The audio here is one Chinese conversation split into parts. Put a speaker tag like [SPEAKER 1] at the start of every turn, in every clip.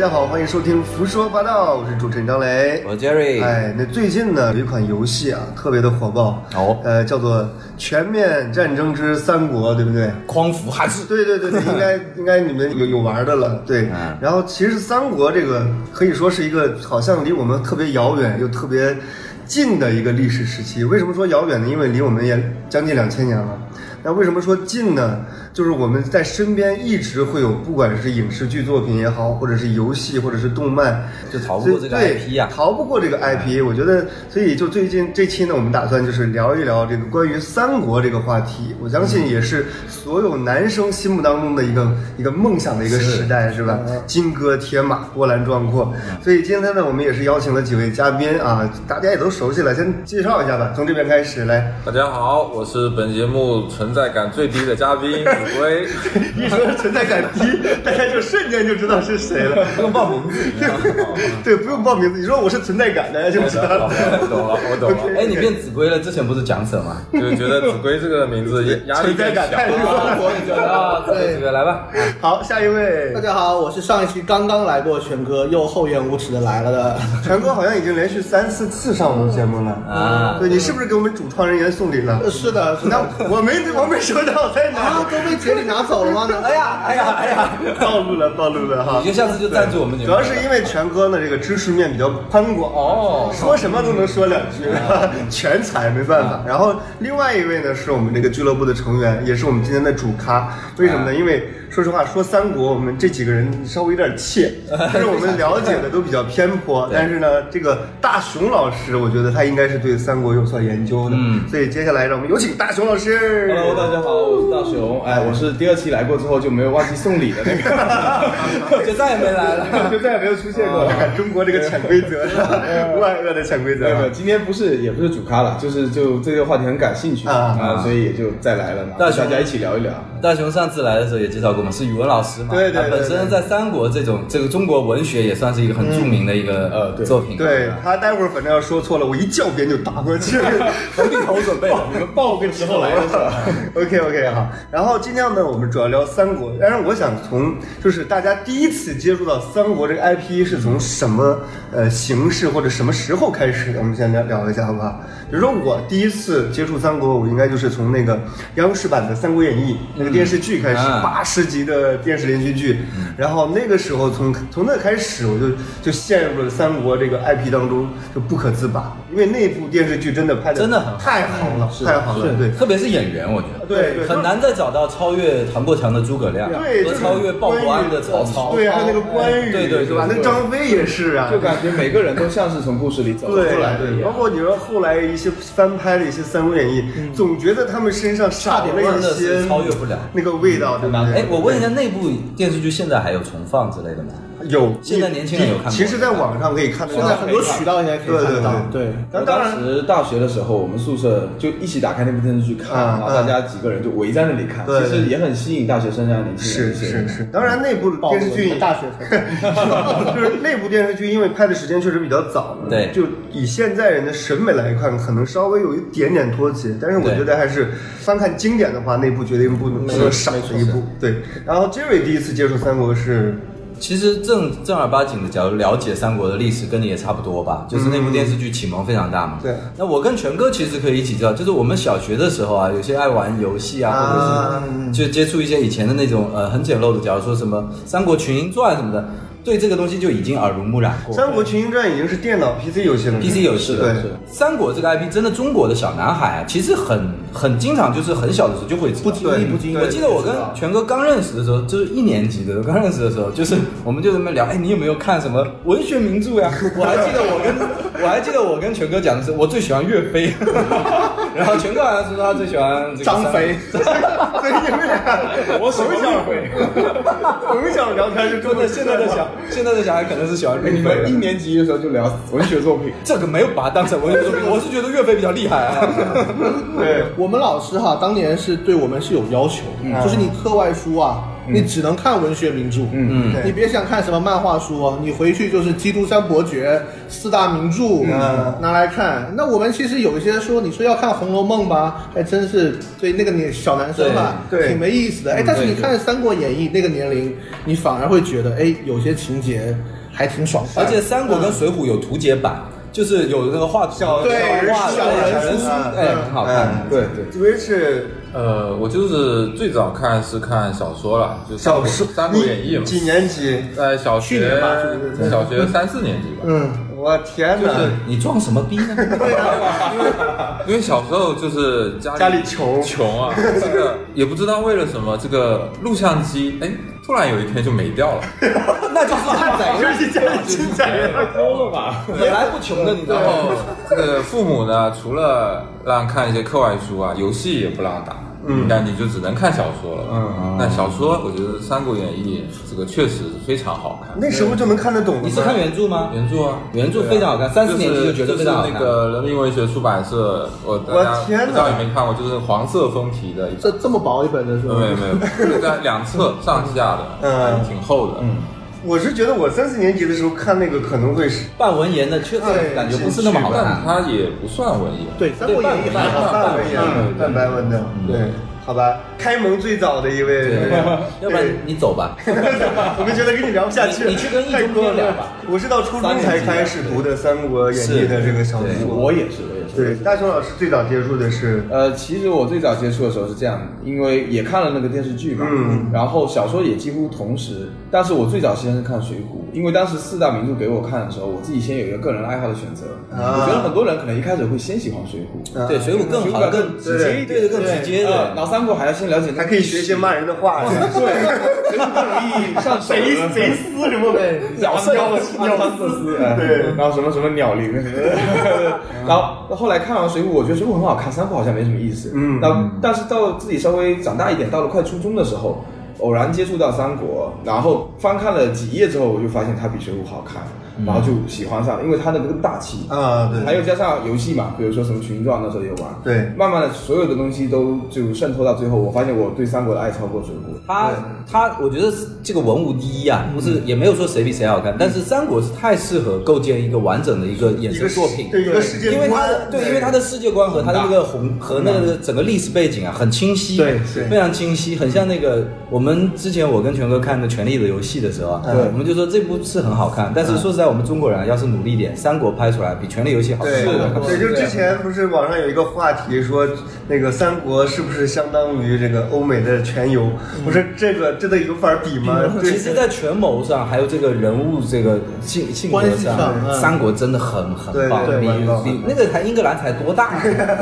[SPEAKER 1] 家好，欢迎收听《胡说八道》，我是主持人张雷。
[SPEAKER 2] 我是 Jerry，
[SPEAKER 1] 哎，那最近呢，有一款游戏啊，特别的火爆，
[SPEAKER 2] 哦
[SPEAKER 1] 呃，叫做《全面战争之三国》，对不对？
[SPEAKER 2] 匡扶汉室，
[SPEAKER 1] 对对对，对应该应该你们有有玩的了，对。
[SPEAKER 2] 嗯
[SPEAKER 1] 然后其实三国这个可以说是一个好像离我们特别遥远又特别近的一个历史时期。为什么说遥远呢？因为离我们也将近两千年了。那为什么说近呢？就是我们在身边一直会有，不管是影视剧作品也好，或者是游戏，或者是动漫，
[SPEAKER 2] 就逃不过这个
[SPEAKER 1] 所以对
[SPEAKER 2] IP 呀哎
[SPEAKER 1] 逃不过这个 IP。我觉得，所以就最近这期呢，我们打算就是聊一聊这个关于三国这个话题。我相
[SPEAKER 2] 嗯
[SPEAKER 1] 信也是所有男生心目当中的一个一个梦想的一个时代，是吧？
[SPEAKER 2] 嗯
[SPEAKER 1] 金戈铁马，波澜壮阔。所以今天呢，我们也是邀请了几位嘉宾啊，大家也都熟悉了，先介绍一下吧，从这边开始来。
[SPEAKER 3] 大家好，我是本节目存在感最低的 嘉宾古龟。
[SPEAKER 1] 一说存在感低，大家就瞬间就知道是谁了，不用报名字。对，不用报名字，你说我是存在感，大家就知道了。
[SPEAKER 3] 懂了，我懂了，
[SPEAKER 2] 哎，你变子规了，之前不是讲什么？
[SPEAKER 3] 就是觉得子龟这个 名字压压力
[SPEAKER 1] 存在
[SPEAKER 3] 太
[SPEAKER 1] 感太
[SPEAKER 3] 小。
[SPEAKER 1] 弱了。
[SPEAKER 2] 啊，对，子规来吧，
[SPEAKER 1] 好，下一位
[SPEAKER 4] 大。家好，我是上一期刚刚来过全哥又厚颜无耻的来了的，
[SPEAKER 1] 全哥好像已经连续三四次上我们节目了
[SPEAKER 2] 啊
[SPEAKER 1] 对你是不是给我们主创人员送礼 了？
[SPEAKER 4] 是的，是
[SPEAKER 1] 那
[SPEAKER 4] 的，
[SPEAKER 1] 我没我没收到，在哪
[SPEAKER 4] 啊，？都被杰里拿走了吗？哎呀，哎呀，哎呀，
[SPEAKER 1] 暴露了，暴露了哈
[SPEAKER 2] 你就！下次就赞助我们节
[SPEAKER 1] 主
[SPEAKER 2] 目。
[SPEAKER 1] 要是因为全哥呢，这个知识面比较宽广
[SPEAKER 2] 哦
[SPEAKER 1] 说什么都能说两句， 全才没办法。然后另外一位呢，是我们这个俱乐部的成员，也是我们今天的主咖。为什么呢？因为说实话，说三国，我们这几个人稍微有点怯，但是我们了解的都比较偏颇。 但是呢，这个大熊老师，我觉得他应该是对三国有所研究的。
[SPEAKER 2] 嗯
[SPEAKER 1] 所以接下来让我们有请大熊老师。
[SPEAKER 5] Hello，大家好，我是大熊。哎，我是第二期来过之后就没有忘记送礼的那个，
[SPEAKER 2] 就再也没来了。
[SPEAKER 5] 就再也没有出现过了。
[SPEAKER 1] 中国这个潜规则， 万嗯恶的潜规
[SPEAKER 5] 没有没有，
[SPEAKER 1] 则。
[SPEAKER 5] 今天不是也不是主咖了，就是就对这个话题很感兴趣
[SPEAKER 1] 啊
[SPEAKER 5] 啊，所以也就再来了嘛，
[SPEAKER 2] 大
[SPEAKER 5] 大
[SPEAKER 2] 熊
[SPEAKER 5] 家一起聊一聊。
[SPEAKER 2] 大雄上次来的时候也介绍过我们是语文老师嘛，
[SPEAKER 1] 对对
[SPEAKER 2] 他
[SPEAKER 1] 对
[SPEAKER 2] 本身在三国这种这个中国文学也算是一个很著名的一个
[SPEAKER 5] 呃对
[SPEAKER 2] 作品，啊
[SPEAKER 1] 对他待会儿反正要说错了，我一教鞭就打过去。
[SPEAKER 2] 红顶头准备了。
[SPEAKER 5] 你们报个时候来的是吧？
[SPEAKER 1] OK OK 好，然后今天呢，我们主要聊三国，但是我想从就是大家第一次接触到三国这个 IP 是从什么呃形式或者什么时候开始的，我们先聊聊一下好不好？比如说我第一次接触三国，我应该就是从那个央视版的《三国演义》那个电视剧开始，
[SPEAKER 2] 啊
[SPEAKER 1] 八十集的电视连续剧，
[SPEAKER 2] 嗯
[SPEAKER 1] 然后那个时候从从那开始我就就陷入了三国这个 IP 当中就不可自拔，因为那部电视剧真的拍的
[SPEAKER 2] 真的很好
[SPEAKER 1] 太好了，太好了，对。
[SPEAKER 2] 特别是演员，我觉得
[SPEAKER 1] 对对
[SPEAKER 2] 很难再找到超越唐国强的诸葛亮，
[SPEAKER 1] 对，
[SPEAKER 2] 和
[SPEAKER 1] 就是呃
[SPEAKER 2] 超越鲍勃安的曹操，哦哎
[SPEAKER 1] 对，啊还有那个关羽，
[SPEAKER 2] 对对对
[SPEAKER 1] 是吧？那
[SPEAKER 5] 对
[SPEAKER 1] 张飞也是啊，
[SPEAKER 5] 就感觉每个人都像是从故事里走出
[SPEAKER 1] 对
[SPEAKER 5] 来的一
[SPEAKER 1] 对，包
[SPEAKER 5] 样。
[SPEAKER 1] 括你说后来一些翻拍的一些《三国演义》，
[SPEAKER 2] 嗯
[SPEAKER 1] 总觉得他们身上少了一
[SPEAKER 2] 真的
[SPEAKER 1] 些
[SPEAKER 2] 是超越不了。
[SPEAKER 1] 那个味道，对不对？
[SPEAKER 2] 哎，我问一下，那部电视剧现在还有重放之类的吗？
[SPEAKER 1] 有
[SPEAKER 2] 现在年轻人有看过
[SPEAKER 1] 其实在网上可以看得到，
[SPEAKER 4] 现在很多渠道应该可以看得到，
[SPEAKER 1] 对
[SPEAKER 4] 对，
[SPEAKER 1] 那
[SPEAKER 5] 我
[SPEAKER 1] 当
[SPEAKER 5] 当
[SPEAKER 1] 然。
[SPEAKER 5] 时大学的时候，我们宿舍就一起打开那部电视剧看，
[SPEAKER 1] 嗯
[SPEAKER 5] 然后大家几个人就围在那里看，
[SPEAKER 1] 对
[SPEAKER 5] 其实也很吸引大学生这样年轻
[SPEAKER 1] 是
[SPEAKER 5] 人。
[SPEAKER 1] 是是，当然那部电视剧
[SPEAKER 4] 大学生，
[SPEAKER 1] 就是那部电视剧，因为拍的时间确实比较早了，
[SPEAKER 2] 对
[SPEAKER 1] 就以现在人的审美来看，可能稍微有一点点脱节，但是我
[SPEAKER 2] 对
[SPEAKER 1] 觉得还是翻看经典的话，那部绝对不能不能少的一部。对，然后 Jerry 第一次接触三国是，
[SPEAKER 2] 其实正正儿八经的，假如了解三国的历史，跟你也差不多吧。就是那部电视剧启蒙非常大嘛。
[SPEAKER 1] 嗯对
[SPEAKER 2] 那我跟全哥其实可以一起知道，就是我们小学的时候啊，有些爱玩游戏啊，或
[SPEAKER 1] 啊
[SPEAKER 2] 者是就接触一些以前的那种呃很简陋的，假如说什么《三国群英传》什么的，对这个东西就已经耳濡目染过。
[SPEAKER 1] 《三国群英传》已经是电脑 PC 游戏了
[SPEAKER 2] PC 游戏
[SPEAKER 1] 对
[SPEAKER 2] 的，三国这个 IP 真的中国的小男孩啊，其实很很经常就是很小的时候就会知道
[SPEAKER 4] 不经意
[SPEAKER 1] 对
[SPEAKER 4] 不经意，
[SPEAKER 2] 我记得我跟全哥刚认识的时候，就是一年级的时候，刚认识的时候，就是我们就在那边聊，哎，你有没有看什么文学名著呀？我还记得我跟我还记得我跟全哥讲的是，我最喜欢岳飞，然后全哥好像是说他最喜欢这个
[SPEAKER 4] 张飞，
[SPEAKER 1] 所以你们俩
[SPEAKER 5] 我手小鬼。
[SPEAKER 1] 从小聊天是
[SPEAKER 2] 真的现在的小现在的小孩可能是喜欢岳
[SPEAKER 5] 你
[SPEAKER 2] 飞
[SPEAKER 5] 们一
[SPEAKER 2] 的。
[SPEAKER 5] 年级的时候就聊文学作 品，
[SPEAKER 2] 这个没有把它当成文学作品，我是觉得岳飞比较厉害啊。
[SPEAKER 1] 对。
[SPEAKER 4] 我们老师哈，当年是对我们是有要求，
[SPEAKER 1] 嗯
[SPEAKER 4] 就是你课外书啊，你只能看文学名著，嗯
[SPEAKER 1] 对
[SPEAKER 4] 你别想看什么漫画书哦，你回去就是《基督山伯爵》四大名著
[SPEAKER 1] 嗯
[SPEAKER 4] 拿来看。那我们其实有一些说，你说要看《红楼梦》吧，还真是对那个年小男生吧，
[SPEAKER 1] 对对
[SPEAKER 4] 挺没意思的。哎，但是你看《三国演义》那个年龄，你反而会觉得，哎，有些情节还挺爽快
[SPEAKER 2] 而
[SPEAKER 4] 的。
[SPEAKER 2] 且《三国》
[SPEAKER 3] 嗯
[SPEAKER 2] 跟《水浒》有图解版，就是有那个画
[SPEAKER 1] 小
[SPEAKER 2] 对
[SPEAKER 1] 人
[SPEAKER 2] 画
[SPEAKER 1] 小
[SPEAKER 2] 对
[SPEAKER 1] 人
[SPEAKER 2] 小人
[SPEAKER 1] 书
[SPEAKER 2] 书，
[SPEAKER 1] 嗯
[SPEAKER 2] 哎，很好看。
[SPEAKER 5] 对对，
[SPEAKER 1] Rich
[SPEAKER 3] 呃，我就是最早看是看小说了，就三
[SPEAKER 1] 小
[SPEAKER 3] 国
[SPEAKER 1] 时
[SPEAKER 3] 《三国演义》
[SPEAKER 1] 你几
[SPEAKER 3] 嘛，
[SPEAKER 1] 年级？
[SPEAKER 3] 在小
[SPEAKER 4] 去
[SPEAKER 3] 学
[SPEAKER 4] 年吧是不
[SPEAKER 3] 小学三四年级吧。
[SPEAKER 4] 嗯，
[SPEAKER 1] 我天哪！
[SPEAKER 2] 你装什么逼呢？
[SPEAKER 3] 因为小时候就是家
[SPEAKER 1] 啊家里穷
[SPEAKER 3] 穷啊，这个 也不知道为了什么，这个录像机哎，突然有一天就没掉了，
[SPEAKER 2] 那就是汉
[SPEAKER 1] 我
[SPEAKER 2] 贼，
[SPEAKER 1] 是家里亲家人，
[SPEAKER 5] 疯了哦吧？
[SPEAKER 2] 本来不穷的，你知道
[SPEAKER 3] 然后
[SPEAKER 2] 吗？
[SPEAKER 3] 这个父母呢，除了让看一些课外书啊，游戏也不让打，嗯，那你就只能看小说了。嗯，那小说我觉得《三国演义》这个确实非常好看，
[SPEAKER 1] 那时候就能看得懂了吗。
[SPEAKER 2] 你是看原著吗？
[SPEAKER 3] 原著啊，
[SPEAKER 2] 原著非常好看，三四年级就觉得非常好
[SPEAKER 3] 就是
[SPEAKER 2] 看。
[SPEAKER 3] 那个人民文学出版社，我大家
[SPEAKER 1] 我天哪
[SPEAKER 3] 不知道有没有看过，就是黄色封皮的一本
[SPEAKER 4] 这这么薄一本的是
[SPEAKER 3] 没有
[SPEAKER 4] 吧？
[SPEAKER 3] 没有没有，就是在两侧上下的，
[SPEAKER 1] 嗯
[SPEAKER 3] 挺厚的。嗯，
[SPEAKER 1] 我是觉得我三四年级的时候看那个可能会是
[SPEAKER 2] 半文言的，确实
[SPEAKER 1] 对
[SPEAKER 2] 感觉不是那么好
[SPEAKER 3] 但
[SPEAKER 2] 看。
[SPEAKER 3] 它也不算文艺。
[SPEAKER 4] 对，《三国演义》
[SPEAKER 1] 半
[SPEAKER 4] 还好看。
[SPEAKER 1] 半文言的、半白文的，
[SPEAKER 2] 嗯
[SPEAKER 1] 对，好吧。开蒙最早的一位，对
[SPEAKER 2] 要不然你走吧。
[SPEAKER 1] 我们觉得跟你聊不下去了，
[SPEAKER 2] 你你去跟易
[SPEAKER 1] 太
[SPEAKER 2] 中
[SPEAKER 1] 过
[SPEAKER 2] 天聊
[SPEAKER 1] 了
[SPEAKER 2] 吧。
[SPEAKER 1] 我是到初中才开始读的《三国演义》的这个小说。
[SPEAKER 5] 我也是，我也是。
[SPEAKER 1] 对，大雄老师最早接触的是，
[SPEAKER 5] 呃，其实我最早接触的时候是这样，因为也看了那个电视剧嘛，
[SPEAKER 1] 嗯
[SPEAKER 5] 然后小说也几乎同时，但是我最早先是看《水浒》，因为当时四大名著给我看的时候，我自己先有一个个人爱好的选择，
[SPEAKER 1] 啊
[SPEAKER 5] 我觉得很多人可能一开始会先喜欢《水浒》
[SPEAKER 1] 啊
[SPEAKER 2] 对，水浒更好，更直接，对的，更直接
[SPEAKER 5] 呃，
[SPEAKER 2] 的。
[SPEAKER 5] 老三国还要先了解那个
[SPEAKER 1] 还可以学一些骂人的 话，
[SPEAKER 5] 对，水浒更容易上手
[SPEAKER 1] 贼贼丝什么的，
[SPEAKER 5] 鸟
[SPEAKER 1] 鸟
[SPEAKER 5] 色
[SPEAKER 1] 鸟
[SPEAKER 5] 鸟
[SPEAKER 1] 丝，
[SPEAKER 5] 丝丝，对，然后什么什么鸟灵，哎 然后后来看完《水浒》，我觉得《水浒》很好看，《三国》好像没什么意思。
[SPEAKER 1] 嗯
[SPEAKER 5] 那但是到自己稍微长大一点，到了快初中的时候，偶然接触到《三国》，然后翻看了几页之后，我就发现它比《水浒》好看，然后就喜欢上了，因为它的那个大气
[SPEAKER 1] 嗯啊对
[SPEAKER 5] 还有加上游戏嘛，比如说什么群状，那时候也玩，
[SPEAKER 1] 对
[SPEAKER 5] 慢慢的所有的东西都就渗透到最后，我发现我对三国的爱超过《水浒》。
[SPEAKER 2] 他他，我觉得这个文无第一啊，不是也没有说谁比谁好看，但是《三国》是太适合构建一个完整的一个衍
[SPEAKER 1] 一
[SPEAKER 2] 生
[SPEAKER 1] 个
[SPEAKER 2] 作品，
[SPEAKER 1] 对一个世界
[SPEAKER 2] 因为它的
[SPEAKER 1] 观，
[SPEAKER 2] 对，因为它的世界观和它的那个宏和那个整个历史背景啊，很清晰，
[SPEAKER 5] 对
[SPEAKER 1] 对
[SPEAKER 2] 非常清晰，很像那个我们之前我跟权哥看的《权力的游戏》的时候啊，
[SPEAKER 1] 对
[SPEAKER 2] 我们就说这部是很好看，但是说实在，我们中国人啊要是努力点，《三国》拍出来比《权力游戏》好看
[SPEAKER 1] 对
[SPEAKER 2] 多了。
[SPEAKER 1] 对，就之前不是网上有一个话题说，那个三国是不是相当于这个欧美的全游？我说这个真的有法比吗？对
[SPEAKER 2] 嗯其实，在权谋上，还有这个人物这个性性格
[SPEAKER 4] 关系上嗯
[SPEAKER 2] 三国真的很很棒。
[SPEAKER 1] 对对
[SPEAKER 2] 你
[SPEAKER 1] 很棒
[SPEAKER 2] 你那个才英格兰才多大？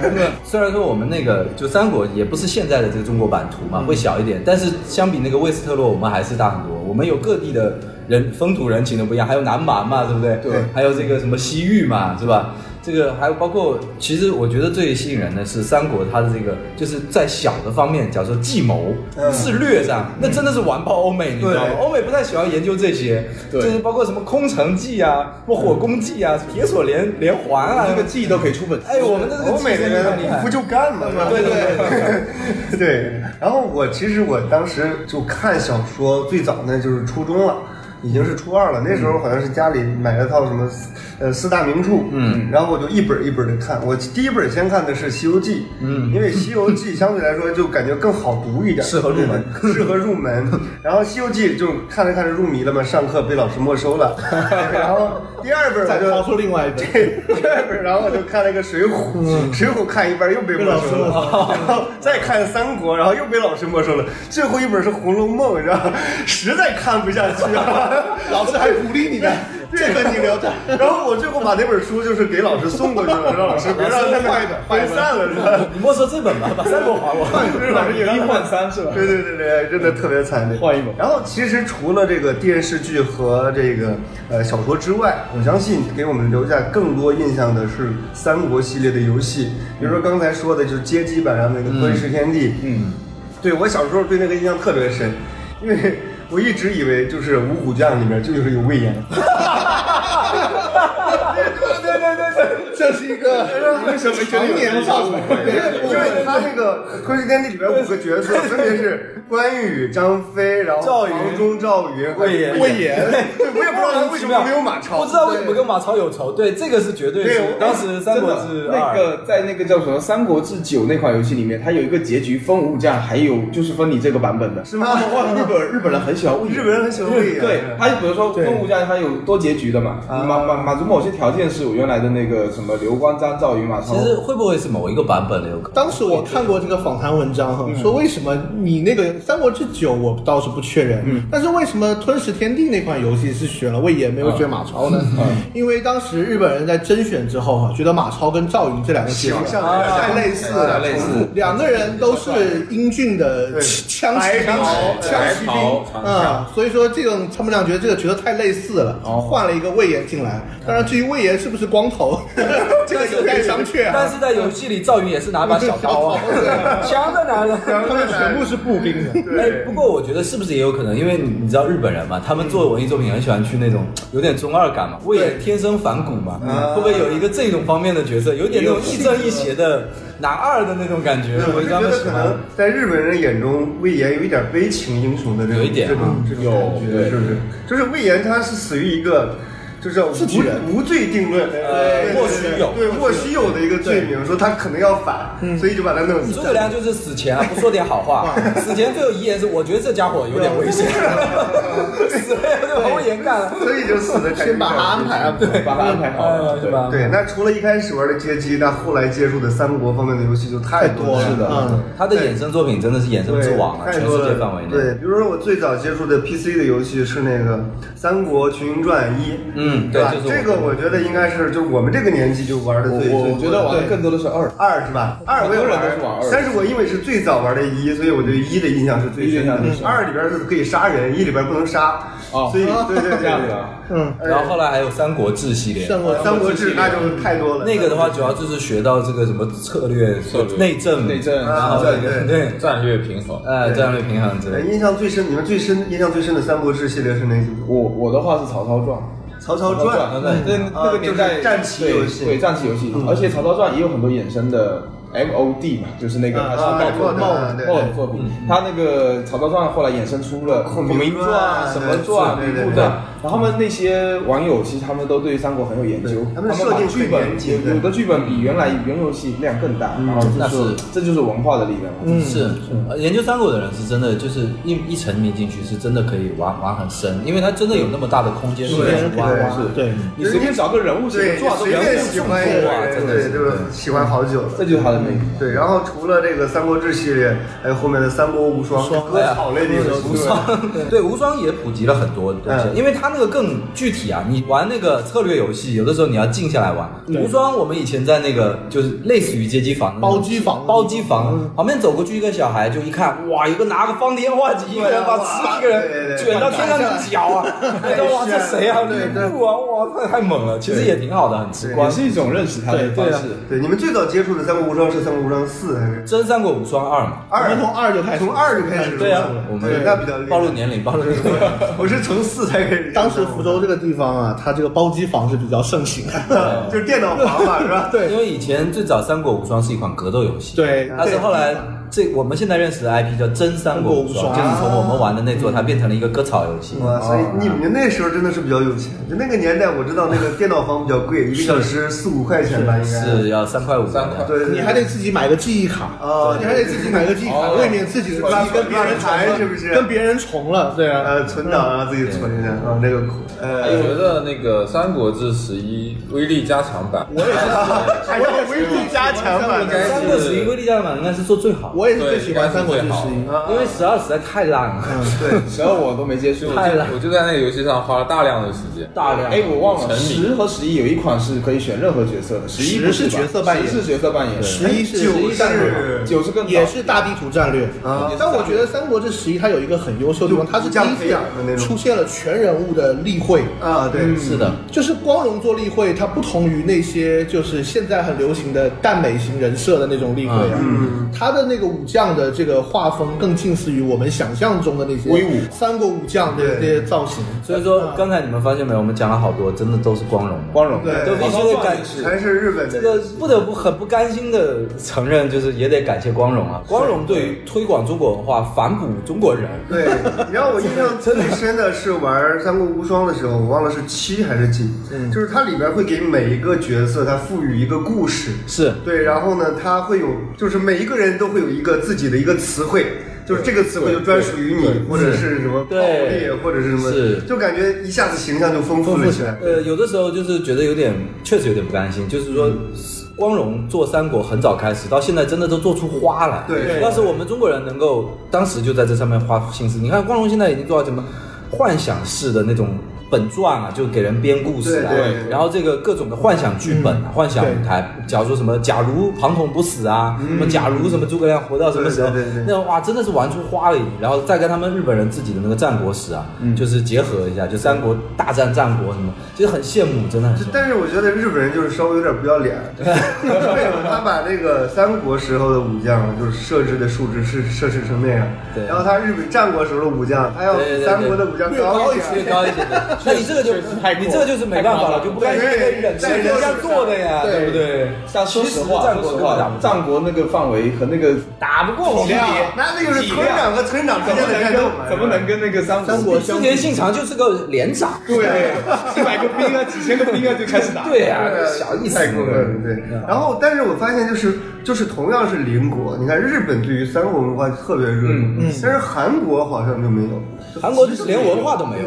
[SPEAKER 2] 那个虽然说我们那个就三国也不是现在的这个中国版图
[SPEAKER 1] 嗯
[SPEAKER 2] 嘛，会小一点，但是相比那个魏斯特洛，我们还是大很多。我们有各地的人风土人情的不一样，还有南蛮嘛，对不对？
[SPEAKER 1] 对
[SPEAKER 2] 还有这个什么西域嘛，是吧？这个还有包括，其实我觉得最吸引人的是三国，它的这个就是在小的方面，假如说计谋、
[SPEAKER 1] 嗯
[SPEAKER 2] 是略上，那真的是完爆欧美，你知道吗
[SPEAKER 1] 对？
[SPEAKER 2] 欧美不太喜欢研究这些，就是包括什么空城计啊、什么火攻计啊、铁索连连环啊，
[SPEAKER 1] 嗯
[SPEAKER 5] 这个记忆都可以出本书。
[SPEAKER 2] 哎，我们的这个
[SPEAKER 1] 欧美
[SPEAKER 2] 计真的太厉
[SPEAKER 1] 人
[SPEAKER 2] 害
[SPEAKER 1] 不就干嘛？
[SPEAKER 2] 对对对，
[SPEAKER 1] 对 对。然后我其实我当时就看小说，最早那就是初中了。已经是初二了，那时候好像是家里买了套什么，呃，四大名著，嗯，然后我就一本一本的看。我第一本先看的是《西游记》，嗯，因为《西游记》 相对来说就感觉更好读一点，
[SPEAKER 2] 适合入门
[SPEAKER 1] 对，适合入门。然后《西游记》就看着看着入迷了嘛，上课被老师没收 了。然后第二本
[SPEAKER 4] 再
[SPEAKER 1] 我就
[SPEAKER 4] 掏出另外一本，
[SPEAKER 1] 然后我就看了一个《水浒》，水浒》看一半又被没收了，然后再看《三国》，然后又被老师没收了，最后一本是《红楼梦》，你知道吗？实在看不下去了。
[SPEAKER 4] 老师还鼓励你呢，这本你留着。
[SPEAKER 1] 然后我最后把那本书就是给老师送过去了，让老师别让他们分散了，是吧？
[SPEAKER 2] 你没收这本吧，把三国还我。
[SPEAKER 1] 就是老师给他
[SPEAKER 5] 一
[SPEAKER 1] 们
[SPEAKER 5] 换三是吧？
[SPEAKER 1] 对对对对，真的特别惨烈。
[SPEAKER 5] 换一种
[SPEAKER 1] 然后其实除了这个电视剧和这个呃小说之外，我相信给我们留下更多印象的是三国系列的游戏，比如说刚才说的就是街机版上那个《吞噬天地》。嗯，对我小时候对那个印象特别深，因为我一直以为就是五虎将里面就是有魏延。对对对对
[SPEAKER 4] 这是一个
[SPEAKER 1] 为什么觉得
[SPEAKER 4] 常
[SPEAKER 1] 有
[SPEAKER 4] 年造成的
[SPEAKER 1] 因为因为他那个《昆士天地》里边五个角色分别是关羽、张飞，然后
[SPEAKER 2] 赵云
[SPEAKER 1] 黄忠、赵云、
[SPEAKER 2] 魏延
[SPEAKER 4] 魏延，
[SPEAKER 1] 对，我也不知道他为什 么没有马超，
[SPEAKER 2] 不知道为什么跟马超有仇。对，这个是绝对
[SPEAKER 1] 对
[SPEAKER 2] 是
[SPEAKER 1] 我
[SPEAKER 2] 当时《三国
[SPEAKER 5] 真
[SPEAKER 2] 志
[SPEAKER 5] 的
[SPEAKER 2] 二》
[SPEAKER 5] 那个在那个叫什么《三国志九》那款游戏里面，它有一个结局分五将，还有就是分你这个版本的，
[SPEAKER 1] 是吗
[SPEAKER 5] 哇，日本日本人很喜欢魏延
[SPEAKER 1] 日本人很喜欢魏延，
[SPEAKER 5] 对，啊他比如说分五将，他有多结局的嘛，满满满足某些条件是我原来的那个什么刘关张赵云马超
[SPEAKER 2] 其，实会不会是某一个版本的有可能？
[SPEAKER 4] 当时我看过这个访谈文章哈，说为什么你那个《三国志九》我倒是不确认，但是为什么《吞食天地》那款游戏是选了魏延没有选马超呢？因为当时日本人在甄选之后哈，觉得马超跟赵云这两个角
[SPEAKER 1] 形
[SPEAKER 4] 色
[SPEAKER 1] 象
[SPEAKER 4] 太类似了，
[SPEAKER 3] 类似
[SPEAKER 4] 两个人都是英俊的
[SPEAKER 1] 对
[SPEAKER 4] 枪
[SPEAKER 1] 白
[SPEAKER 4] 骑兵
[SPEAKER 1] 袍
[SPEAKER 4] 枪
[SPEAKER 3] 白
[SPEAKER 4] 骑兵
[SPEAKER 3] 袍长枪，
[SPEAKER 4] 啊，所以说这种他们俩觉得这个角色太类似了，换了一个魏延进来。当然，至于魏延是不是光 头，这个有待商榷啊。
[SPEAKER 2] 但是在游戏里，赵云也是拿把小刀啊，枪在哪呢？
[SPEAKER 1] 然后
[SPEAKER 4] 他们全部是步兵的。
[SPEAKER 2] 哎，
[SPEAKER 1] 对
[SPEAKER 2] 不过我觉得是不是也有可能，因为你你知道日本人嘛，他们做文艺作品很喜欢去那种有点中二感嘛，魏延天生反骨嘛，
[SPEAKER 1] 啊
[SPEAKER 2] 会不会有一个这种方面的角色，有点那种亦正亦邪的男二的那种感觉？
[SPEAKER 1] 对，我
[SPEAKER 2] 我
[SPEAKER 1] 就
[SPEAKER 2] 觉
[SPEAKER 1] 觉
[SPEAKER 2] 得他们
[SPEAKER 1] 得
[SPEAKER 2] 喜
[SPEAKER 1] 可
[SPEAKER 2] 欢
[SPEAKER 1] 能。在日本人眼中，魏延有一点悲情英雄的这种
[SPEAKER 2] 有一点啊
[SPEAKER 1] 这种这种感觉，是不是？就是魏延他是死于一个。就是
[SPEAKER 4] 自己人
[SPEAKER 1] 无无罪定论，对
[SPEAKER 2] 莫须有
[SPEAKER 1] 对莫须有的一个罪名，说他可能要反，所以就把他弄死。
[SPEAKER 2] 诸葛亮就是死前啊，不说点好话， 死前最有遗言是，我觉得这家伙有点危险， 死了以后就把魏延干了，
[SPEAKER 1] 所以就死的感觉
[SPEAKER 4] 先把他安排安 排，把他安排好
[SPEAKER 2] 哎
[SPEAKER 4] 了
[SPEAKER 2] 呀，。是吧？
[SPEAKER 1] 对，那除了一开始玩的街机，那后来接触的三国方面的游戏就太多
[SPEAKER 4] 太多了嗯
[SPEAKER 2] 他的衍生作品真的是衍生
[SPEAKER 1] 对，
[SPEAKER 2] 之王啊，
[SPEAKER 1] 太
[SPEAKER 2] 全
[SPEAKER 1] 多
[SPEAKER 2] 世界
[SPEAKER 1] 了。
[SPEAKER 2] 范围内。
[SPEAKER 1] 对，比如说我最早接触的 PC 的游戏是那个《三国群英传一》，
[SPEAKER 2] 嗯
[SPEAKER 1] 对吧？
[SPEAKER 2] 对就是我
[SPEAKER 1] 这个我觉得应该是就是我们这个年纪就玩的
[SPEAKER 5] 我
[SPEAKER 1] 最最多
[SPEAKER 5] 我
[SPEAKER 1] 的。
[SPEAKER 5] 我觉得玩的更多的是二，
[SPEAKER 1] 二是吧？二我也
[SPEAKER 5] 很多人都是玩二
[SPEAKER 1] 但是我因为是最早玩的一，所以我对一的印象是最深的
[SPEAKER 5] 一的印象最。深
[SPEAKER 1] 二里边是可以杀人，一里边不能杀，
[SPEAKER 5] 哦
[SPEAKER 1] 所以对对对
[SPEAKER 5] 这样子
[SPEAKER 1] 对。
[SPEAKER 5] 啊。
[SPEAKER 4] 嗯，
[SPEAKER 2] 然后后来还有《三国志》系列，
[SPEAKER 4] 上过
[SPEAKER 1] 呃三国志那就太多了。
[SPEAKER 2] 那个的话，主要就是学到这个什么策略、
[SPEAKER 3] 策略
[SPEAKER 2] 内政、
[SPEAKER 5] 内政
[SPEAKER 2] 然后这
[SPEAKER 1] 对
[SPEAKER 2] 个对，
[SPEAKER 3] 战略平衡。
[SPEAKER 2] 呃，战略平衡之
[SPEAKER 1] 呃
[SPEAKER 2] 类的。
[SPEAKER 1] 印象最深，你们最深印象最深的三国志系列是哪几部？
[SPEAKER 5] 我我的话是曹操传，
[SPEAKER 1] 曹操传，嗯
[SPEAKER 5] 对，那那个年
[SPEAKER 1] 啊就
[SPEAKER 5] 代
[SPEAKER 1] 是战棋游戏嗯
[SPEAKER 5] 对对战棋游戏，而且曹操传也有很多衍生的 MOD 嘛，就是那个
[SPEAKER 1] 啊
[SPEAKER 5] 他是
[SPEAKER 1] 啊
[SPEAKER 5] 冒
[SPEAKER 1] 做的
[SPEAKER 5] 冒
[SPEAKER 1] 对嗯
[SPEAKER 5] 冒的作品，他那个曹操传后来衍生出了
[SPEAKER 1] 孔
[SPEAKER 5] 孔
[SPEAKER 1] 明
[SPEAKER 5] 明
[SPEAKER 1] 传
[SPEAKER 5] 传、什么传、
[SPEAKER 1] 对对
[SPEAKER 5] 吕
[SPEAKER 1] 对
[SPEAKER 5] 布
[SPEAKER 1] 对
[SPEAKER 5] 传，然后他们那些网友其实他们都对三国很有研究
[SPEAKER 1] 对，他
[SPEAKER 5] 他
[SPEAKER 1] 们
[SPEAKER 5] 们
[SPEAKER 1] 设定
[SPEAKER 5] 把剧
[SPEAKER 1] 很严谨
[SPEAKER 5] 本
[SPEAKER 1] 对嗯
[SPEAKER 5] 有有的剧本比原来原游戏量更大，然后
[SPEAKER 2] 那
[SPEAKER 5] 就是说这就是文化的力量。嗯
[SPEAKER 2] 是，呃研究三国的人是真的，就是一一沉迷进去，是真的可以玩玩很深，因为他真的有那么大的空间去
[SPEAKER 1] 对
[SPEAKER 2] 玩
[SPEAKER 1] 对
[SPEAKER 2] 玩。
[SPEAKER 5] 是
[SPEAKER 4] 对，
[SPEAKER 5] 你随便找个人物写
[SPEAKER 1] 对，
[SPEAKER 5] 个传都
[SPEAKER 1] 随
[SPEAKER 5] 两
[SPEAKER 1] 便
[SPEAKER 5] 本
[SPEAKER 1] 喜欢一个人，对，就是喜欢好久了。
[SPEAKER 5] 这就是他的魅力。
[SPEAKER 1] 对，然后除了这个《三国志》系列，还有后面的《三国无双》割草类的游戏，
[SPEAKER 2] 无双， 对无双也普及了很多东西
[SPEAKER 1] 嗯，
[SPEAKER 2] 因为它那个更具体啊。你玩那个策略游戏，有的时候你要静下来玩。无双我们以前在那个就是类似于街机房的那种
[SPEAKER 4] 包机房
[SPEAKER 2] 包机
[SPEAKER 1] 嗯
[SPEAKER 2] 房旁边走过去一个小孩，就一看，哇，有个拿个方天画戟，一个人把十一 个
[SPEAKER 1] 对对
[SPEAKER 2] 人
[SPEAKER 1] 对
[SPEAKER 2] 卷到天上去搅 啊，觉得哇这谁啊？吕布啊，哇这太猛了，其实也挺好的，很直观
[SPEAKER 5] 也。是一种认识他的方式。
[SPEAKER 1] 嗯对，啊你们最早接触的《三国无双》是《三国无双四》还是
[SPEAKER 2] 真三国无双二嘛，
[SPEAKER 1] 二？
[SPEAKER 4] 我们从二就开始
[SPEAKER 1] 从二就开始入手了。
[SPEAKER 2] 对啊我
[SPEAKER 1] 对
[SPEAKER 2] 们
[SPEAKER 1] 那比较厉害
[SPEAKER 2] 暴露年龄，暴露年龄。
[SPEAKER 1] 我是从四才开始入手的。
[SPEAKER 4] 当时福州这个地方啊，它这个包机房是比较盛行的。
[SPEAKER 1] 就是电脑房嘛，是吧？
[SPEAKER 2] 对，因为以前最早《三国无双》是一款格斗游戏，
[SPEAKER 4] 对
[SPEAKER 2] 但是后来这我们现在认识的 IP 叫真三国无双，
[SPEAKER 4] 三国无双
[SPEAKER 2] 就是从我们玩的那座，它变成了一个割草游戏。
[SPEAKER 1] 哇，所以你们那时候真的是比较有钱。就那个年代，我知道那个电脑房比较贵，一个小时四五块钱吧，应该
[SPEAKER 2] 是要三块五，
[SPEAKER 3] 三块
[SPEAKER 1] 对，对
[SPEAKER 4] 你还得自己买个记忆卡
[SPEAKER 1] 哦
[SPEAKER 4] 你还得自己买个记忆卡，
[SPEAKER 5] 哦
[SPEAKER 4] 未免自己自己跟别人重
[SPEAKER 1] 拉
[SPEAKER 4] 了，
[SPEAKER 1] 盘是不是
[SPEAKER 4] 跟别人重了，对啊。
[SPEAKER 1] 呃存档让自己存一下啊，那个苦。
[SPEAKER 3] 我
[SPEAKER 1] 呃，
[SPEAKER 3] 觉得那个《三国志十一》威力加强版，
[SPEAKER 1] 还要微力加强版
[SPEAKER 3] 应该
[SPEAKER 1] 的。
[SPEAKER 2] 三国十一威力加满应该是做最好，
[SPEAKER 4] 我也是最喜欢《三国志十一》，
[SPEAKER 2] 因为十二实在太烂了，
[SPEAKER 1] 对，
[SPEAKER 5] 十二我都没接触，
[SPEAKER 2] 太烂，
[SPEAKER 3] 我就在那个游戏上花了大量的时间。
[SPEAKER 2] 大量。
[SPEAKER 5] 哎，我忘了，
[SPEAKER 3] 沉迷
[SPEAKER 5] 十和十一有一款是可以选任何角色的，十一不
[SPEAKER 4] 是
[SPEAKER 5] 吧
[SPEAKER 4] 角色扮演
[SPEAKER 5] 十是角色扮演，
[SPEAKER 4] 十一哎是
[SPEAKER 1] 九是
[SPEAKER 5] 九是更早
[SPEAKER 4] 也是大地图战略
[SPEAKER 1] 啊
[SPEAKER 4] 但我觉得《三国志十一》它有一个很优秀的地方，它是
[SPEAKER 1] 就互
[SPEAKER 4] 第一
[SPEAKER 1] 相培养的那
[SPEAKER 4] 次
[SPEAKER 1] 种
[SPEAKER 4] 出现了全人物的例会，
[SPEAKER 1] 啊，对，
[SPEAKER 2] 是的，
[SPEAKER 4] 就是光荣做例会，它不同于那些就是现在很流行的耽美型人设的那种例会啊，
[SPEAKER 1] 嗯
[SPEAKER 4] 它的那个武将的这个画风更近似于我们想象中的那些
[SPEAKER 5] 威武
[SPEAKER 4] 三国武将的
[SPEAKER 1] 对
[SPEAKER 4] 那些造型。
[SPEAKER 2] 所以 说刚才你们发现没有，我们讲了好多，真的都是光荣的。
[SPEAKER 5] 光荣，
[SPEAKER 1] 对
[SPEAKER 2] 都必须得感
[SPEAKER 5] 是
[SPEAKER 1] 还是日本
[SPEAKER 2] 这个不得不很不甘心的承认，就是也得感谢光荣啊！光荣对于推广中国文化、反哺中国人，
[SPEAKER 1] 对，你让我印象最深的是玩《三国无双》的时候，我忘了是七还是几，就是它里边会给每一个角色它赋予一个故事，
[SPEAKER 2] 是
[SPEAKER 1] 对，然后呢，它会有，就是每一个人都会有一个自己的一个词汇，就是这个词汇就专属于你，或者是什么暴力啊
[SPEAKER 2] 对，
[SPEAKER 1] 或者是什么，
[SPEAKER 2] 是
[SPEAKER 1] 就感觉一下子形象就丰富了起来。
[SPEAKER 2] 呃，有的时候就是觉得有点，确实有点不甘心。就是
[SPEAKER 1] 嗯
[SPEAKER 2] 说，光荣做三国很早开始，到现在真的都做出花来。
[SPEAKER 1] 对
[SPEAKER 2] 要是我们中国人能够当时就在这上面花心思，你看光荣现在已经做到什么幻想式的那种。本传啊，就给人编故事啊，
[SPEAKER 1] 对对嗯对
[SPEAKER 2] 然后这个各种的幻想剧本啊、幻想舞台，假如说什么，假如庞统不死啊，什么假如什么诸葛亮活到什么时候，
[SPEAKER 1] 嗯对对对对
[SPEAKER 2] 那哇，真的是玩出花了，然后再跟他们日本人自己的那个战国史啊，就是结合一下，就三国大战战国什么，其实很羡慕，真的很羡慕。
[SPEAKER 1] 但是我觉得日本人就是稍微有点不要脸， 对，他把那个三国时候的武将就是设置的数值是设置成那样，
[SPEAKER 2] 对
[SPEAKER 1] 然后他日本战国时候的武将，他要
[SPEAKER 2] 对对对
[SPEAKER 1] 三国的武将高一
[SPEAKER 2] 略
[SPEAKER 1] 些。
[SPEAKER 2] 高一些，那你这个就
[SPEAKER 5] 确实太过
[SPEAKER 2] 你这个就是没办法了，就不甘心
[SPEAKER 1] 对
[SPEAKER 2] 被忍
[SPEAKER 1] 在
[SPEAKER 2] 是人家做的呀，
[SPEAKER 4] 对
[SPEAKER 2] 对不对？
[SPEAKER 5] 但说实话，
[SPEAKER 2] 其战
[SPEAKER 5] 说
[SPEAKER 2] 国根
[SPEAKER 5] 实
[SPEAKER 2] 本打
[SPEAKER 5] 话
[SPEAKER 2] 不，
[SPEAKER 5] 战国那个范围和那个打不过
[SPEAKER 1] 体量那那就是村长和村长之
[SPEAKER 5] 怎
[SPEAKER 1] 间
[SPEAKER 5] 么
[SPEAKER 1] 的
[SPEAKER 5] 能
[SPEAKER 1] 战斗嘛
[SPEAKER 5] 跟怎么能跟那个三
[SPEAKER 4] 三
[SPEAKER 5] 国
[SPEAKER 4] 国
[SPEAKER 5] 比？
[SPEAKER 2] 织田信长就是个连长，
[SPEAKER 5] 对，几百个兵啊，几千个兵啊就开 始打。
[SPEAKER 2] 对呀
[SPEAKER 1] 对啊，
[SPEAKER 2] 小意思
[SPEAKER 1] 太。过分了，对。然后，但是我发现就是就是同样是邻国，你看日本对于三国文化特别热衷，但是韩国好像就没有。
[SPEAKER 2] 韩国就是连文化都没有。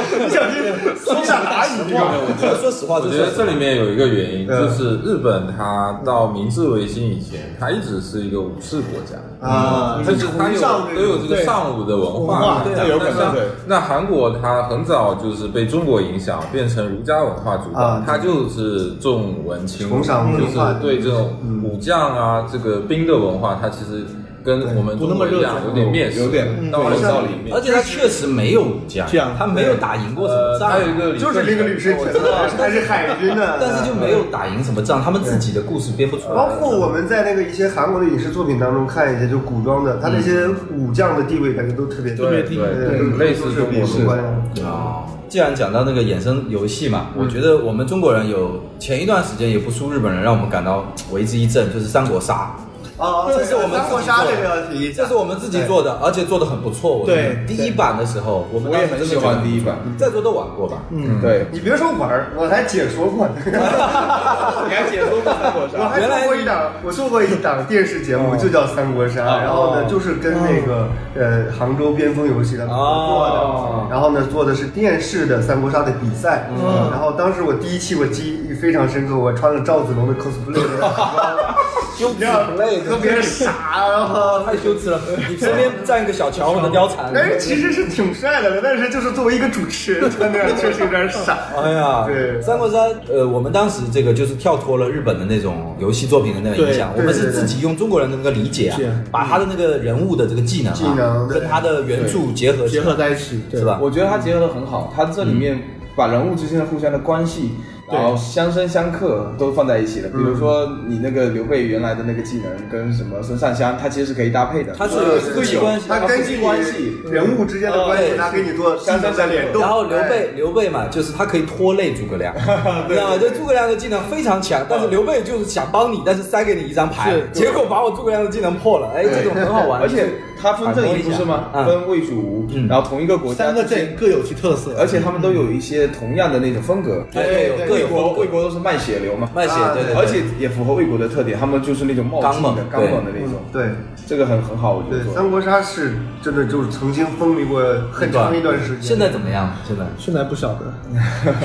[SPEAKER 1] 说啥
[SPEAKER 5] 这个没有问题
[SPEAKER 2] 我说实话，
[SPEAKER 3] 我
[SPEAKER 2] 就
[SPEAKER 3] 觉得
[SPEAKER 2] 是
[SPEAKER 3] 这里面有一个原因，
[SPEAKER 1] 嗯
[SPEAKER 3] 就是日本它到明治维新以前，它一直是一个武士国家。
[SPEAKER 1] 啊？
[SPEAKER 3] 就是它有都有这个嗯尚武的文化，
[SPEAKER 4] 对
[SPEAKER 3] 那
[SPEAKER 4] 这有可能
[SPEAKER 3] 像
[SPEAKER 4] 对
[SPEAKER 3] 那韩国它很早就是被中国影响，变成儒家文化主导
[SPEAKER 1] 啊，
[SPEAKER 3] 它就是重文轻武，
[SPEAKER 1] 崇尚文
[SPEAKER 3] 就是
[SPEAKER 1] 化
[SPEAKER 3] 对这种武将啊、这个兵的文化，它其实跟我们
[SPEAKER 4] 不那
[SPEAKER 3] 中
[SPEAKER 4] 么
[SPEAKER 3] 国一样
[SPEAKER 4] 热，衷
[SPEAKER 3] 有点蔑视，
[SPEAKER 5] 有点嗯
[SPEAKER 3] 到了
[SPEAKER 5] 对
[SPEAKER 3] 道里面
[SPEAKER 2] 而。且他确实没有武将，
[SPEAKER 4] 这样
[SPEAKER 2] 他没有打赢过什
[SPEAKER 3] 呃，
[SPEAKER 2] 么仗，
[SPEAKER 3] 还有一个
[SPEAKER 1] 就是那个吕胜臣，还是海军的，
[SPEAKER 2] 但是就没有打赢什么仗，他们自己的故事编不出来。
[SPEAKER 1] 呃
[SPEAKER 5] 嗯
[SPEAKER 1] 包括我们在那个一些韩国的影视作品当中看一些，就古装的，他那些武将的地位感觉都特别特
[SPEAKER 3] 对对对，类似
[SPEAKER 1] 是
[SPEAKER 3] 中
[SPEAKER 1] 比
[SPEAKER 3] 国
[SPEAKER 1] 武
[SPEAKER 3] 文化。
[SPEAKER 1] 官。
[SPEAKER 2] 啊，既然讲到那个衍生游戏嘛，
[SPEAKER 5] 嗯
[SPEAKER 2] 我觉得我们中国人有前一段时间也不输日本人，让我们感到为之一振，就是三国杀。
[SPEAKER 1] 啊，
[SPEAKER 2] 哦这是我们
[SPEAKER 1] 三国杀这个要提一下，
[SPEAKER 2] 这是我们自己做的，而且做的很不错。我觉得
[SPEAKER 4] 对
[SPEAKER 2] 第一版的时候，我们
[SPEAKER 5] 我也很喜欢第一版，
[SPEAKER 2] 在座都玩过吧？
[SPEAKER 5] 嗯，对，
[SPEAKER 1] 你别说玩儿，我还解说过呢。
[SPEAKER 5] 你还解说过三国
[SPEAKER 1] 我
[SPEAKER 5] 杀？
[SPEAKER 1] 还做过一档，我做过一档电视节目，就叫《三国
[SPEAKER 5] 哦
[SPEAKER 1] 杀》，然后呢，就是跟那个呃杭州边锋游戏他们合作
[SPEAKER 2] 哦
[SPEAKER 1] 的，然后呢做的是电视的三国杀的比赛，然后当时我第一期我记忆非常深刻，我穿了赵子龙的 cosplay，的服装
[SPEAKER 2] 羞耻累，
[SPEAKER 1] 特别傻，然 后。
[SPEAKER 2] 哦太羞耻 了。你身边站一个小乔或者貂 蝉，
[SPEAKER 1] 但是其实是挺帅的了，但是就是作为一个主持人穿那样确实有点傻。
[SPEAKER 2] 哎呀，
[SPEAKER 1] 对
[SPEAKER 2] 三国杀，呃，我们当时这个就是跳脱了日本的那种游戏作品的那个影响，
[SPEAKER 1] 对
[SPEAKER 2] 我们
[SPEAKER 1] 对
[SPEAKER 2] 是
[SPEAKER 1] 对对
[SPEAKER 2] 自己用中国人的那个理解啊
[SPEAKER 4] 是，
[SPEAKER 2] 把他的那个人物的这个技能啊，
[SPEAKER 1] 技能对
[SPEAKER 2] 跟他的原著结合起
[SPEAKER 4] 结
[SPEAKER 2] 来
[SPEAKER 4] 合在一起，对
[SPEAKER 2] 是吧？
[SPEAKER 5] 我觉得它结合的很好，它这里面把人物之间的互相的关系。
[SPEAKER 4] 对
[SPEAKER 5] 然后相生相克都放在一起了，比如说你那个刘备原来的那个技能跟什么孙尚香，它其实是可以搭配的。
[SPEAKER 2] 它是
[SPEAKER 5] 有
[SPEAKER 2] 夫妻关系
[SPEAKER 1] 他根据
[SPEAKER 5] 关系，
[SPEAKER 1] 你人物之间的关
[SPEAKER 5] 哦
[SPEAKER 1] 系，
[SPEAKER 2] 对
[SPEAKER 1] 他给你做技能的联动。
[SPEAKER 2] 然后刘
[SPEAKER 1] 哎
[SPEAKER 2] 备，刘备嘛，就是他可以拖累诸葛亮，你知道吗？就诸葛亮的技能非常强，但是刘备就是想帮你，但是塞给你一张牌，结果把我诸葛亮的技能破了，哎，这种很好玩。
[SPEAKER 5] 而且它分阵营不是吗？
[SPEAKER 2] 嗯
[SPEAKER 5] 分魏、蜀、吴
[SPEAKER 2] 嗯，
[SPEAKER 5] 然后同一个国家，
[SPEAKER 4] 三个阵营各有其特色，
[SPEAKER 5] 而且他们都有一些同样的那种风格。
[SPEAKER 2] 对有各
[SPEAKER 5] 魏
[SPEAKER 2] 有
[SPEAKER 5] 国
[SPEAKER 2] 风格
[SPEAKER 5] 魏国都是卖血流嘛，
[SPEAKER 2] 卖血
[SPEAKER 1] 啊，
[SPEAKER 2] 对对，对
[SPEAKER 5] 而且也符合魏国的特点，他们就是那种冒进的、
[SPEAKER 2] 刚猛
[SPEAKER 5] 刚猛的那种，
[SPEAKER 1] 对
[SPEAKER 5] 这个很很好，我觉
[SPEAKER 1] 对
[SPEAKER 5] 得，做
[SPEAKER 1] 三国杀是真的就是曾经风靡过很长一段时间。
[SPEAKER 2] 现在怎么样？现在
[SPEAKER 4] 现在不晓得，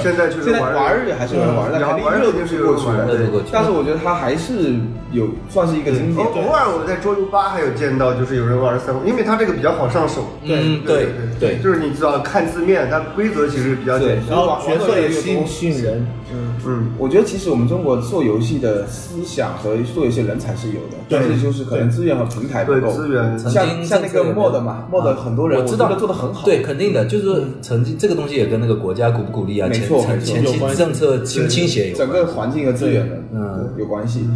[SPEAKER 1] 现在确实
[SPEAKER 5] 现在
[SPEAKER 1] 玩
[SPEAKER 5] 玩儿也还是有人玩的，
[SPEAKER 1] 嗯
[SPEAKER 5] 肯定热度是过去
[SPEAKER 1] 玩儿
[SPEAKER 5] 的，哦
[SPEAKER 1] 肯定
[SPEAKER 2] 是过去的
[SPEAKER 5] 但是我觉得它还是有算是一个经典
[SPEAKER 1] 哦偶。偶尔我在桌游吧还有见到，就是有人玩三国，因为它这个比较好上手。
[SPEAKER 2] 嗯
[SPEAKER 1] 对
[SPEAKER 5] 对对
[SPEAKER 1] 就是你知道看字面，它规则其实比较简
[SPEAKER 5] 对
[SPEAKER 1] 单。
[SPEAKER 4] 然后角色也吸
[SPEAKER 5] 王
[SPEAKER 4] 引
[SPEAKER 5] 者
[SPEAKER 4] 吸引人，嗯，
[SPEAKER 1] 嗯，
[SPEAKER 5] 我觉得其实我们中国做游戏的思想和做游戏人才是有的，
[SPEAKER 4] 对
[SPEAKER 5] 但是就是可能资源和平台不
[SPEAKER 1] 对
[SPEAKER 5] 够。
[SPEAKER 1] 资源
[SPEAKER 2] 曾
[SPEAKER 5] 像
[SPEAKER 2] 经
[SPEAKER 5] 像那
[SPEAKER 2] 政策
[SPEAKER 5] 个啊
[SPEAKER 2] 也没
[SPEAKER 5] mod
[SPEAKER 2] 有
[SPEAKER 5] 嘛，mod 很多人
[SPEAKER 2] 我知道
[SPEAKER 5] 觉得做的很好，嗯
[SPEAKER 2] 对，肯定的，就是曾经这个东西也跟那个国家鼓不鼓励啊，
[SPEAKER 5] 没
[SPEAKER 2] 前
[SPEAKER 5] 错
[SPEAKER 2] 前
[SPEAKER 5] 没错
[SPEAKER 2] 前
[SPEAKER 4] 有
[SPEAKER 2] 期
[SPEAKER 4] 关系
[SPEAKER 2] 政策倾倾斜有
[SPEAKER 5] 整
[SPEAKER 2] 关
[SPEAKER 5] 个环境和资源的
[SPEAKER 2] 嗯
[SPEAKER 5] 有关系。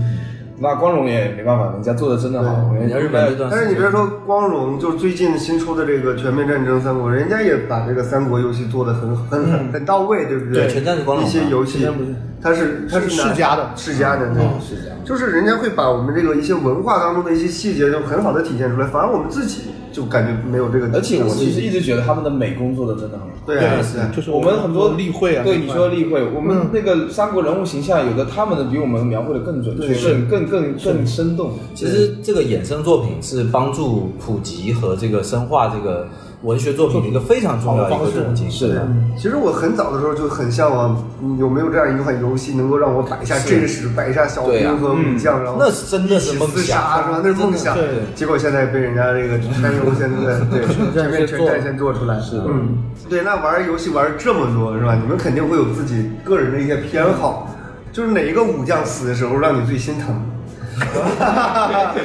[SPEAKER 5] 那光荣也没办法，人家做的真的好，
[SPEAKER 2] 人家日本这段
[SPEAKER 1] 但是你别说光荣，就最近新出的这个《全面战争三国》，人家也把这个三国游戏做的很很很很到位，对不对？
[SPEAKER 2] 对全战是光荣
[SPEAKER 1] 一
[SPEAKER 2] 嘛
[SPEAKER 1] 些游戏
[SPEAKER 4] 嗯全战不是，
[SPEAKER 1] 它是它
[SPEAKER 4] 是
[SPEAKER 1] 拿
[SPEAKER 4] 世嘉的嗯
[SPEAKER 1] 世嘉的对。
[SPEAKER 5] 是这样。
[SPEAKER 1] 就是人家会把我们这个一些文化当中的一些细节，就很好的体现出来，反而我们自己就感觉没有这个能力。
[SPEAKER 5] 而且我其实一直觉得他们的美工做的真的很好。
[SPEAKER 1] 对啊，是啊
[SPEAKER 4] 就是
[SPEAKER 5] 我们很多
[SPEAKER 4] 例会啊，
[SPEAKER 5] 对
[SPEAKER 4] 那
[SPEAKER 5] 你
[SPEAKER 4] 块
[SPEAKER 5] 说的例会，我嗯们那个三国人物形象，有的他们的比我们描绘的更准确、更更更更生动。
[SPEAKER 2] 其实这个衍生作品是帮助普及和这个深化这个文学作品的一个非常重要的一个途径。
[SPEAKER 5] 是的，
[SPEAKER 1] 其实我很早的时候就很向往，嗯有没有这样一款游戏能够让我摆下阵势，摆下小
[SPEAKER 2] 对啊
[SPEAKER 1] 兵和武将，然后
[SPEAKER 2] 那是真的是
[SPEAKER 1] 一起
[SPEAKER 2] 梦
[SPEAKER 1] 厮杀啊嗯
[SPEAKER 2] 想
[SPEAKER 1] 是吧？那是梦想
[SPEAKER 4] 真的。
[SPEAKER 1] 结果现在被人家这个全游现在对 全面全战先做出来，是的。嗯，对，那玩游戏玩这么多是吧？你们肯定会有自己个人的一些偏好，就是哪一个武将死的时候让你最心疼？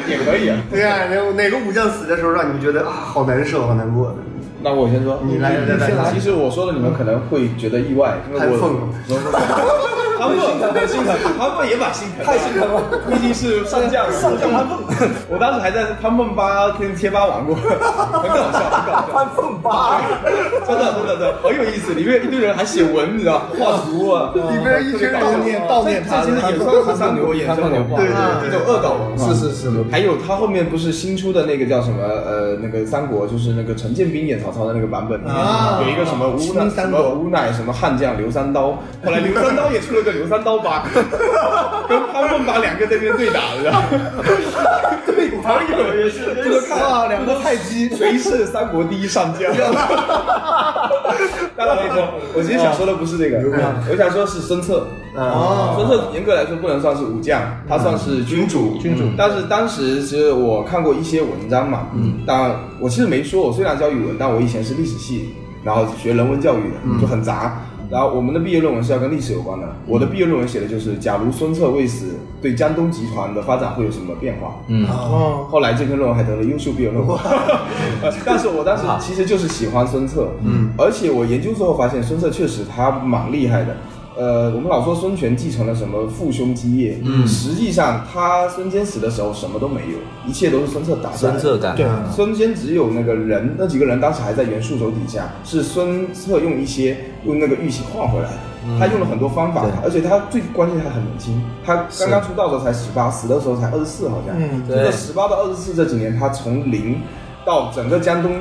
[SPEAKER 5] 也可以啊。
[SPEAKER 1] 对啊，哪哪个武将死的时候让你们觉得啊好难受，好难过？
[SPEAKER 5] 那我先说，
[SPEAKER 1] 你来来来来
[SPEAKER 5] 其实我说的你们可能会觉得意外，因为
[SPEAKER 1] 潘凤
[SPEAKER 5] 我。他们心疼，很心疼，他们也蛮心疼，太心疼了，毕竟是上将，上将潘凤，我当时还在潘凤吧跟贴吧玩过，很搞笑，很搞笑，潘凤吧，真的真的真的很有意思，里面一堆人还写文，你知道，画图啊，
[SPEAKER 1] 里边一群人
[SPEAKER 4] 悼念悼念他
[SPEAKER 5] 这
[SPEAKER 4] 的
[SPEAKER 5] 其实也算啊嗯是三流衍生文化，
[SPEAKER 1] 对对对
[SPEAKER 5] 这种恶搞文化，
[SPEAKER 4] 是是是
[SPEAKER 5] 还有他后面不是新出的那个叫什么呃那个三国，就是那个陈建斌演曹操的那个版本，
[SPEAKER 4] 啊
[SPEAKER 5] 有一个什么
[SPEAKER 4] 新
[SPEAKER 5] 无奈什
[SPEAKER 4] 三国
[SPEAKER 5] 么无奈什么悍将刘三刀，后来刘三刀也出了个刘三刀吧，跟潘凤把两个在那边对打，你知道吗？对，网友也是，这个看啊，两个菜鸡，谁是三国第一上 将？当然没错，我其实想说的不是这个，我想说是孙策。
[SPEAKER 1] 啊，
[SPEAKER 5] 孙策严格来说不能算是武将，他算是君主。嗯君主，但是当时其实我看过一些文章嘛，嗯，但我其实没说，我虽然教语文，但我以前是历史系，然后学人文教育的，就很杂。然后我们的毕业论文是要跟历史有关的，我的毕业论文写的就是假如孙策未死，对江东集团的发展会有什么变化？
[SPEAKER 2] 嗯，
[SPEAKER 4] 哦，
[SPEAKER 5] 后来这篇论文还得了优秀毕业论文， 呃但是我当时其实就是喜欢孙策，嗯，而且我研究之后发现孙策确实他蛮厉害的，呃，我们老说孙权继承了什么父兄基业，嗯，实际上他孙坚死的时候什么都没有，一切都是孙策打下
[SPEAKER 2] 深
[SPEAKER 5] 来的。
[SPEAKER 2] 色感。啊
[SPEAKER 4] 对，
[SPEAKER 5] 孙坚只有那个人，那几个人当时还在袁术手底下，是孙策用一些用那个玉玺换回来的。他用了很多方法
[SPEAKER 2] 嗯对，
[SPEAKER 5] 而且他最关键他很年轻，他刚刚出道的时候才十八，死的时候才二十四，好像。
[SPEAKER 4] 嗯
[SPEAKER 5] 就这
[SPEAKER 2] 对
[SPEAKER 5] 十八到二十四这几年，他从零到整个江东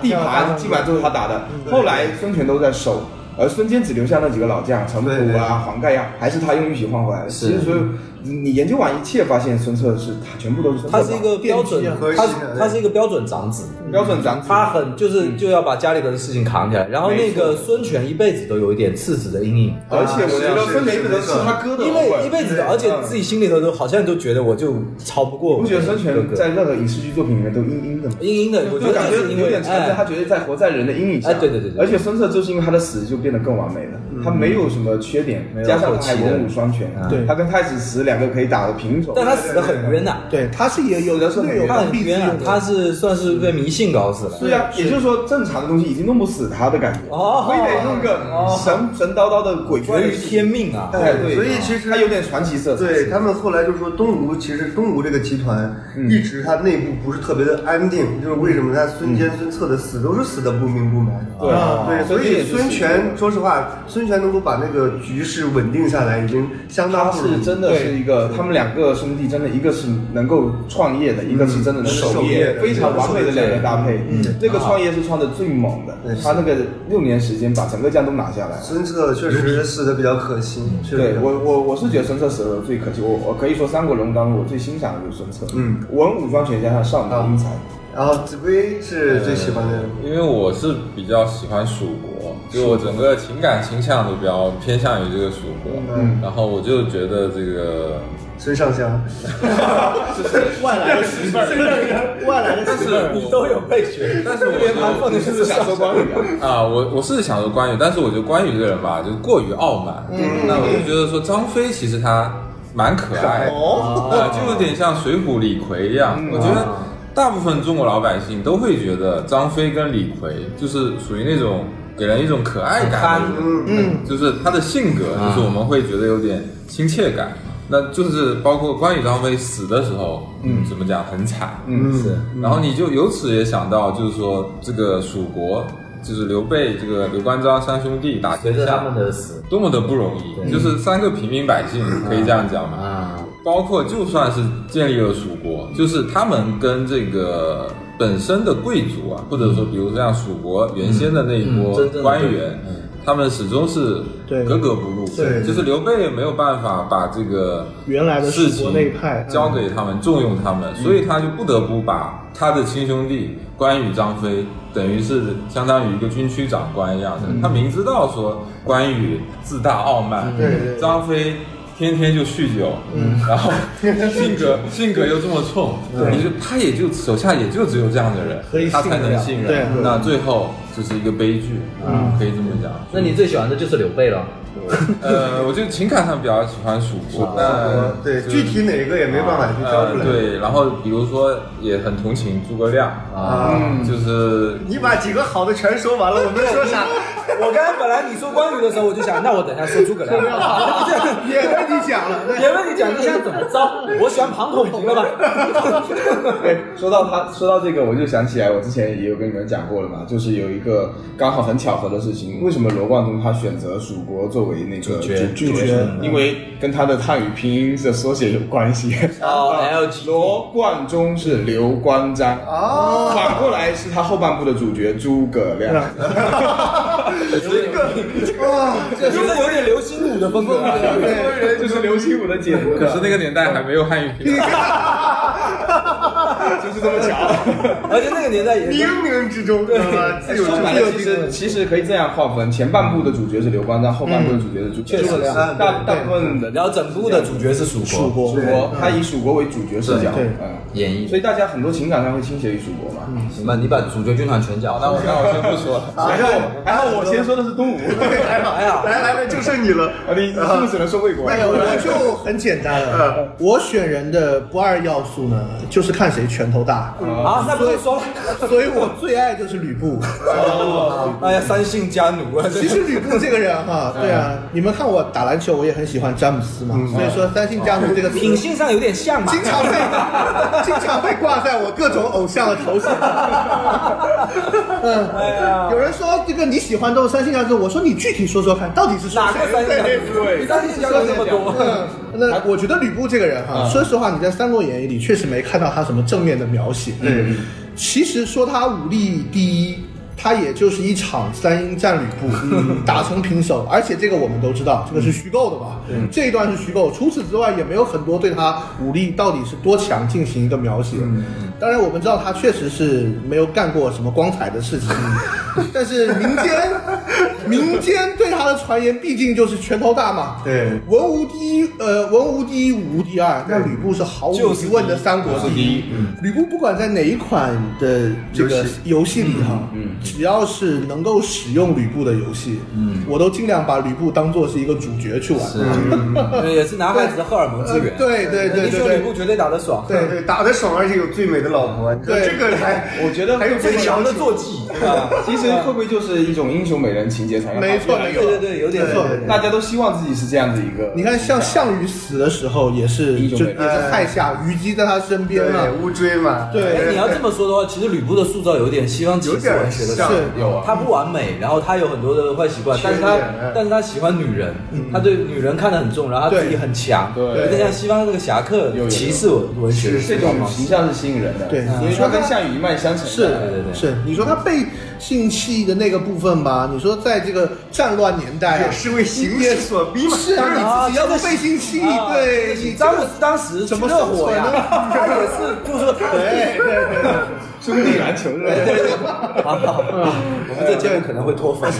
[SPEAKER 5] 地盘，基本上都是他打的。
[SPEAKER 2] 嗯
[SPEAKER 5] 后来孙权都在守，而孙坚只留下那几个老将，程
[SPEAKER 1] 对对
[SPEAKER 5] 普啊、黄盖呀、还是他用玉玺换回来的。
[SPEAKER 2] 是
[SPEAKER 5] 其实所以你研究完一切，发现孙策是他全部都是孙策
[SPEAKER 2] 他
[SPEAKER 5] 打的。
[SPEAKER 2] 是一个标准
[SPEAKER 4] 电，
[SPEAKER 1] 梯啊
[SPEAKER 2] 他
[SPEAKER 1] 核心的
[SPEAKER 2] 他是一个标准长子，
[SPEAKER 5] 标准长子。
[SPEAKER 2] 他很
[SPEAKER 5] 嗯
[SPEAKER 2] 就是就要把家里的事情扛起来。然后那个孙权一辈子都有一点赤子的阴影，
[SPEAKER 5] 而且我觉得孙权一直都是他哥的
[SPEAKER 2] 啊因
[SPEAKER 5] 偶
[SPEAKER 2] 为
[SPEAKER 5] 尔
[SPEAKER 2] 一辈子的，而且
[SPEAKER 5] 嗯
[SPEAKER 2] 自己心里头都好像都觉得我就超不过
[SPEAKER 5] 你
[SPEAKER 2] 我
[SPEAKER 5] 不觉得孙
[SPEAKER 2] 哥
[SPEAKER 5] 权
[SPEAKER 2] 哥
[SPEAKER 5] 在任何影视剧作品里面都阴阴的吗？
[SPEAKER 2] 阴阴的，我觉得
[SPEAKER 5] 就感
[SPEAKER 2] 就
[SPEAKER 5] 觉
[SPEAKER 2] 是因
[SPEAKER 5] 有
[SPEAKER 2] 为
[SPEAKER 5] 点存在，他
[SPEAKER 2] 哎，
[SPEAKER 5] 觉得在活在人的阴影下。
[SPEAKER 2] 哎对对对对嗯
[SPEAKER 5] 而且孙策就是因为他的死就变得更完美了，他没有什么缺点
[SPEAKER 2] 没，有
[SPEAKER 5] 加上
[SPEAKER 2] 后
[SPEAKER 5] 他还
[SPEAKER 2] 期的嗯
[SPEAKER 5] 文武双全，
[SPEAKER 4] 对
[SPEAKER 5] 他跟太子石两个可以打的平手。
[SPEAKER 2] 但他死的很冤呐，
[SPEAKER 4] 对，他是也有的时候略有
[SPEAKER 2] 他很
[SPEAKER 4] 必
[SPEAKER 2] 冤啊，他是算是被迷信搞死了。
[SPEAKER 5] 对呀，也就是说正常的东西已经弄不死他的感觉，
[SPEAKER 2] 哦
[SPEAKER 5] 非得弄个神神叨叨的鬼怪
[SPEAKER 2] 源
[SPEAKER 5] 的
[SPEAKER 2] 于天命啊！
[SPEAKER 5] 哎，对，
[SPEAKER 1] 所以其实
[SPEAKER 5] 他有点传奇色彩。
[SPEAKER 1] 对他们后来就说东吴，其实东吴这个集团
[SPEAKER 5] 嗯
[SPEAKER 1] 一直它内部不是特别的安定，就是为什么他孙坚、孙策的死都是死的不明不白的。
[SPEAKER 5] 对
[SPEAKER 2] 哦
[SPEAKER 4] 啊
[SPEAKER 1] 对，所
[SPEAKER 5] 孙坚也
[SPEAKER 1] 以
[SPEAKER 5] 是
[SPEAKER 1] 孙权，说实话，孙权能够把那个局势稳定下来，已经相
[SPEAKER 5] 他
[SPEAKER 1] 当不容
[SPEAKER 5] 是
[SPEAKER 1] 易。
[SPEAKER 5] 真的是一个，他们两个兄弟真的，一个是能够创业的，一个嗯是真的能守
[SPEAKER 1] 守业
[SPEAKER 5] 业，
[SPEAKER 1] 的
[SPEAKER 5] 非常完美的两个搭配。嗯，这个创业是创的最猛的
[SPEAKER 1] 对，
[SPEAKER 5] 他那个六年时间把整个江东拿下来。
[SPEAKER 1] 孙策确实死的比较可惜，确
[SPEAKER 5] 嗯对
[SPEAKER 1] 实。
[SPEAKER 5] 我我我是觉得孙策死了最可惜，我我可以说三国人物当中我最欣赏的就是孙策，
[SPEAKER 1] 嗯，
[SPEAKER 5] 文武双全加上少年英才，呃
[SPEAKER 1] 然后子规是最喜欢的，
[SPEAKER 3] 因为我是比较喜欢蜀国，国，就我整个情感倾向都比较偏向于这个蜀国。嗯，然后我就觉得这个，
[SPEAKER 1] 孙尚香，
[SPEAKER 4] 外来的媳妇儿，外来的
[SPEAKER 3] 但
[SPEAKER 4] 媳
[SPEAKER 3] 是
[SPEAKER 4] 妇儿，
[SPEAKER 3] 我
[SPEAKER 2] 都有备选，
[SPEAKER 3] 但是我
[SPEAKER 2] 连盘放的
[SPEAKER 5] 就是想说关羽啊，
[SPEAKER 3] 啊，我我是想说关羽，但是我觉得关羽这个人吧，就过于傲慢。那我就觉得说张飞其实他蛮嗯可爱嗯的，啊，就有点像《水浒》李逵一样。我觉得大部分中国老百姓都会觉得张飞跟李逵就是属于那种给人一种可爱感的人，嗯，就是他的性格，就是我们会觉得有点亲切感。那就是包括关羽、张飞死的时候，嗯，怎么讲很惨，嗯
[SPEAKER 2] 是
[SPEAKER 3] 然后你就由此也想到，就是说这个蜀国，就是刘备这个刘关张三兄弟打
[SPEAKER 2] 随
[SPEAKER 3] 天
[SPEAKER 2] 着他
[SPEAKER 3] 下
[SPEAKER 2] 们，的死
[SPEAKER 3] 多么的不容易，就是三个平民百姓，可以这样讲嘛。
[SPEAKER 2] 啊，
[SPEAKER 3] 包括就算是建立了蜀国，就是他们跟这个本身的贵族啊，或者说比如像蜀国原先的那一
[SPEAKER 2] 嗯
[SPEAKER 3] 波
[SPEAKER 2] 真正的嗯
[SPEAKER 3] 官员，他们始终是
[SPEAKER 4] 对
[SPEAKER 3] 格格不入，
[SPEAKER 1] 对
[SPEAKER 3] 就是刘备也没有办法把这个
[SPEAKER 4] 原来的
[SPEAKER 3] 事
[SPEAKER 4] 蜀
[SPEAKER 3] 情
[SPEAKER 4] 国那一派嗯
[SPEAKER 3] 交给他们，重用他们，所以他就不得不把他的亲兄弟关羽、张飞，等于是相当于一个军区长官一样的。
[SPEAKER 4] 嗯
[SPEAKER 3] 他明知道说关羽自大傲慢，
[SPEAKER 4] 对对对
[SPEAKER 3] 张飞。天天就酗酒，嗯， 然后性格性格又这么冲，你就他也就手下也就只有这样的
[SPEAKER 4] 嗯可以
[SPEAKER 3] 人，他
[SPEAKER 4] 信
[SPEAKER 3] 才
[SPEAKER 4] 得
[SPEAKER 3] 能
[SPEAKER 4] 了
[SPEAKER 3] 信
[SPEAKER 4] 对
[SPEAKER 3] 任。那最后就是一个悲剧，嗯，可以这么讲。
[SPEAKER 2] 那你最喜欢的就是刘备了，
[SPEAKER 3] 呃，我就情感上比较喜欢蜀国，
[SPEAKER 5] 呃
[SPEAKER 3] 但
[SPEAKER 1] 对，具体哪个也没办法去挑出来。
[SPEAKER 3] 呃。对，然后比如说也很同情诸葛亮啊，
[SPEAKER 1] 啊，
[SPEAKER 3] 就是
[SPEAKER 1] 你把几个好的全说完了，我们说啥？
[SPEAKER 2] 我刚刚本来你说关羽的时候，我就想，那我等一下说诸葛亮，
[SPEAKER 4] 也跟你讲了，
[SPEAKER 2] 别问你讲这样怎么着，我喜欢庞统行了吧？
[SPEAKER 5] 对，哎说到他，说到这个，我就想起来，我之前也有跟你们讲过了嘛，就是有一个刚好很巧合的事情，为什么罗贯中他选择蜀国作为那个主
[SPEAKER 2] 角
[SPEAKER 5] 主角？因为跟他的汉语拼音的缩写有关系。
[SPEAKER 2] 哦，LG
[SPEAKER 5] 罗贯中是刘关张，哦，
[SPEAKER 2] 啊
[SPEAKER 5] 反过来是他后半部的主角诸葛亮。
[SPEAKER 2] 这是有点流星舞的风格啊，
[SPEAKER 5] 对，就是刘心武的解读
[SPEAKER 3] 可是那个年代还没有汉语 拼音，
[SPEAKER 5] 就是这么巧。
[SPEAKER 2] 而且那个年代也
[SPEAKER 1] 冥
[SPEAKER 2] 是
[SPEAKER 1] 冥之中，对吧？自
[SPEAKER 4] 哎
[SPEAKER 1] 有
[SPEAKER 5] 说白了，其实其实可以这样划分，前半部的主角是刘关张，后半部的主角是诸
[SPEAKER 2] 确
[SPEAKER 5] 诸葛
[SPEAKER 2] 实是啊
[SPEAKER 5] 亮。大大部分的
[SPEAKER 2] 然后整部的主角是蜀国，
[SPEAKER 4] 蜀国
[SPEAKER 5] 蜀国，他以蜀国为主角视角，
[SPEAKER 4] 对嗯
[SPEAKER 5] 嗯，
[SPEAKER 2] 演绎
[SPEAKER 5] 所以大家很多情感上会倾斜于蜀国嘛。
[SPEAKER 2] 什么？你把主角军团全讲，那我
[SPEAKER 3] 那我先不说 了。
[SPEAKER 5] 然后，然后我先说的 是东吴，
[SPEAKER 1] 来吧，
[SPEAKER 2] 还好
[SPEAKER 1] 来来来，就剩你了。
[SPEAKER 5] 你你是不是只能说魏国？
[SPEAKER 4] 哎呀，我就很简单了。我选人的不二要素呢，就是看谁拳头大。
[SPEAKER 2] 啊，那不用说了。
[SPEAKER 4] 所以我最爱就是吕布。
[SPEAKER 2] 哎呀，三姓家奴啊，
[SPEAKER 4] 其实吕布这个人哈，对啊，你们看我打篮球，我也很喜欢詹姆斯嘛，所以说三姓家奴这个词
[SPEAKER 2] 品性上有点像嘛。
[SPEAKER 4] 经常被 经常被挂在我各种偶像的头衔。嗯，有人说这个你喜欢都是三星家族，我说你具体说说看，到底是谁
[SPEAKER 2] 哪个三姓家奴？
[SPEAKER 5] 对
[SPEAKER 2] 你三姓家奴这么多，
[SPEAKER 4] 嗯，那嗯我觉得吕布这个人哈，说实话，你在《三国演义》里确实没看到他什么正面的描写。嗯，其实说他武力第一，他也就是一场三英战吕布、打成平手，而且这个我们都知道，这个是虚构的吧？这一段是虚构，除此之外也没有很多对他武力到底是多强进行一个描写。当然，我们知道他确实是没有干过什么光彩的事情， 但是民间民间对他的传言毕竟就是拳头大嘛。
[SPEAKER 1] 对，
[SPEAKER 4] 文无第一，呃，文无第一，武无第二。那吕布是毫无疑问的三国第一。吕布不管在哪一款的这个
[SPEAKER 1] 游戏
[SPEAKER 4] 游戏里哈，只要是能够使用吕布的游戏，我都尽量把吕布当做是一个主角去玩。
[SPEAKER 2] 对 也是男孩子的荷尔蒙之源。
[SPEAKER 4] 对对对
[SPEAKER 2] 你
[SPEAKER 4] 对
[SPEAKER 2] 选吕布
[SPEAKER 4] 对，
[SPEAKER 2] 绝对打得爽。
[SPEAKER 1] 对对，打得爽，而且有最美的老婆，你说
[SPEAKER 4] 对
[SPEAKER 1] 这个还
[SPEAKER 5] 我觉得
[SPEAKER 1] 还有最强的
[SPEAKER 2] 坐骑，
[SPEAKER 5] 啊， 其实会不会就是一种英雄美人情节才让他
[SPEAKER 4] 没错
[SPEAKER 5] 变
[SPEAKER 4] 没
[SPEAKER 5] 得
[SPEAKER 4] 错
[SPEAKER 2] 对对对，有点
[SPEAKER 4] 没错
[SPEAKER 2] 对对对
[SPEAKER 5] 大家都希望自己是这样子一个。
[SPEAKER 4] 你看，像项羽死的时候，也是
[SPEAKER 5] 英
[SPEAKER 4] 就
[SPEAKER 5] 雄
[SPEAKER 4] 也
[SPEAKER 5] 美
[SPEAKER 4] 是
[SPEAKER 5] 人
[SPEAKER 4] 垓下，虞姬在他身边
[SPEAKER 1] 对
[SPEAKER 4] 啊。
[SPEAKER 1] 乌骓嘛，
[SPEAKER 4] 对
[SPEAKER 2] 哎，你要这么说的话，其实吕布的塑造有点西方骑士文学的感觉
[SPEAKER 1] 有
[SPEAKER 4] 点像
[SPEAKER 5] 有啊
[SPEAKER 2] 他不完美，然后他有很多的坏习惯，但是他
[SPEAKER 1] 缺点哎
[SPEAKER 2] 但是他喜欢女人，他对女人看得很重，然后他自己
[SPEAKER 4] 对
[SPEAKER 2] 很强，
[SPEAKER 5] 对
[SPEAKER 2] 有点像西方那个侠客
[SPEAKER 5] 有有
[SPEAKER 2] 骑士文文学的
[SPEAKER 5] 这
[SPEAKER 2] 塑造
[SPEAKER 5] 种
[SPEAKER 2] 方
[SPEAKER 5] 形
[SPEAKER 2] 式。
[SPEAKER 5] 象是吸引人的，嗯
[SPEAKER 4] 对
[SPEAKER 5] 因为他跟项羽一脉相承的。
[SPEAKER 4] 是
[SPEAKER 2] 对对
[SPEAKER 4] 是，你说他被性器的那个部分吧，你说在这个战乱年代啊
[SPEAKER 1] 也哎是为形势所逼嘛。
[SPEAKER 4] 是啊，你自己要不被性器，
[SPEAKER 2] 啊
[SPEAKER 4] 对你
[SPEAKER 2] 詹姆斯当时
[SPEAKER 4] 怎么
[SPEAKER 2] 热火呀
[SPEAKER 4] 生存呢，
[SPEAKER 2] 他也是，就是说他
[SPEAKER 4] 对对对，
[SPEAKER 5] 兄弟 篮球是吧？
[SPEAKER 2] 好好，我们这节目可能会脱粉。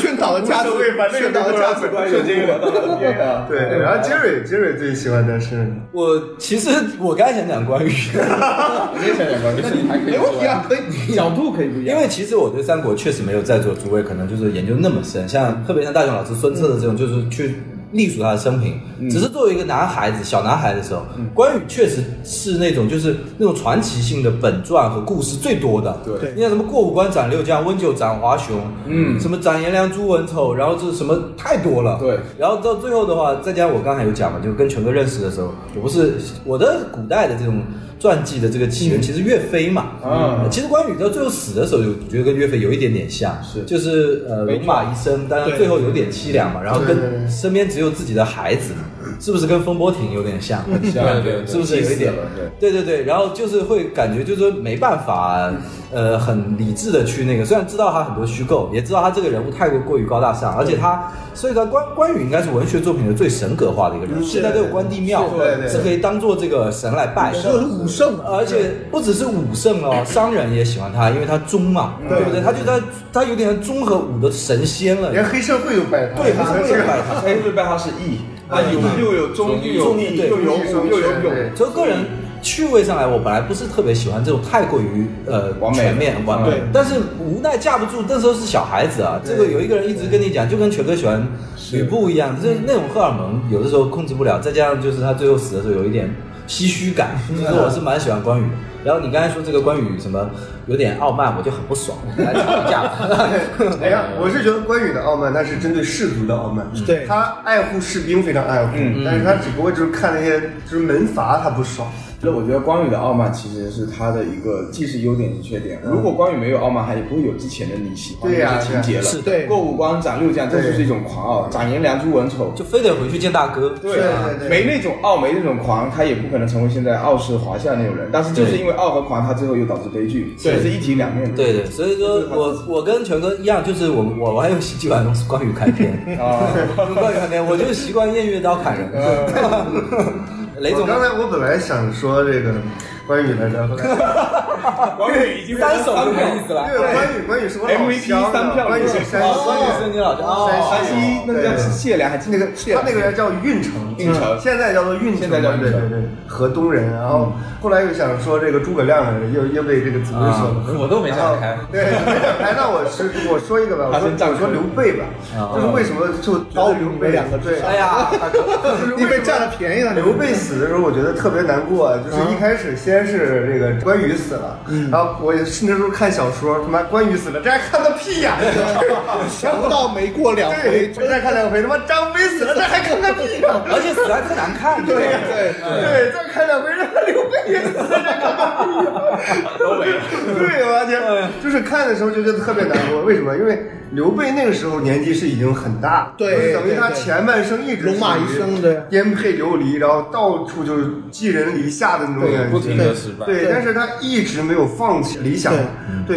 [SPEAKER 4] 劝导了家族
[SPEAKER 1] 无所谓反，正也
[SPEAKER 4] 劝导
[SPEAKER 1] 没
[SPEAKER 4] 了
[SPEAKER 1] 多少
[SPEAKER 4] 家
[SPEAKER 1] 粉
[SPEAKER 4] 族
[SPEAKER 1] 丝
[SPEAKER 4] 观
[SPEAKER 5] 瞬间
[SPEAKER 4] 众。
[SPEAKER 5] 聊到了 NBA 啊，
[SPEAKER 1] 对，然后杰瑞杰瑞最喜欢的是，
[SPEAKER 2] 我其实我刚才想讲关羽，
[SPEAKER 5] 你也想讲关于
[SPEAKER 3] 那你还可以
[SPEAKER 4] 没问题
[SPEAKER 3] 说
[SPEAKER 4] 啊，可以。
[SPEAKER 5] 角度可以不一
[SPEAKER 2] 因
[SPEAKER 5] 样，
[SPEAKER 2] 为其实我对三国确实没有在座诸位可能就是研究那么深，像特别像大雄老师孙策的这种，就是去隶属他的生平。
[SPEAKER 5] 嗯
[SPEAKER 2] 只是作为一个男孩子、小男孩的时候，关羽确实是那种就是那种传奇性的本传和故事最多的。
[SPEAKER 3] 对
[SPEAKER 2] 你像什么过五关斩六将、温酒斩华雄，嗯，什么斩颜良、诛文丑，然后这什么太多了。
[SPEAKER 5] 对
[SPEAKER 2] 然后到最后的话，再加上我刚才有讲嘛，就跟全哥认识的时候，我不是我的古代的这种传记的这个起
[SPEAKER 5] 嗯
[SPEAKER 2] 源，其实岳飞嘛，
[SPEAKER 5] 啊
[SPEAKER 2] 嗯其实关羽到最后死的时候，就觉得跟岳飞有一点点像，
[SPEAKER 5] 是
[SPEAKER 2] 就是呃
[SPEAKER 5] 没
[SPEAKER 2] 戎马一生，当然最后有点凄凉嘛，然后
[SPEAKER 1] 对对
[SPEAKER 2] 跟
[SPEAKER 1] 对
[SPEAKER 2] 身边只有自己的孩子，是不是跟风波亭有点像？
[SPEAKER 5] 嗯
[SPEAKER 3] 像
[SPEAKER 2] 对
[SPEAKER 3] 对 对
[SPEAKER 2] 是不是有一点
[SPEAKER 3] 气死了？
[SPEAKER 2] 对对对，然后就是会感觉就是说没办法，呃，很理智的去那个，虽然知道他很多虚构，也知道他这个人物太过过于高大上，而且他，所以说关关羽应该是文学作品里最神格化的一个人，现在都有关帝庙
[SPEAKER 1] 是对对对
[SPEAKER 2] 是可以当做这个神来拜，
[SPEAKER 4] 就是武圣啊，
[SPEAKER 2] 而且不只是武圣哦，商人也喜欢他，因为他忠嘛，对不对？他就他他有点像忠和武的神仙了。
[SPEAKER 1] 连黑社会都拜他，
[SPEAKER 2] 对，
[SPEAKER 1] 好
[SPEAKER 2] 他
[SPEAKER 1] 像
[SPEAKER 2] 会
[SPEAKER 1] 是
[SPEAKER 2] 拜他。
[SPEAKER 5] 哎，对拜他是义，他有又有忠，又有
[SPEAKER 2] 忠
[SPEAKER 5] 义，
[SPEAKER 2] 对
[SPEAKER 5] 又有武，又有勇，
[SPEAKER 1] 对
[SPEAKER 2] 所以个人趣味上来，我本来不是特别喜欢这种太过于呃
[SPEAKER 5] 完美
[SPEAKER 2] 全面完美
[SPEAKER 4] 对，
[SPEAKER 2] 但是无奈架不住，那时候是小孩子啊。这个有一个人一直跟你讲，就跟全哥喜欢吕布一样，就是
[SPEAKER 5] 嗯
[SPEAKER 2] 那种荷尔蒙有的时候控制不了，再加上就是他最后死的时候有一点唏嘘感，
[SPEAKER 5] 嗯
[SPEAKER 2] 其实我是蛮喜欢关羽的。然后你刚才说这个关羽什么有点傲慢，我就很不 爽，我跟他吵架 吧。
[SPEAKER 1] 哎呀，我是觉得关羽的傲慢，他是针对士族的傲慢，
[SPEAKER 4] 对
[SPEAKER 1] 他爱护士兵非常爱护，但是他只不过就是看那些就是门阀他不爽，
[SPEAKER 5] 那我觉得关羽的傲慢其实是他的一个既是优点也是缺点。如果关羽没有傲慢，他也不会有之前的你喜欢
[SPEAKER 1] 对
[SPEAKER 5] 的
[SPEAKER 1] 呀
[SPEAKER 5] 那些情节了。
[SPEAKER 2] 是
[SPEAKER 4] 对
[SPEAKER 5] 过五关斩六将，这就是一种狂傲；斩颜良、诛文丑，
[SPEAKER 2] 就非得回去见大哥。
[SPEAKER 5] 对啊
[SPEAKER 1] 对对对
[SPEAKER 5] 没那种傲，没那种狂，他也不可能成为现在傲视华夏那种人。但是就是因为傲和狂，他最后又导致悲剧，所以是一体两面的。
[SPEAKER 2] 对对，所以说我我跟全哥一样，就是我我玩游戏基本上都是关羽开篇，
[SPEAKER 5] 啊，
[SPEAKER 2] 用关羽开篇，我就习惯偃月刀砍人。 雷
[SPEAKER 1] 我
[SPEAKER 2] 总
[SPEAKER 1] 刚才我本来想说这个关羽来着，后来
[SPEAKER 5] 啊关羽已经
[SPEAKER 2] 三手就没意思了
[SPEAKER 1] 因。为关羽关羽是我老
[SPEAKER 5] MVP
[SPEAKER 1] 乡
[SPEAKER 5] 三
[SPEAKER 1] 的，
[SPEAKER 5] 票
[SPEAKER 1] 关羽是山
[SPEAKER 2] 哦，关羽
[SPEAKER 1] 西
[SPEAKER 2] 是
[SPEAKER 1] 人。
[SPEAKER 2] 你老家
[SPEAKER 5] 山
[SPEAKER 2] 哦，
[SPEAKER 5] 西那个叫谢良还记
[SPEAKER 1] 那
[SPEAKER 5] 得
[SPEAKER 1] 个
[SPEAKER 5] 谢
[SPEAKER 1] 他
[SPEAKER 5] 良
[SPEAKER 1] 那个人叫运城，
[SPEAKER 5] 运城
[SPEAKER 1] 嗯现在叫做运城，嗯
[SPEAKER 5] 现在叫运城
[SPEAKER 1] 对对对，河东人。然后后来又想说这个诸葛亮的人，又又被这个子规说了。
[SPEAKER 3] 我都没
[SPEAKER 1] 然后
[SPEAKER 3] 想开。
[SPEAKER 1] 对，没想开。那我是我说一个吧，啊我
[SPEAKER 5] 他
[SPEAKER 1] 说
[SPEAKER 5] 先站
[SPEAKER 1] 我说
[SPEAKER 5] 出来
[SPEAKER 1] 刘备吧，就是为什么就
[SPEAKER 4] 高
[SPEAKER 1] 高
[SPEAKER 4] 于
[SPEAKER 1] 刘
[SPEAKER 4] 你
[SPEAKER 1] 备
[SPEAKER 4] 们两个
[SPEAKER 1] 对，
[SPEAKER 4] 智商
[SPEAKER 2] 哎呀，
[SPEAKER 4] 你被占了便宜了，
[SPEAKER 1] 刘备死的时候，我觉得特别难过，啊就是一开始先是这个关羽死了，然后我也是那时候看小说，他妈关羽死了，这还看个屁 呀！
[SPEAKER 4] 想不到没过两
[SPEAKER 1] 对，
[SPEAKER 4] 回，
[SPEAKER 1] 这再看两回，他妈张飞死了，这还 看个屁呀！
[SPEAKER 2] 而且死还特难看。对
[SPEAKER 1] 啊
[SPEAKER 2] 呀，
[SPEAKER 1] 哎
[SPEAKER 4] 对，
[SPEAKER 1] 对，再看两回，让刘备也死了，这看个屁呀！对，我天，就是看的时候就觉得特别难过，为什么？因为刘备那个时候年纪是已经很大，
[SPEAKER 4] 对
[SPEAKER 1] 就是等于他
[SPEAKER 4] 对对
[SPEAKER 1] 前半生一直
[SPEAKER 4] 戎马一生对
[SPEAKER 1] 颠沛流离，然后到处就是寄人篱下的那种感觉，
[SPEAKER 3] 不停的失败。
[SPEAKER 1] 对，
[SPEAKER 4] 对
[SPEAKER 1] 但是他一直没有放弃理想
[SPEAKER 4] 对。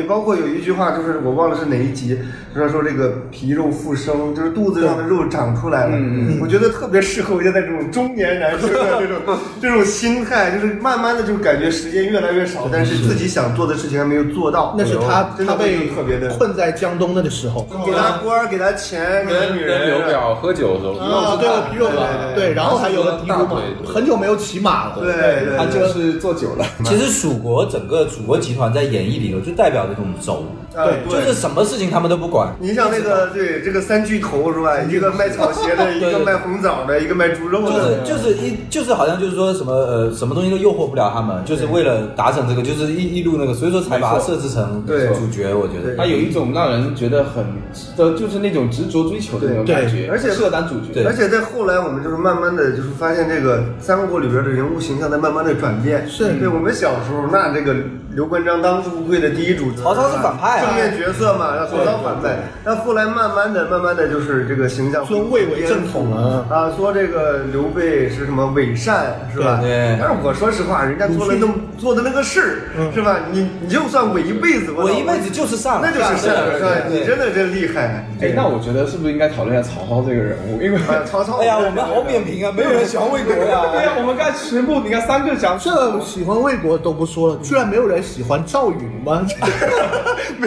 [SPEAKER 1] 对，包括有一句话，就是我忘了是哪一集，说说这个皮肉复生，就是肚子上的肉长出来了。嗯嗯，我觉得特别适合我现在这种中年男生的这种这种心态，就是慢慢的就感觉时间越来越少，但是自己想做的事情还没有做到。
[SPEAKER 4] 那是他
[SPEAKER 1] 真的
[SPEAKER 4] 他
[SPEAKER 1] 会
[SPEAKER 4] 被
[SPEAKER 1] 特别的哦
[SPEAKER 4] 困在江东那个时候。
[SPEAKER 1] 给他官儿，给他钱，给他
[SPEAKER 3] 跟
[SPEAKER 1] 女
[SPEAKER 3] 跟
[SPEAKER 1] 人
[SPEAKER 3] 刘。表喝酒的时候，
[SPEAKER 4] 啊，对，我皮肉
[SPEAKER 1] 对对
[SPEAKER 4] 嘛，
[SPEAKER 1] 对
[SPEAKER 4] 对，然后还有了鞑
[SPEAKER 3] 大
[SPEAKER 4] 虏
[SPEAKER 3] 腿
[SPEAKER 4] 嘛，很久没有骑马了，
[SPEAKER 1] 对对对，
[SPEAKER 5] 他就是做久了。
[SPEAKER 2] 其实蜀国整个蜀国集团在演义里头就代表这种轴，
[SPEAKER 1] 啊
[SPEAKER 4] 对
[SPEAKER 1] 对
[SPEAKER 2] 就是什么事情他们都不管，
[SPEAKER 1] 你像那个对这个三巨头是吧？一个卖草鞋的，一
[SPEAKER 2] 对
[SPEAKER 1] 个
[SPEAKER 2] 对
[SPEAKER 1] 卖红枣的，一个卖猪肉
[SPEAKER 2] 就
[SPEAKER 1] 的
[SPEAKER 2] 是。就是一就是好像就是说什么呃什么东西都诱惑不了他们，就是为了达成这个，就是一一路那个，所以说才把它设置成
[SPEAKER 1] 对
[SPEAKER 2] 主角，我觉
[SPEAKER 1] 对
[SPEAKER 2] 得哎
[SPEAKER 5] 他有一种让人觉得很的，就是那种执着追求的那种
[SPEAKER 4] 对
[SPEAKER 5] 感觉，
[SPEAKER 1] 而且
[SPEAKER 5] 适合当主角。
[SPEAKER 1] 而且在后来，我们就是慢慢的就是发现这个三国里边的人物形象在慢慢的转变。
[SPEAKER 4] 是
[SPEAKER 1] 对我们小时候，那这个刘关张当之无愧的第一主角，
[SPEAKER 2] 曹操是反派啊
[SPEAKER 1] 正面角色嘛，让曹操反派。但后来慢慢的、慢慢的，就是这个形象
[SPEAKER 4] 尊魏为正统啊
[SPEAKER 1] 啊，说这个刘备是什么伪善是吧？
[SPEAKER 2] 对对
[SPEAKER 1] 但是我说实话，人家做了那么做的那个事儿是吧？你你就算伪一辈子，
[SPEAKER 2] 我
[SPEAKER 1] 老
[SPEAKER 2] 一辈子就是上，
[SPEAKER 1] 那就是善
[SPEAKER 2] 上
[SPEAKER 1] 良，是吧？你真的真厉害。
[SPEAKER 5] 哎，那我觉得是不是应该讨论一下曹操这个人物？因为
[SPEAKER 1] 啊，曹操，
[SPEAKER 2] 哎呀，我们好 扁平啊，没有人
[SPEAKER 1] 哎
[SPEAKER 2] 喜欢魏国
[SPEAKER 5] 对
[SPEAKER 2] 呀。
[SPEAKER 5] 呀，我们刚才全部你看三个讲，
[SPEAKER 4] 这喜欢魏国都不说了，居然没有人人喜欢赵云吗？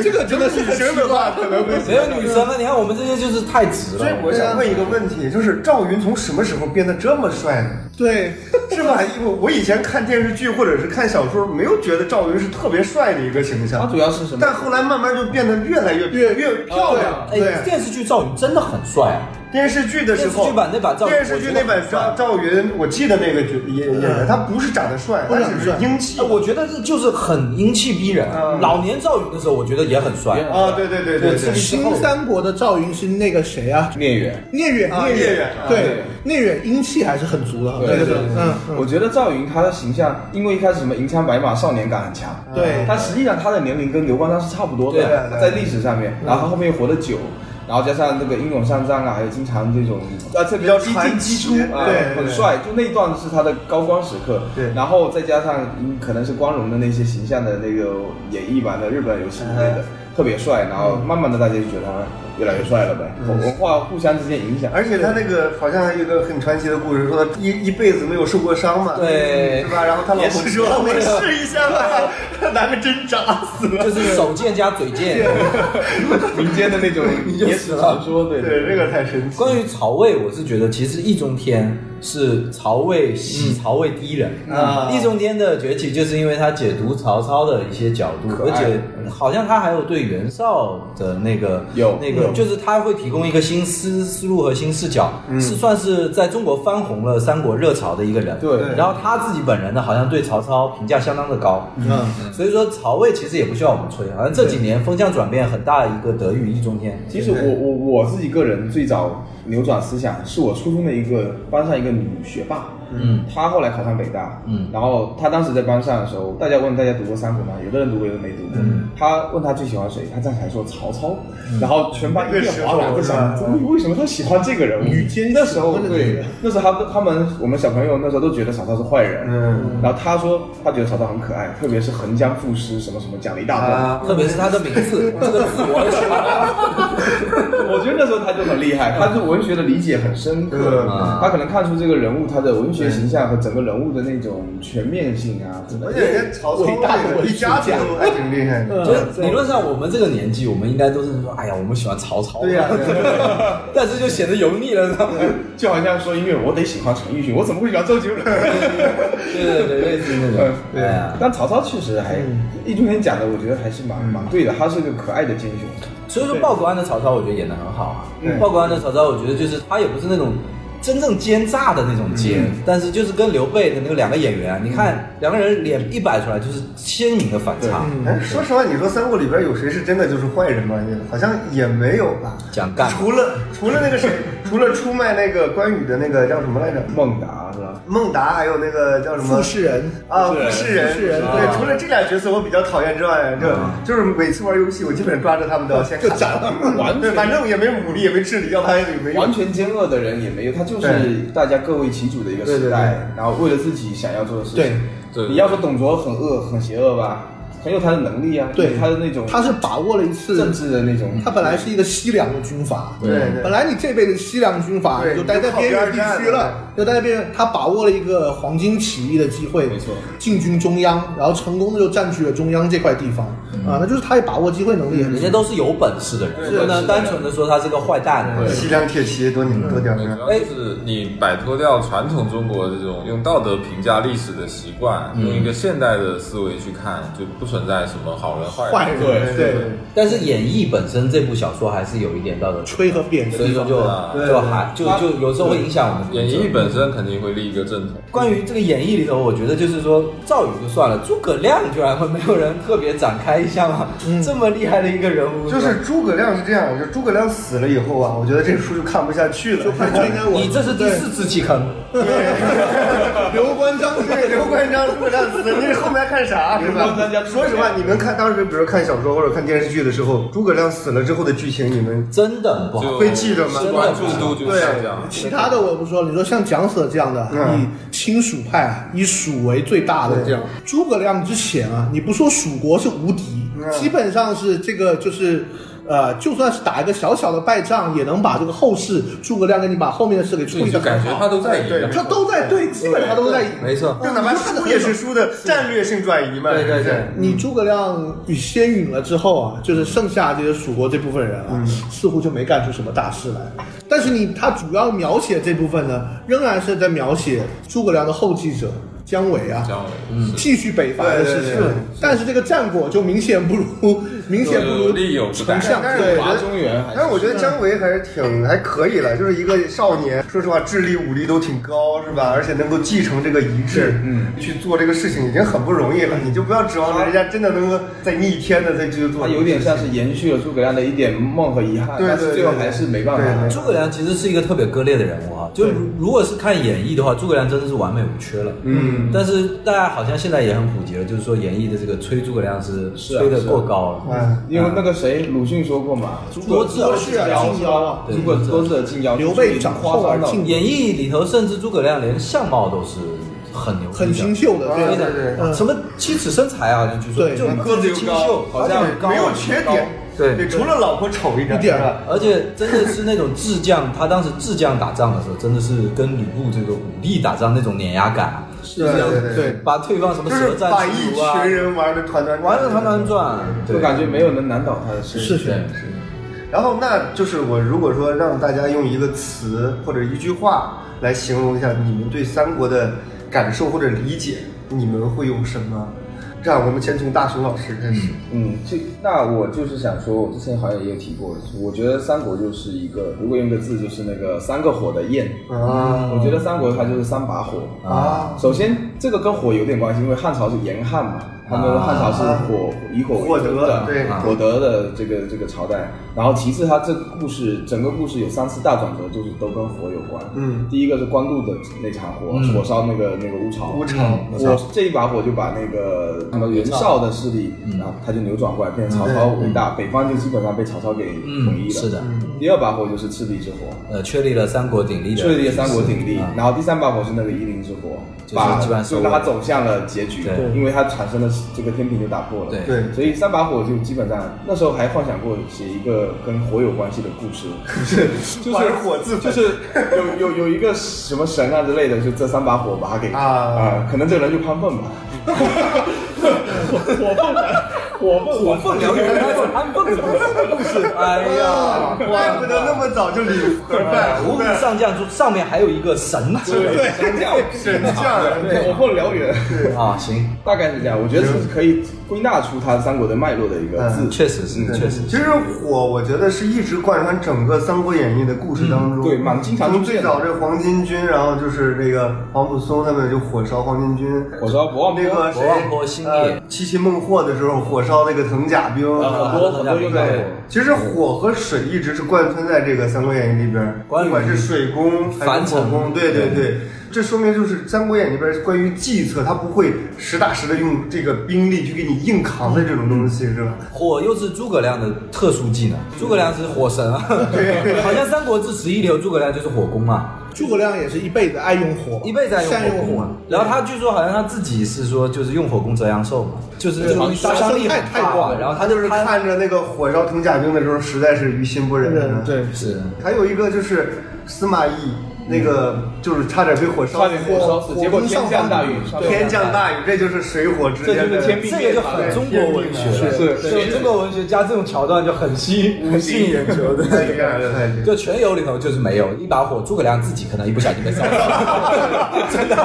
[SPEAKER 4] 这个真的是很奇怪。
[SPEAKER 1] 可能会
[SPEAKER 2] 没有女生啊！你看我们这些就是太直
[SPEAKER 1] 所以
[SPEAKER 2] 了。
[SPEAKER 1] 我想问一个问题，就是赵云从什么时候变得这么帅呢？
[SPEAKER 4] 对，
[SPEAKER 1] 是吧？我我以前看电视剧或者是看小说，没有觉得赵云是特别帅的一个形象。
[SPEAKER 5] 他主要是什么
[SPEAKER 1] 但后来慢慢就变得越来越
[SPEAKER 4] 越
[SPEAKER 1] 越漂亮。
[SPEAKER 2] 哎
[SPEAKER 4] 对，
[SPEAKER 2] 电视剧赵云真的很帅啊！
[SPEAKER 1] 电视剧的时候，
[SPEAKER 2] 电视剧版那版赵
[SPEAKER 1] 电视剧那版赵赵云，我记得那个角演演员，他嗯不是长得帅，
[SPEAKER 4] 不
[SPEAKER 1] 他
[SPEAKER 4] 是长
[SPEAKER 1] 只
[SPEAKER 4] 得
[SPEAKER 1] 是
[SPEAKER 4] 帅
[SPEAKER 1] 英气。
[SPEAKER 2] 哎我觉得这就是很英气逼人。啊
[SPEAKER 1] 嗯
[SPEAKER 2] 老年赵云的时候，我觉得也很帅。
[SPEAKER 1] 啊，对对对对对，
[SPEAKER 4] 新三国的赵云是那个谁啊？
[SPEAKER 5] 孽缘。
[SPEAKER 4] 聂远，
[SPEAKER 1] 啊
[SPEAKER 4] 聂
[SPEAKER 1] 聂远啊
[SPEAKER 4] 对，聂远英气还是很足的，那个时候嗯，
[SPEAKER 5] 我
[SPEAKER 4] 嗯
[SPEAKER 5] 觉得赵云他的形象，因为一开始什么银枪白马，少年感很强。
[SPEAKER 4] 对
[SPEAKER 5] 但实际上他的年龄跟刘关张是差不多
[SPEAKER 1] 嗯对对
[SPEAKER 5] 的，
[SPEAKER 1] 对
[SPEAKER 5] 在历史上面，然后后面又活得久，然后加上这个英勇善战啊，还有经常这种啊，这
[SPEAKER 1] 比较
[SPEAKER 5] 激
[SPEAKER 1] 传
[SPEAKER 5] 进
[SPEAKER 1] 奇
[SPEAKER 5] 激出啊
[SPEAKER 1] 对对，
[SPEAKER 5] 很帅，就那一段是他的高光时刻。
[SPEAKER 1] 对
[SPEAKER 5] 然后再加上嗯可能是光荣的那些形象的那个演绎吧，那日本游戏之类
[SPEAKER 1] 嗯
[SPEAKER 5] 的，特别帅，然后慢慢的大家就觉得他越来越帅了呗，
[SPEAKER 1] 嗯
[SPEAKER 5] 文化互相之间影 响。
[SPEAKER 1] 而且他那个好像还有一个很传奇的故事，说他一一辈子没有受过伤嘛，
[SPEAKER 2] 对
[SPEAKER 1] 是吧？然后他老
[SPEAKER 2] 也
[SPEAKER 1] 婆
[SPEAKER 2] 是
[SPEAKER 1] 说
[SPEAKER 2] 这么
[SPEAKER 1] 没
[SPEAKER 2] 个
[SPEAKER 1] 试一下吧，他拿个针扎死了。
[SPEAKER 2] 就是手贱加嘴贱。
[SPEAKER 5] 民间的那种野史传说，对
[SPEAKER 1] 对，这个太神奇。
[SPEAKER 2] 关于曹魏，我是觉得其实易中天是曹魏
[SPEAKER 5] 嗯
[SPEAKER 2] 喜曹魏第一人。
[SPEAKER 1] 啊
[SPEAKER 2] 易中天的崛起就是因为他解读曹操的一些角度，
[SPEAKER 5] 可
[SPEAKER 2] 而
[SPEAKER 5] 爱
[SPEAKER 2] 且好像他还有对袁绍的那个
[SPEAKER 5] 有
[SPEAKER 2] 那个，就是他会提供一个新思思路和新视角，
[SPEAKER 5] 嗯
[SPEAKER 2] 是算是在中国翻红了三国热潮的一个人。
[SPEAKER 5] 对
[SPEAKER 2] 然后他自己本人呢，好像对曹操评价相当的高。
[SPEAKER 4] 嗯，
[SPEAKER 2] 所以说曹魏其实也不需要我们吹，好像这几年风向转变很大，一个得益于易中天。
[SPEAKER 5] 其实我我我自己个人最早扭转思想，是我初中的一个班上一个女学霸，
[SPEAKER 2] 嗯，
[SPEAKER 5] 她后来考上北大，
[SPEAKER 2] 嗯
[SPEAKER 5] 然后她当时在班上的时候，大家问大家读过三国吗？有的人读过，有的人没读过。她问她最喜欢谁，她站起来说曹操，然后全班一片哗
[SPEAKER 1] 那
[SPEAKER 5] 然，
[SPEAKER 1] 个
[SPEAKER 5] 不
[SPEAKER 1] 时候
[SPEAKER 5] 想
[SPEAKER 1] 是吧
[SPEAKER 5] 为什么她喜欢这个人物？
[SPEAKER 4] 间
[SPEAKER 5] 那时候
[SPEAKER 4] 什么的这
[SPEAKER 5] 对
[SPEAKER 4] 个，
[SPEAKER 5] 那时候他他们我们小朋友那时候都觉得曹操是坏人，
[SPEAKER 1] 嗯，
[SPEAKER 5] 然后她说她觉得曹操很可爱，特别是横江赋诗什么什么讲了一大段。
[SPEAKER 1] 啊
[SPEAKER 2] 特别是他的名字，这个字我很喜欢。
[SPEAKER 5] 我觉得那时候他就很厉害，他对文学的理解很深刻
[SPEAKER 1] 嗯，
[SPEAKER 5] 他可能看出这个人物他的文学形象和整个人物的那种全面性啊，真的
[SPEAKER 1] 而且人家曹操
[SPEAKER 4] 伟大的
[SPEAKER 1] 这个一家子都还挺厉害的。
[SPEAKER 2] 就是理论上我们这个年纪，我们应该都是说，哎呀，我们喜欢曹操。
[SPEAKER 1] 对呀对
[SPEAKER 2] 但是就显得油腻了，知道吗？
[SPEAKER 5] 就好像说音乐，我得喜欢陈奕迅，我怎么会喜欢周杰 伦？
[SPEAKER 2] 对对对，类似于那种
[SPEAKER 5] 嗯。
[SPEAKER 2] 哎呀，
[SPEAKER 5] 但曹操确实还，易中天讲的，我觉得还是蛮蛮对的，他是个可爱的奸雄。
[SPEAKER 2] 所以说鲍国安的曹操，我觉得演的很好啊。鲍国安的曹操，我觉得就是他也不是那种。真正奸诈的那种奸，但是就是跟刘备的那个两个演员啊，你看两个人脸一摆出来，就是鲜明的反差。
[SPEAKER 1] 哎，说实话，你说三国里边有谁是真的就是坏人吗？好像也没有吧。
[SPEAKER 2] 蒋干
[SPEAKER 1] 除了除了那个谁，除了出卖那个关羽的那个叫什么来着？
[SPEAKER 5] 孟达啊是吧？
[SPEAKER 1] 孟达，还有那个叫什么
[SPEAKER 4] 傅士人，
[SPEAKER 1] 啊，不是人，
[SPEAKER 4] 不是人
[SPEAKER 1] 对，除了这俩角色我比较讨厌之外，就就是每次玩游戏，我基本上抓着他们都要先砍
[SPEAKER 4] 斩
[SPEAKER 1] 完对，反正也没武力，也没智力，要他也没用
[SPEAKER 5] 完。全奸恶的人也没有，他就是
[SPEAKER 1] 对
[SPEAKER 5] 大家各为其主的一个时
[SPEAKER 1] 对对
[SPEAKER 5] 代，然后为了自己想要做的事情。
[SPEAKER 3] 对
[SPEAKER 5] 你要说董卓很恶很邪恶吧，很有他的能力啊，
[SPEAKER 4] 对，
[SPEAKER 5] 他的那种
[SPEAKER 4] 他是把握了一次
[SPEAKER 5] 政治的那种，
[SPEAKER 4] 他本来是一个西凉的军阀，
[SPEAKER 1] 对对
[SPEAKER 4] 本来你这辈子西凉军阀，
[SPEAKER 1] 对
[SPEAKER 4] 你就待在边缘地区了，就待在边缘。他把握了一个黄巾起义的机会，
[SPEAKER 5] 没错，
[SPEAKER 4] 进军中央，然后成功的就占据了中央这块地方啊，那就是他也把握机会能力很
[SPEAKER 2] 人家。
[SPEAKER 4] 强
[SPEAKER 2] 都是有本事的人，
[SPEAKER 5] 对
[SPEAKER 2] 不能单纯的说他是个坏蛋。啊
[SPEAKER 5] 对
[SPEAKER 1] 西凉铁骑多你多屌
[SPEAKER 3] 对，
[SPEAKER 1] 丝
[SPEAKER 3] 主要是你摆脱掉传统中国这种用道德评价历史的习惯，用一个现代的思维去看，就不存在什么好人坏人。
[SPEAKER 4] 坏人
[SPEAKER 5] 对
[SPEAKER 4] 对
[SPEAKER 2] 但是《演义》本身这部小说还是有一点道德
[SPEAKER 4] 吹和贬的
[SPEAKER 2] 所以
[SPEAKER 4] 地
[SPEAKER 2] 说
[SPEAKER 4] 方。
[SPEAKER 2] 就
[SPEAKER 3] 对
[SPEAKER 2] 就还就
[SPEAKER 4] 啊
[SPEAKER 2] 就有时候会影响我们。
[SPEAKER 3] 演义本身肯定会立一个正统，
[SPEAKER 2] 关于这个演义里头，我觉得就是说赵云就算了，诸葛亮居然会没有人特别展开一下吗？
[SPEAKER 4] 嗯
[SPEAKER 2] 这么厉害的一个人物，
[SPEAKER 1] 就是诸葛亮是这样，就诸葛亮死了以后啊，我觉得这书就看不下去了。就
[SPEAKER 4] 那 就应该我
[SPEAKER 2] 你这是第四次弃坑，
[SPEAKER 4] 刘关张
[SPEAKER 1] 对， 刘关张、诸葛亮死了，你后面看啥是吧
[SPEAKER 5] 关张加？诸葛
[SPEAKER 1] 说
[SPEAKER 5] 亮
[SPEAKER 1] 实话，你们看当时，比如看小说或者看电视剧的时候，诸葛亮死了之后的剧情，你们
[SPEAKER 2] 真的很不好
[SPEAKER 3] 就。
[SPEAKER 1] 会记得吗
[SPEAKER 3] 关注度就下降。
[SPEAKER 4] 其他的我不说，你说像蒋舍这样的，
[SPEAKER 1] 嗯
[SPEAKER 4] 以亲蜀派啊以蜀为最大的这样，
[SPEAKER 1] 嗯
[SPEAKER 4] 诸葛亮之前啊，你不说蜀国是无敌，基本上是这个就是呃，就算是打一个小小的败仗，也能把这个后事诸葛亮跟你把后面的事给处
[SPEAKER 3] 你
[SPEAKER 4] 理
[SPEAKER 3] 就
[SPEAKER 4] 的
[SPEAKER 3] 感觉他都在赢
[SPEAKER 1] 对
[SPEAKER 3] 了
[SPEAKER 1] 对
[SPEAKER 4] 他都在对，基本上都在嗯赢。
[SPEAKER 2] 没错，
[SPEAKER 1] 就哪怕输也是输的战略性转移嘛。
[SPEAKER 2] 对对对，
[SPEAKER 4] 你诸葛亮与先允了之后啊，就是剩下这些蜀国这部分人啊，似乎就没干出什么大事来。但是你他主要描写这部分呢，仍然是在描写诸葛亮的后继者姜维啊，
[SPEAKER 3] 姜维，
[SPEAKER 4] 继续北伐的事
[SPEAKER 1] 对
[SPEAKER 4] 情
[SPEAKER 1] 对对。
[SPEAKER 4] 但是这个战果就明显不如，明显不
[SPEAKER 3] 就
[SPEAKER 4] 如
[SPEAKER 3] 力有不逮
[SPEAKER 4] 丞。相。
[SPEAKER 1] 但是
[SPEAKER 4] 对
[SPEAKER 1] 我觉
[SPEAKER 5] 华
[SPEAKER 1] 得
[SPEAKER 5] 中原还
[SPEAKER 1] 但是我觉得姜维还是挺还可以了，就是一个少年，说实话，智力、武力都挺高，是吧？而且能够继承这个遗志，嗯，去做这个事情已经很不容易了。你就不要指望着人家真的能够在逆天的再去做
[SPEAKER 5] 他
[SPEAKER 1] 这个事情。
[SPEAKER 5] 有点像是延续了诸葛亮的一点梦和遗憾，
[SPEAKER 1] 对对
[SPEAKER 5] 但是最后还是没办
[SPEAKER 1] 对对
[SPEAKER 5] 法。
[SPEAKER 2] 诸葛亮其实是一个特别割裂的人物哈，就如如果是看演义的话，诸葛亮真的是完美无缺了。嗯，但是大家好像现在也很普及了，就是说演义的这个吹诸葛亮是
[SPEAKER 5] 啊
[SPEAKER 2] 吹得过高了。
[SPEAKER 1] 嗯，
[SPEAKER 5] 因为那个谁，鲁迅说过嘛，诸葛
[SPEAKER 2] 多智而
[SPEAKER 4] 进妖
[SPEAKER 5] 妖
[SPEAKER 4] 啊
[SPEAKER 5] 诸葛多智而近妖，
[SPEAKER 4] 刘备掌控而
[SPEAKER 5] 嗯
[SPEAKER 4] 进
[SPEAKER 2] 演义里头，甚至诸葛亮连相貌都是很牛逼的，
[SPEAKER 4] 很清秀的，
[SPEAKER 1] 啊
[SPEAKER 4] 对
[SPEAKER 1] 对对
[SPEAKER 4] 嗯
[SPEAKER 2] 什么七尺身材啊，好像据说
[SPEAKER 4] 对
[SPEAKER 2] 就
[SPEAKER 1] 个子又
[SPEAKER 2] 清
[SPEAKER 1] 高
[SPEAKER 2] 秀，好像啊
[SPEAKER 1] 而且没有缺点，
[SPEAKER 2] 对
[SPEAKER 1] 对，除了老婆丑一点，
[SPEAKER 4] 一点
[SPEAKER 1] 是吧
[SPEAKER 2] 而且真的是那种智将，他当时智将打仗的时候，真的是跟吕布这个武力打仗那种碾压感啊，
[SPEAKER 1] 对对对
[SPEAKER 4] 对，
[SPEAKER 2] 把对方什么
[SPEAKER 1] 就是
[SPEAKER 2] 舌战
[SPEAKER 1] 把
[SPEAKER 2] 群
[SPEAKER 1] 一
[SPEAKER 2] 儒啊，
[SPEAKER 1] 群人玩的团团转
[SPEAKER 2] 玩的团团转，
[SPEAKER 5] 就
[SPEAKER 2] 对，
[SPEAKER 5] 感觉没有能难倒他的事。
[SPEAKER 4] 是是。
[SPEAKER 1] 然后，那就是我如果说让大家用一个词或者一句话来形容一下你们对三国的感受或者理解，你们会用什么？这样，我们先从大熊老师开始。
[SPEAKER 5] 嗯，这那我就是想说，我之前好像也有提过，我觉得三国就是一个，如果用个字就是那个三个火的焰。
[SPEAKER 2] 嗯
[SPEAKER 1] 啊
[SPEAKER 5] 我觉得三国它就是三把火。
[SPEAKER 1] 啊，
[SPEAKER 5] 首先，这个跟火有点关系，因为汉朝是严汉嘛，他们汉朝是火以火为尊
[SPEAKER 1] 啊火德
[SPEAKER 5] 的，啊
[SPEAKER 1] 对
[SPEAKER 5] 火德的这个这个朝代。然后其次，它这个故事整个故事有三次大转折，就是都跟火有关。
[SPEAKER 1] 嗯，
[SPEAKER 5] 第一个是官渡的那场火，火烧那个那个乌巢，
[SPEAKER 1] 乌巢
[SPEAKER 5] 我这一把火就把那个什么袁绍的势力，
[SPEAKER 1] 嗯
[SPEAKER 5] 啊，他就扭转过来，变成曹操伟大，北方就基本上被曹操给统一
[SPEAKER 2] 嗯，
[SPEAKER 5] 了。
[SPEAKER 2] 是的，。
[SPEAKER 5] 第二把火就是赤壁之火，
[SPEAKER 2] 呃，确立了三国鼎立的，
[SPEAKER 5] 确立了三国鼎立
[SPEAKER 2] 啊，
[SPEAKER 5] 然后第三把火是那个夷陵之火，
[SPEAKER 2] 就是
[SPEAKER 5] 把
[SPEAKER 2] 基本上收
[SPEAKER 5] 就
[SPEAKER 2] 尾
[SPEAKER 5] 让它走向了结局
[SPEAKER 2] 对，
[SPEAKER 5] 因为它产生了这个天平就打破了。
[SPEAKER 2] 对
[SPEAKER 1] 对
[SPEAKER 5] 所以三把火就基本上那时候还幻想过写一个跟火有关系的故事， 就是就
[SPEAKER 1] 玩
[SPEAKER 5] 是
[SPEAKER 1] 火自焚
[SPEAKER 5] 就是有有有一个什么神啊之类的，就这三把火把它给
[SPEAKER 1] 啊
[SPEAKER 5] 可能这个人就潘凤吧，
[SPEAKER 2] 火凤火凤燎原，安凤的故事，哎 呀，
[SPEAKER 1] 怪不得那么早就领盒 饭，
[SPEAKER 2] 五虎上将就上面还有一个神啊之类的
[SPEAKER 5] 神教
[SPEAKER 1] 神将。啊
[SPEAKER 5] 对，火凤燎原，
[SPEAKER 2] 啊，行，
[SPEAKER 5] 大概是这样。我觉得这是可以归纳出它三国的脉络的一个字。
[SPEAKER 2] 嗯确实
[SPEAKER 5] 嗯
[SPEAKER 2] 是，确实
[SPEAKER 1] 其实火，我觉得是一直贯穿整个《三国演义》的故事当中。
[SPEAKER 5] 对蛮经常
[SPEAKER 1] 从
[SPEAKER 5] 出
[SPEAKER 1] 最
[SPEAKER 5] 现的
[SPEAKER 1] 早这黄巾军，然后就是这个黄埔松他们就火烧黄巾军，
[SPEAKER 5] 火烧博望坡
[SPEAKER 1] 那个谁
[SPEAKER 2] 博望坡新野
[SPEAKER 1] 呃七擒孟获的时候火烧那个藤甲兵，
[SPEAKER 5] 很多很多用到火
[SPEAKER 2] 对。
[SPEAKER 1] 其实火和水一直是贯穿在这个《三国演义》里边儿，
[SPEAKER 2] 关羽
[SPEAKER 1] 不管是水攻还
[SPEAKER 2] 樊
[SPEAKER 1] 是火
[SPEAKER 2] 城
[SPEAKER 1] 攻，对对对，这说明就是《三国演义》里边儿关于计策，他不会实打实的用这个兵力去给你硬扛的这种东西，是吧？
[SPEAKER 2] 火又是诸葛亮的特殊技能，诸葛亮是火神啊， 好像《三国志》十一流，诸葛亮就是火攻啊嘛，
[SPEAKER 4] 诸葛亮也是一辈子爱用火，
[SPEAKER 2] 一辈子在
[SPEAKER 4] 善
[SPEAKER 2] 用
[SPEAKER 4] 用
[SPEAKER 2] 火攻
[SPEAKER 4] 火
[SPEAKER 2] 嘛。。啊然后他据说好像他自己是说，就是用火攻折阳寿嘛，就是这个东西杀伤力很
[SPEAKER 4] 太太
[SPEAKER 2] 大
[SPEAKER 4] 广
[SPEAKER 2] 嘛。
[SPEAKER 4] 了
[SPEAKER 2] 然后他
[SPEAKER 1] 就
[SPEAKER 2] 就是是
[SPEAKER 1] 看着那个火烧藤甲兵的时候，实在是于心不忍啊。
[SPEAKER 4] 对，
[SPEAKER 2] 是
[SPEAKER 1] 还有一个就是司马懿，那个就是差点被火烧
[SPEAKER 5] 嗯差，点火烧死，结果天降大雨，上
[SPEAKER 1] 天降大雨，这就是水火之间
[SPEAKER 5] 这
[SPEAKER 1] 的
[SPEAKER 5] 就是天
[SPEAKER 2] 这个就很中国文学了，
[SPEAKER 5] 是是
[SPEAKER 2] 就中国文学家这种桥段就很吸很吸引眼球的。
[SPEAKER 1] 太厉害了，太厉害了。
[SPEAKER 2] 就全游里头就是没有一把火，诸葛亮自己可能一不小心被烧死了，真的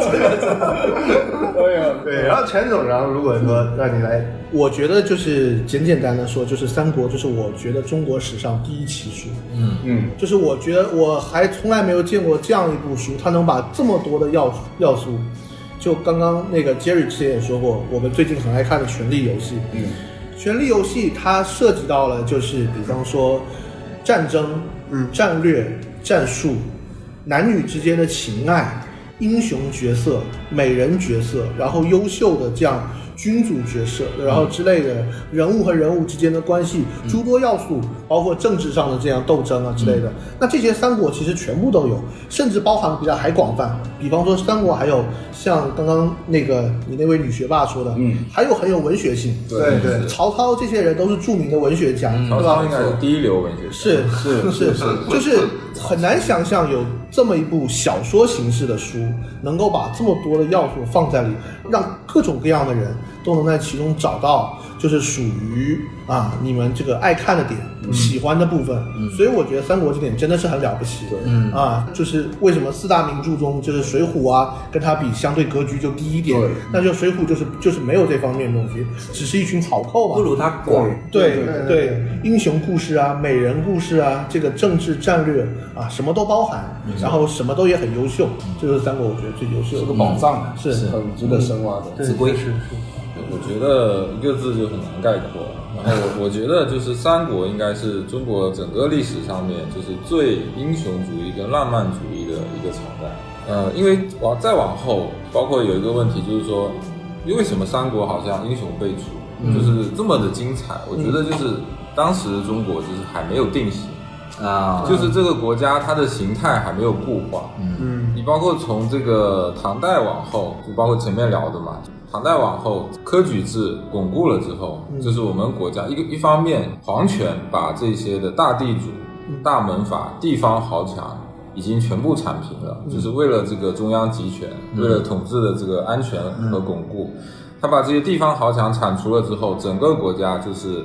[SPEAKER 2] 真的真的。
[SPEAKER 5] 哎呀，
[SPEAKER 1] 对，然后全总，然后如果说让你来，
[SPEAKER 4] 我觉得就是简简单单说，就是三国，就是我觉得中国史上第一奇书。
[SPEAKER 5] 嗯，
[SPEAKER 4] 就是我觉得我还从来没有见过这样一部书，它能把这么多的要素要素，就刚刚那个 Jerry 之前也说过，我们最近很爱看的《权力游戏》。嗯，《权力游戏》它涉及到了就是比方说战争、嗯、战略、战术、男女之间的情爱、英雄角色、美人角色，然后优秀的这样君主角色，然后之类的人物和人物之间的关系，
[SPEAKER 1] 嗯
[SPEAKER 4] 诸多要素，包括政治上的这样斗争啊之类
[SPEAKER 1] 嗯
[SPEAKER 4] 的。那这些三国其实全部都有，甚至包含的比较还广泛。比方说三国还有像刚刚那个你那位女学霸说的，嗯，还有很有文学性。
[SPEAKER 1] 对对，
[SPEAKER 4] 曹操这些人都是著名的文学家，
[SPEAKER 3] 曹
[SPEAKER 4] 嗯对
[SPEAKER 3] 操
[SPEAKER 4] 吧
[SPEAKER 3] 应？该是第一流文学 家，
[SPEAKER 4] 是是是是，就是很难想象有这么一部小说形式的书，能够把这么多的要素放在里，让各种各样的人都能在其中找到，就是属于啊你们这个爱看的点、喜欢的部分。所以我觉得《三国》这点真的是很了不起。嗯对，啊，就是为什么四大名著中，就是《水浒》啊，跟它比相对格局就低一点
[SPEAKER 5] 对，
[SPEAKER 4] 那就《水浒》就是就是没有这方面的东西，只是一群草寇嘛。
[SPEAKER 2] 不如它广。
[SPEAKER 4] 对
[SPEAKER 1] 对
[SPEAKER 4] 对，英雄故事啊，美人故事啊，这个政治战略
[SPEAKER 2] 嗯
[SPEAKER 4] 啊，什么都包含，然后什么都也很优秀，这就是三国我觉得最优秀
[SPEAKER 5] 这
[SPEAKER 4] 的嗯
[SPEAKER 5] 个宝藏
[SPEAKER 4] 是是
[SPEAKER 5] 很值得深挖的。
[SPEAKER 2] 子规是
[SPEAKER 3] 我觉得一个字就很难概括。然 后我我觉得就是三国应该是中国整个历史上面就是最英雄主义跟浪漫主义的一个朝代。呃，因为往再往后，包括有一个问题就是说，因为为什么三国好像英雄辈出，
[SPEAKER 4] 嗯
[SPEAKER 3] 就是这么的精彩？我觉得就是当时的中国就是还没有定型。
[SPEAKER 2] 啊，
[SPEAKER 4] 嗯
[SPEAKER 3] 就是这个国家它的形态还没有固化。嗯，你包括从这个唐代往后，就包括前面聊的嘛，唐代往后科举制巩固了之后，
[SPEAKER 1] 嗯
[SPEAKER 3] 就是我们国家一个一方面皇权把这些的大地主、
[SPEAKER 1] 嗯
[SPEAKER 3] 大门阀、地方豪强。已经全部铲平了，
[SPEAKER 1] 嗯
[SPEAKER 3] 就是为了这个中央集权，为了统治的这个安全
[SPEAKER 1] 嗯
[SPEAKER 3] 和巩固，他把这些地方豪强铲除了之后，整个国家就是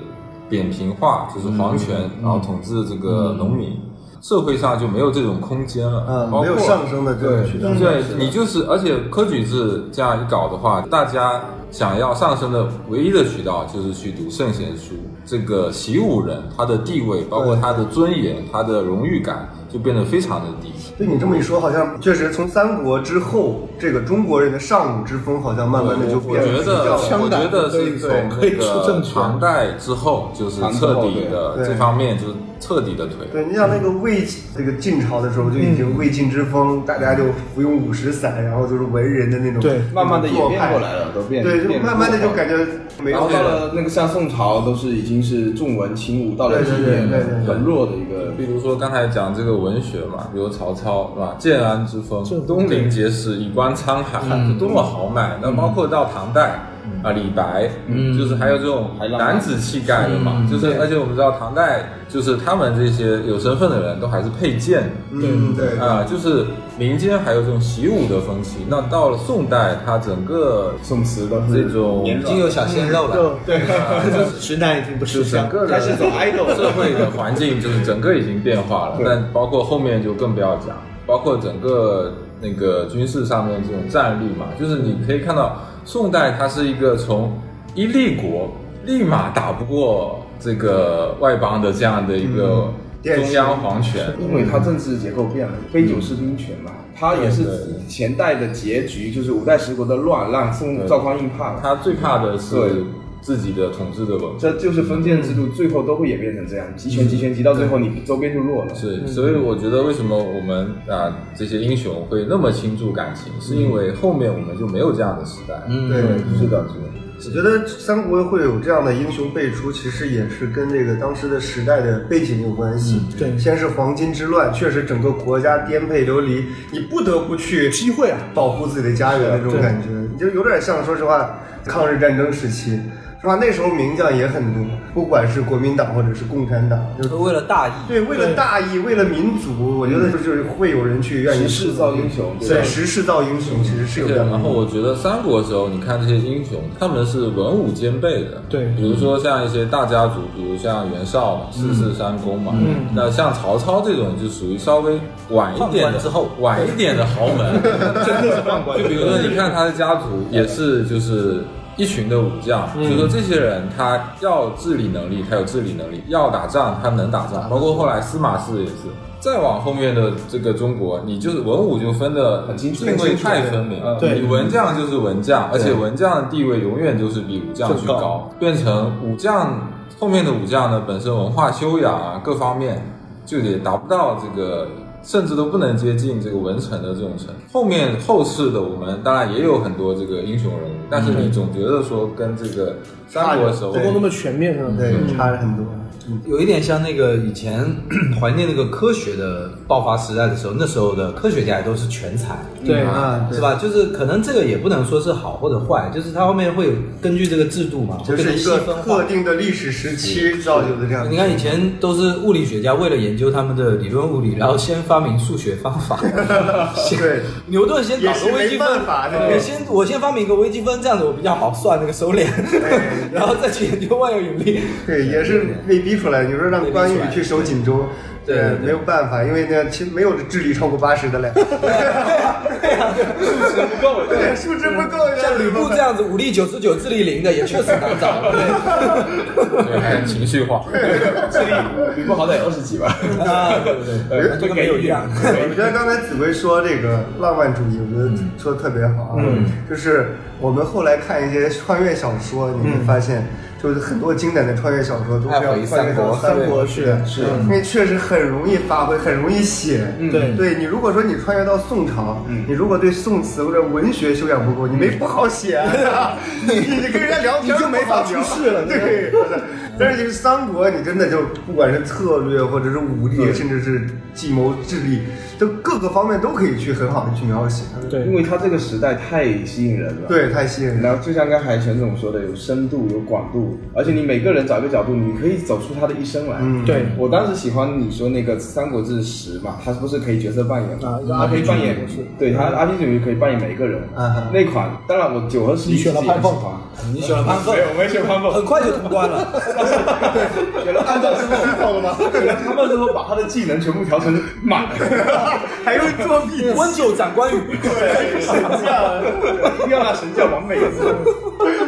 [SPEAKER 3] 扁平化，就是
[SPEAKER 1] 嗯
[SPEAKER 3] 皇权，然后统治这个农民，社会上就没有这种空间了，
[SPEAKER 1] 嗯，
[SPEAKER 3] 包括
[SPEAKER 1] 没有上升的这种渠道。
[SPEAKER 3] 对你就是，而且科举制这样一搞的话，大家想要上升的唯一的渠道就是去读圣贤书。这个习武人他的地位，包括他的尊严、他的荣誉感，就变得非常的低。
[SPEAKER 1] 对你这么一说，好像确实从三国之后，这个中国人的尚武之风好像慢慢的就
[SPEAKER 3] 我
[SPEAKER 1] 变
[SPEAKER 3] 觉
[SPEAKER 1] 得
[SPEAKER 3] 得，我
[SPEAKER 4] 枪
[SPEAKER 3] 觉
[SPEAKER 4] 打
[SPEAKER 3] 得是
[SPEAKER 4] 对
[SPEAKER 3] 从
[SPEAKER 4] 对
[SPEAKER 3] 那
[SPEAKER 4] 可以出
[SPEAKER 3] 个
[SPEAKER 4] 政权
[SPEAKER 3] 唐代之后，就是
[SPEAKER 5] 唐之
[SPEAKER 3] 彻
[SPEAKER 5] 后
[SPEAKER 3] 底
[SPEAKER 5] 对
[SPEAKER 3] 的
[SPEAKER 1] 对
[SPEAKER 3] 这方面就是彻底的颓。
[SPEAKER 1] 对，你像那个魏这个晋朝的时候，就已经魏晋之风，大家就服用五石散，然后就是文人的那种，
[SPEAKER 4] 对
[SPEAKER 5] 慢慢的演
[SPEAKER 1] 做
[SPEAKER 5] 变
[SPEAKER 1] 派
[SPEAKER 5] 过来了，都变
[SPEAKER 1] 对，就
[SPEAKER 5] 变
[SPEAKER 1] 慢慢的
[SPEAKER 5] 变
[SPEAKER 1] 就
[SPEAKER 5] 过来了
[SPEAKER 1] 感觉没
[SPEAKER 5] 然
[SPEAKER 1] 有
[SPEAKER 5] 后
[SPEAKER 1] 这
[SPEAKER 5] 到
[SPEAKER 1] 个，
[SPEAKER 5] 了那个像宋朝，都是已经是重文轻武，到了
[SPEAKER 1] 对对
[SPEAKER 5] 今
[SPEAKER 1] 对
[SPEAKER 5] 天
[SPEAKER 1] 对对对
[SPEAKER 5] 很弱的一个
[SPEAKER 3] 比如说刚才讲这个文学嘛，比如曹操是吧？建安之风
[SPEAKER 4] 这，
[SPEAKER 3] 东临碣石，以观沧海，这多么豪迈！那包括到唐代啊，李白，就是还有这种男子气概的嘛，就是而且我们知道唐代就是他们这些有身份的人都还是配剑的，
[SPEAKER 1] 嗯，对，
[SPEAKER 3] 啊，就是民间还有这种习武的风气。那到了宋代，它整个
[SPEAKER 5] 宋词都
[SPEAKER 3] 这
[SPEAKER 5] 是
[SPEAKER 3] 种
[SPEAKER 2] 已经有小鲜肉了，
[SPEAKER 4] 对，直男已经不吃香。
[SPEAKER 5] 开始走 idol
[SPEAKER 3] 社会的环境就是整个已经变化了，但包括后面就更不要讲，包括整个呃那个军事上面这种战力嘛，就是你可以看到宋代它是一个从一立国立马打不过这个外邦的这样的一个
[SPEAKER 1] 嗯电视
[SPEAKER 3] 中央皇权，
[SPEAKER 5] 因为它政治结构变了，杯酒释兵权
[SPEAKER 1] 嗯
[SPEAKER 5] 嘛，它也是前代的结局，就是五代十国的乱，让宋赵匡胤怕了，
[SPEAKER 3] 他最怕的是
[SPEAKER 5] 对
[SPEAKER 3] 自己的统治的文化。
[SPEAKER 5] 这就是封建制度，
[SPEAKER 1] 嗯
[SPEAKER 5] 最后都会演变成这样，集权集权集到最后，你周边就弱了。
[SPEAKER 1] 嗯
[SPEAKER 3] 是，所以我觉得为什么我们啊这些英雄会那么倾注感情，是因为后面我们就没有这样的时代。嗯，
[SPEAKER 1] 对。
[SPEAKER 5] 是的，是的。
[SPEAKER 1] 我觉得三国会有这样的英雄辈出，其实也是跟这个当时的时代的背景有关系。
[SPEAKER 4] 对
[SPEAKER 1] 先是黄巾之乱，确实整个国家颠沛流离，你不得不去
[SPEAKER 4] 机会啊，
[SPEAKER 1] 保护自己的家园的这种感觉，你就有点像，说实话，抗日战争时期，是吧？那时候名将也很多，不管是国民党或者是共产党，就
[SPEAKER 2] 都为了大义。
[SPEAKER 1] 对，为了大义，为了民族，我觉得就是会有人去愿意
[SPEAKER 5] 时势造英雄对
[SPEAKER 1] 对，
[SPEAKER 5] 吧
[SPEAKER 1] 时势造英雄其实是有这
[SPEAKER 3] 对，
[SPEAKER 1] 样的
[SPEAKER 3] 然后我觉得三国的时候，你看这些英雄，他们是文武兼备的。
[SPEAKER 4] 对
[SPEAKER 3] 比如说像一些大家族，比如像袁绍嘛，四世三公嘛。嗯。那像曹操这种，就属于稍微晚一
[SPEAKER 2] 宦
[SPEAKER 3] 点的
[SPEAKER 2] 官之后
[SPEAKER 3] 晚一点的豪门，真的是宦官。就比如说，你看他的家族也是就是。一群的武将，就说这些人，他要治理能力，他有治理能力；要打仗，他能打仗。包括后来司马氏也是。再往后面的这个中国，你就是文武就分的
[SPEAKER 5] 很清楚
[SPEAKER 3] 泾渭太分明。
[SPEAKER 4] 对
[SPEAKER 3] 你文将就是文将，而且文将的地位永远就是比武将居
[SPEAKER 4] 更
[SPEAKER 3] 高
[SPEAKER 4] 高，
[SPEAKER 3] 变成武将后面的武将呢，本身文化修养啊各方面就得达不到这个甚至都不能接近这个文臣的这种程度。后面后世的我们当然也有很多这个英雄人物，但
[SPEAKER 5] 嗯
[SPEAKER 3] 是你总觉得说跟这个三国时候
[SPEAKER 4] 不够那么全面是吧？
[SPEAKER 1] 对，差了很多。嗯
[SPEAKER 2] 有一点像那个以前 怀念那个科学的爆发时代的时候，那时候的科学家也都是全才，
[SPEAKER 4] 对啊，
[SPEAKER 2] 是吧？就是可能这个也不能说是好或者坏，就是它后面会有根据这个制度嘛，
[SPEAKER 1] 就是
[SPEAKER 2] 会更
[SPEAKER 1] 一
[SPEAKER 2] 细
[SPEAKER 1] 个
[SPEAKER 2] 分化
[SPEAKER 1] 特。定的历史时期造就的这样。
[SPEAKER 2] 你看以前都是物理学家为了研究他们的理论物理，然后先发明数学方 法，先
[SPEAKER 1] 对
[SPEAKER 2] 牛顿先搞
[SPEAKER 1] 也是
[SPEAKER 2] 个微积分
[SPEAKER 1] 没办法的，
[SPEAKER 2] 我先我先发明个微积分，这样子我比较好算那个收敛， 然后再去研究万有引力。
[SPEAKER 1] 对，也是被逼出来。你说让关羽去守锦州，
[SPEAKER 2] 对对对
[SPEAKER 1] 没有办法，因为那其实没有智力超过八十的嘞。
[SPEAKER 5] 是不够 的。
[SPEAKER 1] 对，数值不够，
[SPEAKER 2] 像吕布这样子武力九十九、智力零的也确实难找。
[SPEAKER 3] 对还很情绪化。
[SPEAKER 5] 智力吕布好歹有二十几吧，
[SPEAKER 2] 啊，对对对，哎跟这个没有一样。
[SPEAKER 1] 我觉得刚才子薇说这个浪漫主义，我觉得说的特别好啊。就是我们后来看一些穿越小说，你会发现，就是很多经典的穿越小说都是
[SPEAKER 2] 爱
[SPEAKER 1] 要
[SPEAKER 2] 回
[SPEAKER 1] 穿越
[SPEAKER 2] 三
[SPEAKER 1] 到
[SPEAKER 2] 国
[SPEAKER 1] 三国去的，
[SPEAKER 4] 是
[SPEAKER 1] 因为确实很容易发挥，很容易写。
[SPEAKER 4] 对
[SPEAKER 1] 对你如果说你穿越到宋朝，你如果对宋词或者文学修养不够，你没不好写啊，你 你跟人家聊天
[SPEAKER 4] 你就没法出世了
[SPEAKER 1] 对。对但是就是三国，你真的就不管是策略，或者是武力，甚至是计谋、智力，就各个方面都可以去很好的去描写。
[SPEAKER 2] 嗯
[SPEAKER 5] 因
[SPEAKER 4] 对
[SPEAKER 5] 为他这个时代太吸引人了。。
[SPEAKER 1] 对，太吸引人了。
[SPEAKER 5] 然后就像刚才玄总说的，有深度，有广度，而且你每个人找一个角度，你可以走出他的一生来。
[SPEAKER 1] 嗯
[SPEAKER 4] 对
[SPEAKER 5] 我当时喜欢你说那个《三国志十》嘛，他不是可以角色扮演
[SPEAKER 4] 啊
[SPEAKER 5] 嘛？
[SPEAKER 4] 一个
[SPEAKER 5] 他可以
[SPEAKER 4] RPG
[SPEAKER 5] 扮演
[SPEAKER 4] 模式，
[SPEAKER 5] 对他 RPG 里面可以扮演每一个人
[SPEAKER 1] 嗯哼。
[SPEAKER 5] 那款当然我九和十一
[SPEAKER 4] 你选了
[SPEAKER 5] 自己也
[SPEAKER 4] 潘凤
[SPEAKER 5] 喜欢
[SPEAKER 2] 你选了 潘凤
[SPEAKER 5] 没，有，我没选潘
[SPEAKER 2] 很
[SPEAKER 5] 凤，
[SPEAKER 2] 快就通关 了。
[SPEAKER 5] 选了潘凤之后
[SPEAKER 4] 到 了吗？
[SPEAKER 5] 选了潘凤之后把他的技能全部调成满的，
[SPEAKER 1] 还有作弊，
[SPEAKER 2] 温酒斩关羽，
[SPEAKER 5] 神 将，一定要拿神将完美的做。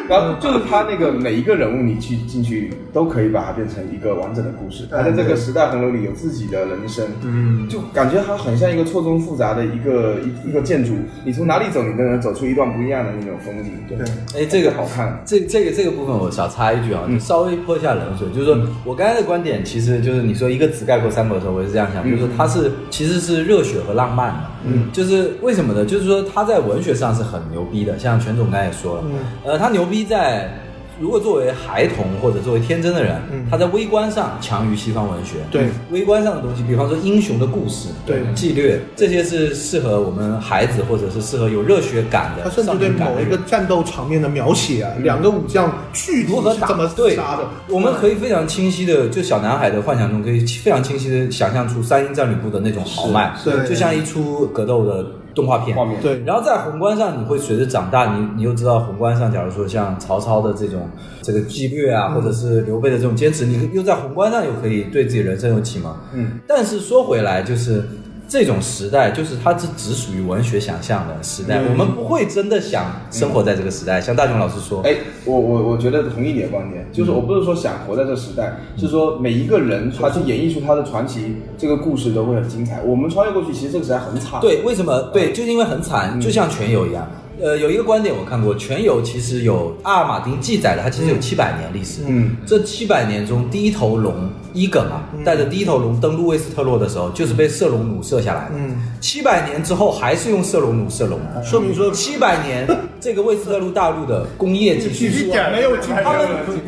[SPEAKER 5] 然后就是他那个每一个人物，你去进去都可以把它变成一个完整的故事。他在这个时代洪流里有自己的人生，
[SPEAKER 1] 嗯，
[SPEAKER 5] 就感觉它很像一个错综复杂的一个一一个建筑。你从哪里走，你都能走出一段不一样的那种风景。对
[SPEAKER 1] 对
[SPEAKER 2] 哎，这个
[SPEAKER 5] 好看。
[SPEAKER 2] 这这个这个部分我少插一句啊，
[SPEAKER 4] 嗯
[SPEAKER 2] 就稍微泼一下冷水，就是说我刚才的观点，其实就是你说一个词概括三国的时候，我也是这样
[SPEAKER 4] 嗯
[SPEAKER 2] 想，就是说它是其实是热血和浪漫的，嗯，就是为什么呢？就是说他在文学上是很牛逼的，像全总刚才也说了，
[SPEAKER 4] 嗯
[SPEAKER 2] 呃，他牛逼在。如果作为孩童或者作为天真的人，他在微观上强于西方文学，
[SPEAKER 4] 嗯对
[SPEAKER 2] 微观上的东西，比方说英雄的故事、
[SPEAKER 4] 对
[SPEAKER 2] 纪律，这些是适合我们孩子或者是适合有热血感的
[SPEAKER 4] 他甚
[SPEAKER 2] 少
[SPEAKER 4] 至对
[SPEAKER 2] 年感的
[SPEAKER 4] 某一
[SPEAKER 2] 人
[SPEAKER 4] 个战斗场面的描写啊，两个武将具体
[SPEAKER 2] 嗯如何
[SPEAKER 4] 是
[SPEAKER 2] 打
[SPEAKER 4] 怎么
[SPEAKER 2] 对
[SPEAKER 4] 杀的，
[SPEAKER 2] 我们可以非常清晰的，就小男孩的幻想中，可以非常清晰的想象出三英战吕布的那种豪迈，
[SPEAKER 1] 是对
[SPEAKER 2] 就像一出格斗的动画片。
[SPEAKER 5] 画面
[SPEAKER 4] 对
[SPEAKER 2] 然后在宏观上，你会随着长大，你你又知道宏观上，假如说像曹操的这种这个纪律啊，或者是刘备的这种坚持，你又在宏观上又可以对自己人生有启蒙。
[SPEAKER 5] 嗯，
[SPEAKER 2] 但是说回来，就是这种时代，就是它是只属于文学想象的时代，我们不会真的想生活在这个时代。像大雄老师说，
[SPEAKER 5] 哎，我我我觉得同意你的观点，就是我不是说想活在这时代，是说每一个人他去演绎出他的传奇，这个故事都会很精彩。我们穿越过去，其实这个时代很
[SPEAKER 4] 啊
[SPEAKER 5] 惨。
[SPEAKER 2] 对，为什么？对，就是因为很
[SPEAKER 4] 嗯
[SPEAKER 2] 惨，就像全游一样。呃，有一个观点我看过，全游其实有阿尔马丁记载的，它其实有七百年历史。
[SPEAKER 5] 嗯，
[SPEAKER 2] 这七百年中，第一头龙伊耿啊，
[SPEAKER 4] 嗯
[SPEAKER 2] 带着第一头龙登陆威斯特洛的时候，就是被射龙弩射下来的。
[SPEAKER 4] 嗯，
[SPEAKER 2] 七百年之后还是用射龙弩射龙。
[SPEAKER 4] 说明 说
[SPEAKER 2] 七百 年，这个威斯特洛大陆的工业技术
[SPEAKER 1] 一点儿
[SPEAKER 4] 没有进
[SPEAKER 2] 他们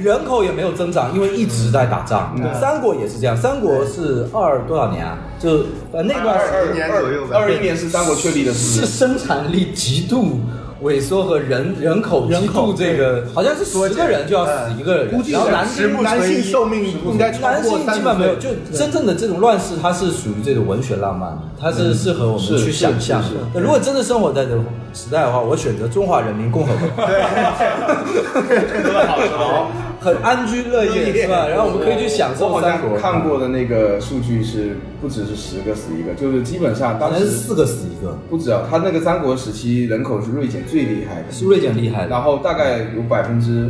[SPEAKER 2] 人口也没有增长，因为一直在打仗。
[SPEAKER 4] 嗯
[SPEAKER 2] 三国也是这样，三国是二多少年啊？就呃那段时间
[SPEAKER 1] 一年左右吧
[SPEAKER 5] 二一年是三国确立的是
[SPEAKER 2] 是
[SPEAKER 5] 不是？
[SPEAKER 2] 生产力极度萎缩和人人口极
[SPEAKER 4] 人口
[SPEAKER 2] 度这个，好像是十个人就要死一个人，
[SPEAKER 4] 估计
[SPEAKER 2] 然后男
[SPEAKER 1] 是
[SPEAKER 2] 性
[SPEAKER 1] 实不
[SPEAKER 4] 男
[SPEAKER 1] 存
[SPEAKER 4] 性
[SPEAKER 1] 疑
[SPEAKER 4] 寿命应该超
[SPEAKER 2] 男
[SPEAKER 4] 过
[SPEAKER 2] 性
[SPEAKER 4] 三
[SPEAKER 2] 基
[SPEAKER 4] 十
[SPEAKER 2] 本没有，
[SPEAKER 4] 岁
[SPEAKER 2] 就真正的这种乱世，它是属于这种文学浪漫的，它是适合我们
[SPEAKER 5] 是
[SPEAKER 2] 去想象的
[SPEAKER 4] 嗯
[SPEAKER 5] 是是是。
[SPEAKER 2] 那如果真的生活在这种时代的话，我选择中华人民共和国，
[SPEAKER 5] 好，
[SPEAKER 2] 很安居乐业是吧？然后我们可以去享
[SPEAKER 5] 我
[SPEAKER 2] 受
[SPEAKER 5] 好
[SPEAKER 2] 三
[SPEAKER 5] 像
[SPEAKER 2] 国，
[SPEAKER 5] 看过的那个数据是不只是十个死一个，就是基本上
[SPEAKER 2] 可
[SPEAKER 5] 当
[SPEAKER 2] 能是
[SPEAKER 5] 时
[SPEAKER 2] 四个死一个，
[SPEAKER 5] 不止啊，他那个三国时期人口是锐减最厉害的，
[SPEAKER 2] 是瑞典厉害的
[SPEAKER 5] 然。后大概有百分之，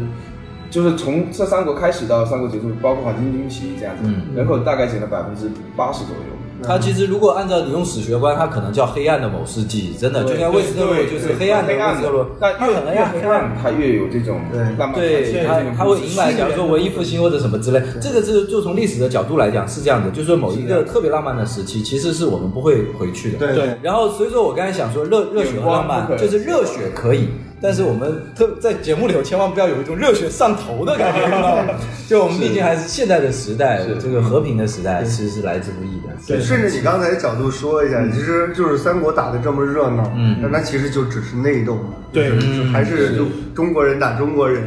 [SPEAKER 5] 就是从这三国开始到三国结束，包括黄巾军起义这样子，
[SPEAKER 2] 嗯
[SPEAKER 5] 人口大概减了百分之八十左右。
[SPEAKER 2] 它其实如果按照你用史学观，它可能叫黑暗的某世纪，真的就像卫斯特洛就是黑暗的
[SPEAKER 5] 黑
[SPEAKER 2] 卫
[SPEAKER 5] 暗
[SPEAKER 2] 斯特洛，
[SPEAKER 5] 但
[SPEAKER 2] 它
[SPEAKER 5] 越
[SPEAKER 2] 很黑
[SPEAKER 5] 越
[SPEAKER 2] 暗，
[SPEAKER 5] 黑暗，它越有这种
[SPEAKER 1] 对
[SPEAKER 5] 浪漫的
[SPEAKER 2] 对
[SPEAKER 5] 这
[SPEAKER 2] 它
[SPEAKER 5] 种
[SPEAKER 2] 它会迎来，假如说文艺复兴或者什么之类，这个是就从历史的角度来讲是这样的，就是说某一个特别浪漫的时期，其实是我们不会回去的。
[SPEAKER 1] 对
[SPEAKER 2] 然后所以说我刚才想说热热血和浪
[SPEAKER 5] 眼光不
[SPEAKER 2] 漫，
[SPEAKER 5] 可
[SPEAKER 2] 就是热血可以，但是我们特在节目里头千万不要有一种热血上头的感觉，你知道吗？ 就我们毕竟还是现代的时代，这个和平的时代其实是来之不易的。
[SPEAKER 1] 对，顺着你刚才角度说一下，其实就是三国打得这么热闹，嗯，但它其实就只是内斗嘛，
[SPEAKER 4] 对
[SPEAKER 1] 就是还是就中国人打中国人，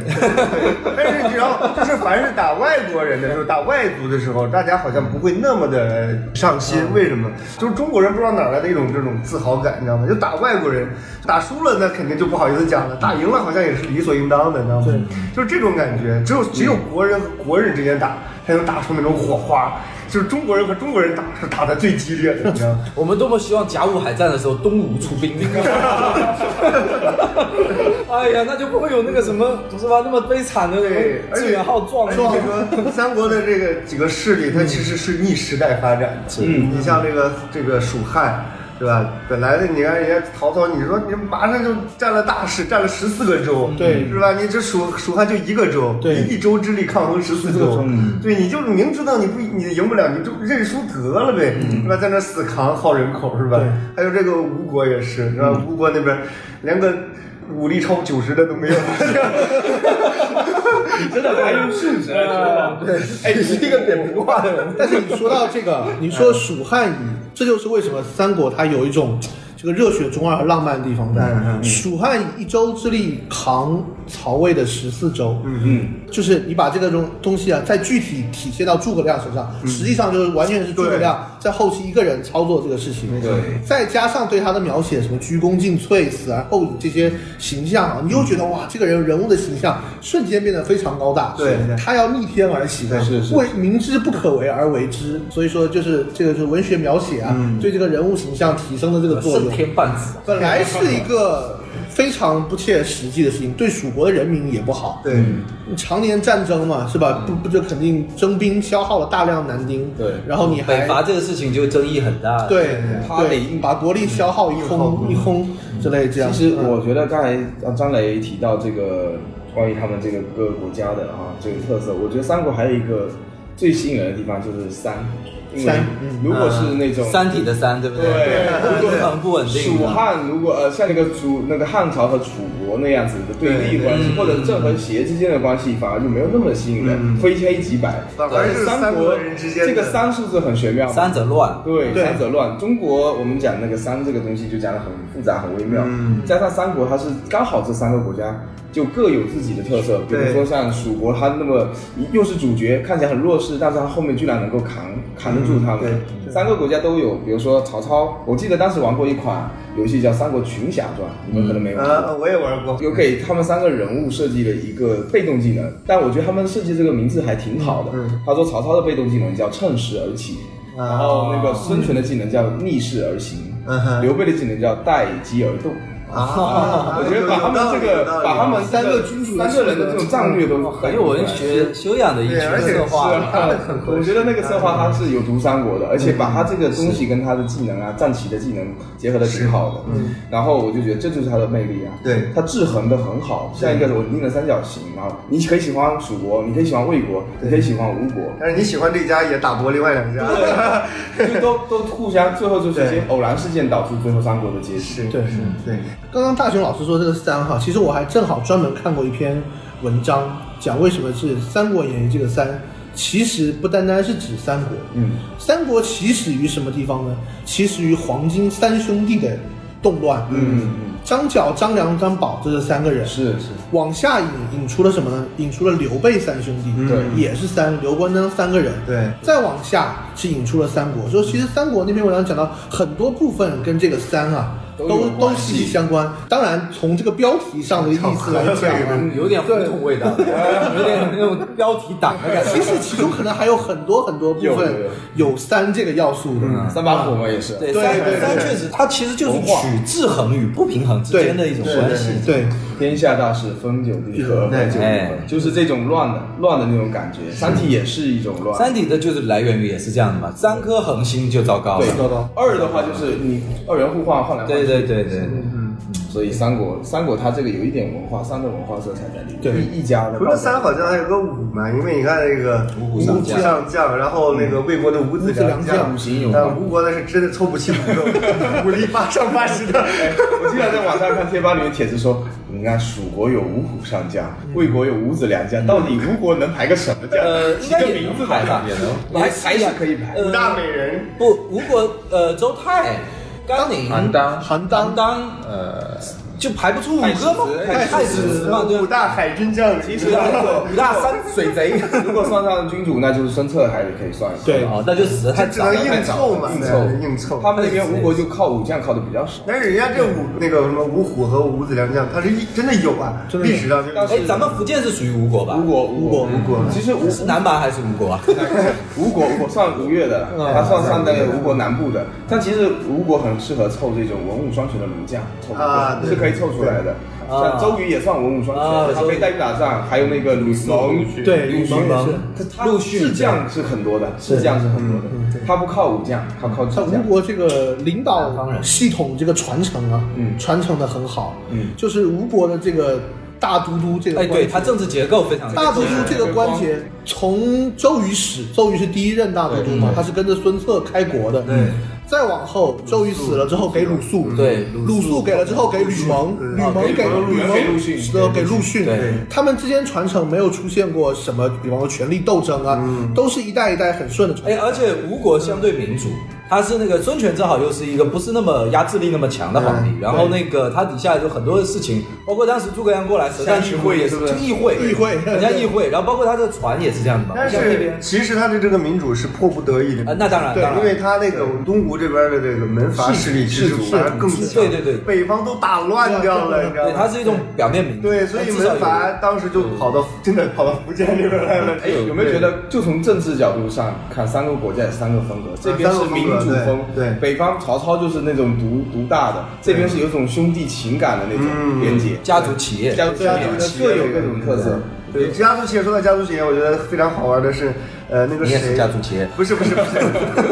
[SPEAKER 1] 但是只要就是凡是打外国人的时候，打外族的时候，大家好像不会那么的上心，为什么？就是中国人不知道哪来的一种这种自豪感，你知道吗？就打外国人，打输了那肯定就不好意思讲了，打赢了好像也是理所应当的，你知道吗？就是这种感觉，只有只有国人和国人之间打，才能打出那种火花。就是中国人和中国人打是打的最激烈的，你知道吗？
[SPEAKER 2] 我们多么希望甲午海战的时候东吴出 兵！哎呀，那就不会有那个什么，是吧？那么悲惨的
[SPEAKER 1] 对，而
[SPEAKER 2] 郑
[SPEAKER 1] 且
[SPEAKER 2] 元浩撞
[SPEAKER 1] 撞说三国的这个几个势力，它其实是逆时代发展的。嗯，你像这个这个蜀汉，对吧？本来的你看人家曹操，你说你马上就占了大势，占了十四个州，
[SPEAKER 4] 对
[SPEAKER 1] 是吧？你这蜀蜀汉就一个州，
[SPEAKER 4] 对
[SPEAKER 1] 一州之力抗衡十四州，嗯对，你就是明知道你不你赢不了，你就认输得了呗，是吧？在那死扛耗人口，是吧？还有这个吴国也是，是吧？吴国那边连个。武力超九十的都没 有，
[SPEAKER 5] 真的太有素质了。
[SPEAKER 1] 哎，你是一个扁平化的人。
[SPEAKER 4] 但是你说到这个，你说蜀汉语，这就是为什么三国它有一种这个热血中二和浪漫的地方
[SPEAKER 1] 嗯嗯
[SPEAKER 4] 在。蜀汉以一州之力扛曹魏的十四州，嗯嗯，就是你把这个东东西啊，再具体体现到诸葛亮身上，实际上就是完全是诸葛亮在后期一个人操作这个事情。
[SPEAKER 5] 对
[SPEAKER 4] 再加上对他的描写，什么鞠躬尽瘁、死而后已这些形象啊，你又觉得哇，这个人人物的形象瞬间变得非常高大。
[SPEAKER 1] 对对
[SPEAKER 4] 他要逆天而行啊，
[SPEAKER 5] 是是
[SPEAKER 4] 为明知不可为而为之。所以说，就是这个就是文学描写啊，对这个人物形象提升的这个作
[SPEAKER 2] 胜
[SPEAKER 4] 用，
[SPEAKER 2] 天半子。
[SPEAKER 4] 本来是一个非常不切实际的事情，对蜀国的人民也不好。
[SPEAKER 1] 对，
[SPEAKER 4] 常年战争嘛，是吧？不不就肯定征兵消耗了大量男丁，
[SPEAKER 5] 对
[SPEAKER 4] 然后你还
[SPEAKER 2] 北伐这个事情就争议很大。，
[SPEAKER 4] 对
[SPEAKER 5] 他得
[SPEAKER 4] 对，把国力消耗一空一空之类这样。
[SPEAKER 5] 其实
[SPEAKER 1] 嗯
[SPEAKER 5] 我觉得刚才啊张雷提到这个关于他们这个各个国家的啊这个特色，我觉得三国还有一个最吸引人的地方就是山，因为
[SPEAKER 4] 山嗯
[SPEAKER 5] 如果是那种
[SPEAKER 2] 啊三体的三，对不对？
[SPEAKER 5] 对，
[SPEAKER 2] 平衡不稳定
[SPEAKER 5] 蜀
[SPEAKER 2] 的。
[SPEAKER 5] 汉如果呃像那个楚那个汉朝和楚国那样子的对立关系，或者正和邪之间的关系，反而就没有那么吸引
[SPEAKER 2] 嗯
[SPEAKER 5] 人，非黑即白。
[SPEAKER 1] 反而嗯是
[SPEAKER 5] 三
[SPEAKER 1] 三
[SPEAKER 5] 国
[SPEAKER 1] 国人之间的
[SPEAKER 5] 这个三数字很玄妙嘛，
[SPEAKER 2] 三者乱，
[SPEAKER 5] 对，
[SPEAKER 4] 对
[SPEAKER 5] 三者乱。中国我们讲那个三这个东西就讲得很复杂、很微妙，加上三国它是刚好这三个国家就各有自己的特色。比如
[SPEAKER 1] 对
[SPEAKER 5] 说像蜀国，它那么又是主角，看起来很弱势，但是它后面居然能够扛扛得住他们。三个国家都有，比如说曹操，我记得当时玩过一款游戏叫《三国群侠传》，你们可能没玩过。
[SPEAKER 1] 呃，我也玩过，
[SPEAKER 5] 有给他们三个人物设计了一个被动技能，但我觉得他们设计这个名字还挺好的。
[SPEAKER 1] 嗯
[SPEAKER 5] 他说曹操的被动技能叫趁势而起，
[SPEAKER 1] 啊
[SPEAKER 5] 然后那个孙权的技能叫逆势而行，
[SPEAKER 1] 嗯哼
[SPEAKER 5] 刘备的技能叫待机而动。
[SPEAKER 1] 啊
[SPEAKER 5] 我觉得把他们这
[SPEAKER 1] 有道理
[SPEAKER 5] 个
[SPEAKER 1] 有道，理
[SPEAKER 5] 把他们三个
[SPEAKER 4] 有道理
[SPEAKER 5] 君主、三个人的这种战略都
[SPEAKER 2] 很有文学修养的一
[SPEAKER 1] 对而且
[SPEAKER 2] 群策
[SPEAKER 1] 是
[SPEAKER 2] 划
[SPEAKER 1] 啊。他们很合适
[SPEAKER 5] 我觉得那个策划他是有读三国的，而且把他这个东西跟他的技能啊、战旗的技能结合的挺好的。嗯，然后我就觉得这就是他的魅力啊。
[SPEAKER 1] 对
[SPEAKER 5] 他制衡的很好，像一个稳定的三角形。然后你可以喜欢蜀国，你可以喜欢魏国，你可以喜欢吴国，
[SPEAKER 1] 但是你喜欢这家也打不过另外两家，
[SPEAKER 5] 就都都互相，最后就是一些
[SPEAKER 1] 对
[SPEAKER 5] 偶然事件导致最后三国的结局。
[SPEAKER 1] 是，
[SPEAKER 4] 对，
[SPEAKER 1] 对，
[SPEAKER 4] 刚刚大雄老师说这个三哈，其实我还正好专门看过一篇文章，讲为什么是《三国演义》这个三，其实不单单是指三国，
[SPEAKER 5] 嗯，
[SPEAKER 4] 三国起始于什么地方呢？起始于黄巾三兄弟的动乱，
[SPEAKER 5] 嗯嗯嗯，
[SPEAKER 4] 张角、张良、张宝这是三个人，
[SPEAKER 5] 是是，
[SPEAKER 4] 往下引引出了什么呢？引出了刘备三兄弟，
[SPEAKER 5] 对
[SPEAKER 4] 也是三，刘关张三个人，
[SPEAKER 1] 对
[SPEAKER 4] 再往下是引出了三国，就其实三国那篇文章讲到很多部分跟这个三啊。
[SPEAKER 5] 都
[SPEAKER 4] 都
[SPEAKER 5] 有
[SPEAKER 4] 都
[SPEAKER 5] 关系
[SPEAKER 4] 息息相关。当然，从这个标题上的意思来讲啊，
[SPEAKER 2] 有点胡同味道， 有点那种标题党的感
[SPEAKER 4] 其
[SPEAKER 2] 觉。
[SPEAKER 4] 实其中可能还有很多很多部
[SPEAKER 5] 有嗯
[SPEAKER 4] 分有三这个要素的。
[SPEAKER 5] 三把火嘛也是。
[SPEAKER 2] 对
[SPEAKER 4] 对
[SPEAKER 2] 三
[SPEAKER 4] 对对
[SPEAKER 2] 三确实，它其实就是
[SPEAKER 5] 文化
[SPEAKER 2] 取制衡与不平衡之间的一种
[SPEAKER 1] 对
[SPEAKER 2] 关系。
[SPEAKER 4] 对，
[SPEAKER 5] 天下大事，分久必合，合久必
[SPEAKER 2] 哎
[SPEAKER 5] 分，就是这种乱的乱的那种感觉。三体也是一种乱，
[SPEAKER 2] 三体的就是来源于也是这样的嘛，三颗恒星就糟糕了
[SPEAKER 5] 对。
[SPEAKER 4] 糟糕
[SPEAKER 5] 二的话就是你二元互换换来换
[SPEAKER 2] 对
[SPEAKER 5] 去
[SPEAKER 2] 对对对，
[SPEAKER 5] 所以三国三国它这个有一点文化，三的文化色彩在里面。
[SPEAKER 4] 对
[SPEAKER 5] 一一家的
[SPEAKER 1] 除了三，好像还有个五嘛，因为你看那个
[SPEAKER 2] 五虎上将
[SPEAKER 1] 虎上将，然后那个魏国的五子良
[SPEAKER 5] 五行有
[SPEAKER 1] 但吴国的是真的凑不齐五个，武力八上八十 的。
[SPEAKER 5] 哎我经常在网上看贴吧里面帖子说，你看蜀国有五虎上将，魏国有五子良将，到底吴国能排个什么将？
[SPEAKER 2] 呃，应
[SPEAKER 5] 几
[SPEAKER 2] 该
[SPEAKER 5] 个
[SPEAKER 2] 也
[SPEAKER 5] 名字
[SPEAKER 2] 能排吧，
[SPEAKER 3] 也能
[SPEAKER 5] 还还是可以排。
[SPEAKER 2] 呃
[SPEAKER 1] 五大美人，
[SPEAKER 2] 不，吴国呃，周泰、甘宁、
[SPEAKER 3] 韩当
[SPEAKER 4] 韩
[SPEAKER 2] 当
[SPEAKER 4] 当
[SPEAKER 2] 当
[SPEAKER 3] 呃，
[SPEAKER 2] 就排不出五个吗？
[SPEAKER 5] 太
[SPEAKER 2] 太子嘛，对
[SPEAKER 1] 五
[SPEAKER 2] 吧？
[SPEAKER 1] 大海军将领，
[SPEAKER 5] 其实
[SPEAKER 2] 对啊五大三水贼，
[SPEAKER 5] 如果算上君主，那就是孙策还是可以算一下。
[SPEAKER 4] 对
[SPEAKER 2] 哦，那就死的太
[SPEAKER 1] 这只
[SPEAKER 2] 早
[SPEAKER 1] 能
[SPEAKER 2] 了。
[SPEAKER 1] 硬凑嘛，
[SPEAKER 5] 硬凑
[SPEAKER 1] 硬凑。
[SPEAKER 5] 他们那边吴国就靠武将靠的比较少。
[SPEAKER 1] 但是人家这五那个什么五虎和五子良将，他是一真的有啊，
[SPEAKER 4] 真的有
[SPEAKER 1] 历史上就
[SPEAKER 5] 但是
[SPEAKER 2] 哎，咱们福建是属于吴国吧？
[SPEAKER 5] 吴国，吴国，吴国。其实吴
[SPEAKER 2] 是南蛮还是吴国啊？
[SPEAKER 5] 吴国，吴国算吴越的，
[SPEAKER 2] 嗯
[SPEAKER 5] 他算算那个吴国南部的。但其实吴国很适合凑这种文武双全的儒将，凑
[SPEAKER 1] 啊对
[SPEAKER 5] 是可以凑出来的。
[SPEAKER 2] 啊
[SPEAKER 5] 像周瑜也算文武双
[SPEAKER 2] 啊
[SPEAKER 5] 全，他
[SPEAKER 2] 周瑜
[SPEAKER 5] 可以带兵打仗，还有那个鲁蒙，
[SPEAKER 4] 对
[SPEAKER 5] 鲁
[SPEAKER 4] 鲁蒙也是
[SPEAKER 5] 他他
[SPEAKER 2] 陆嗯逊
[SPEAKER 5] 士将是很多的，士将是很多的。他不靠武将，他靠
[SPEAKER 4] 在
[SPEAKER 5] 智
[SPEAKER 4] 吴
[SPEAKER 2] 嗯
[SPEAKER 5] 将。
[SPEAKER 4] 国这个领
[SPEAKER 2] 南方
[SPEAKER 4] 导
[SPEAKER 2] 人
[SPEAKER 4] 系统这个传承啊，
[SPEAKER 5] 嗯
[SPEAKER 4] 传承的很好，
[SPEAKER 5] 嗯
[SPEAKER 4] 就是吴国的这个大都督这个
[SPEAKER 2] 哎，
[SPEAKER 4] 官
[SPEAKER 2] 对，
[SPEAKER 4] 职，
[SPEAKER 2] 它政治结构非常
[SPEAKER 4] 大都督这个官阶从周瑜始，周瑜是第一任大都督
[SPEAKER 2] 嗯
[SPEAKER 4] 嘛，他是跟着孙策开国的，对，再往后周瑜死了之后给鲁肃，
[SPEAKER 2] 对鲁
[SPEAKER 4] 鲁
[SPEAKER 2] 肃
[SPEAKER 4] 肃给了之后给吕蒙，
[SPEAKER 1] 嗯
[SPEAKER 4] 吕蒙给
[SPEAKER 5] 蒙
[SPEAKER 4] 吕
[SPEAKER 5] 给陆
[SPEAKER 4] 蒙
[SPEAKER 5] 逊
[SPEAKER 4] 死了给陆逊
[SPEAKER 2] 对，
[SPEAKER 4] 他们之间传承没有出现过什么，比方说权力斗争啊，都是一代一代很顺的传
[SPEAKER 2] 嗯哎，
[SPEAKER 4] 承。
[SPEAKER 2] 而且吴国相对民主，它是那个孙权正好又是一个不是那么压制力那么强的皇帝，然后那个他底下有很多的事情，包括当时诸葛亮过来舌战群儒也
[SPEAKER 5] 是不是
[SPEAKER 2] 就议会，
[SPEAKER 4] 议会
[SPEAKER 2] 人家议会，然后包括他的船也是这样的嘛，
[SPEAKER 1] 但
[SPEAKER 2] 像那边
[SPEAKER 1] 是其实他的这个民主是迫不得已的
[SPEAKER 2] 啊，那当然
[SPEAKER 4] 对
[SPEAKER 2] 当
[SPEAKER 1] 因
[SPEAKER 2] 然，
[SPEAKER 1] 为他那个东吴这边的这个门阀势力其实反而更强，
[SPEAKER 2] 对对对
[SPEAKER 1] 北方都打乱掉了，你知道
[SPEAKER 2] 对，它
[SPEAKER 1] 吗？
[SPEAKER 2] 是一种表面民主，
[SPEAKER 1] 对，所以
[SPEAKER 2] 但至少
[SPEAKER 1] 门
[SPEAKER 2] 有
[SPEAKER 1] 阀当时就跑到真的跑到福建这边来了。
[SPEAKER 5] 哎，有没有觉得，就从政治角度上看，三个国家有三个风格，这边是民主
[SPEAKER 1] 啊三个
[SPEAKER 5] 风
[SPEAKER 1] 风格，对对
[SPEAKER 5] 北方曹操就是那种独独大的，这边是有一种兄弟情感的那种
[SPEAKER 1] 嗯
[SPEAKER 5] 连结，
[SPEAKER 2] 家族企业，
[SPEAKER 5] 家族
[SPEAKER 1] 家族
[SPEAKER 5] 企
[SPEAKER 1] 企
[SPEAKER 5] 业
[SPEAKER 1] 业
[SPEAKER 5] 各有各种特色。
[SPEAKER 1] 对，家族企业说到家族企业，我觉得非常好玩的是，呃，那个
[SPEAKER 2] 你也
[SPEAKER 1] 谁，
[SPEAKER 2] 是家族企业
[SPEAKER 1] 不是不是不 是，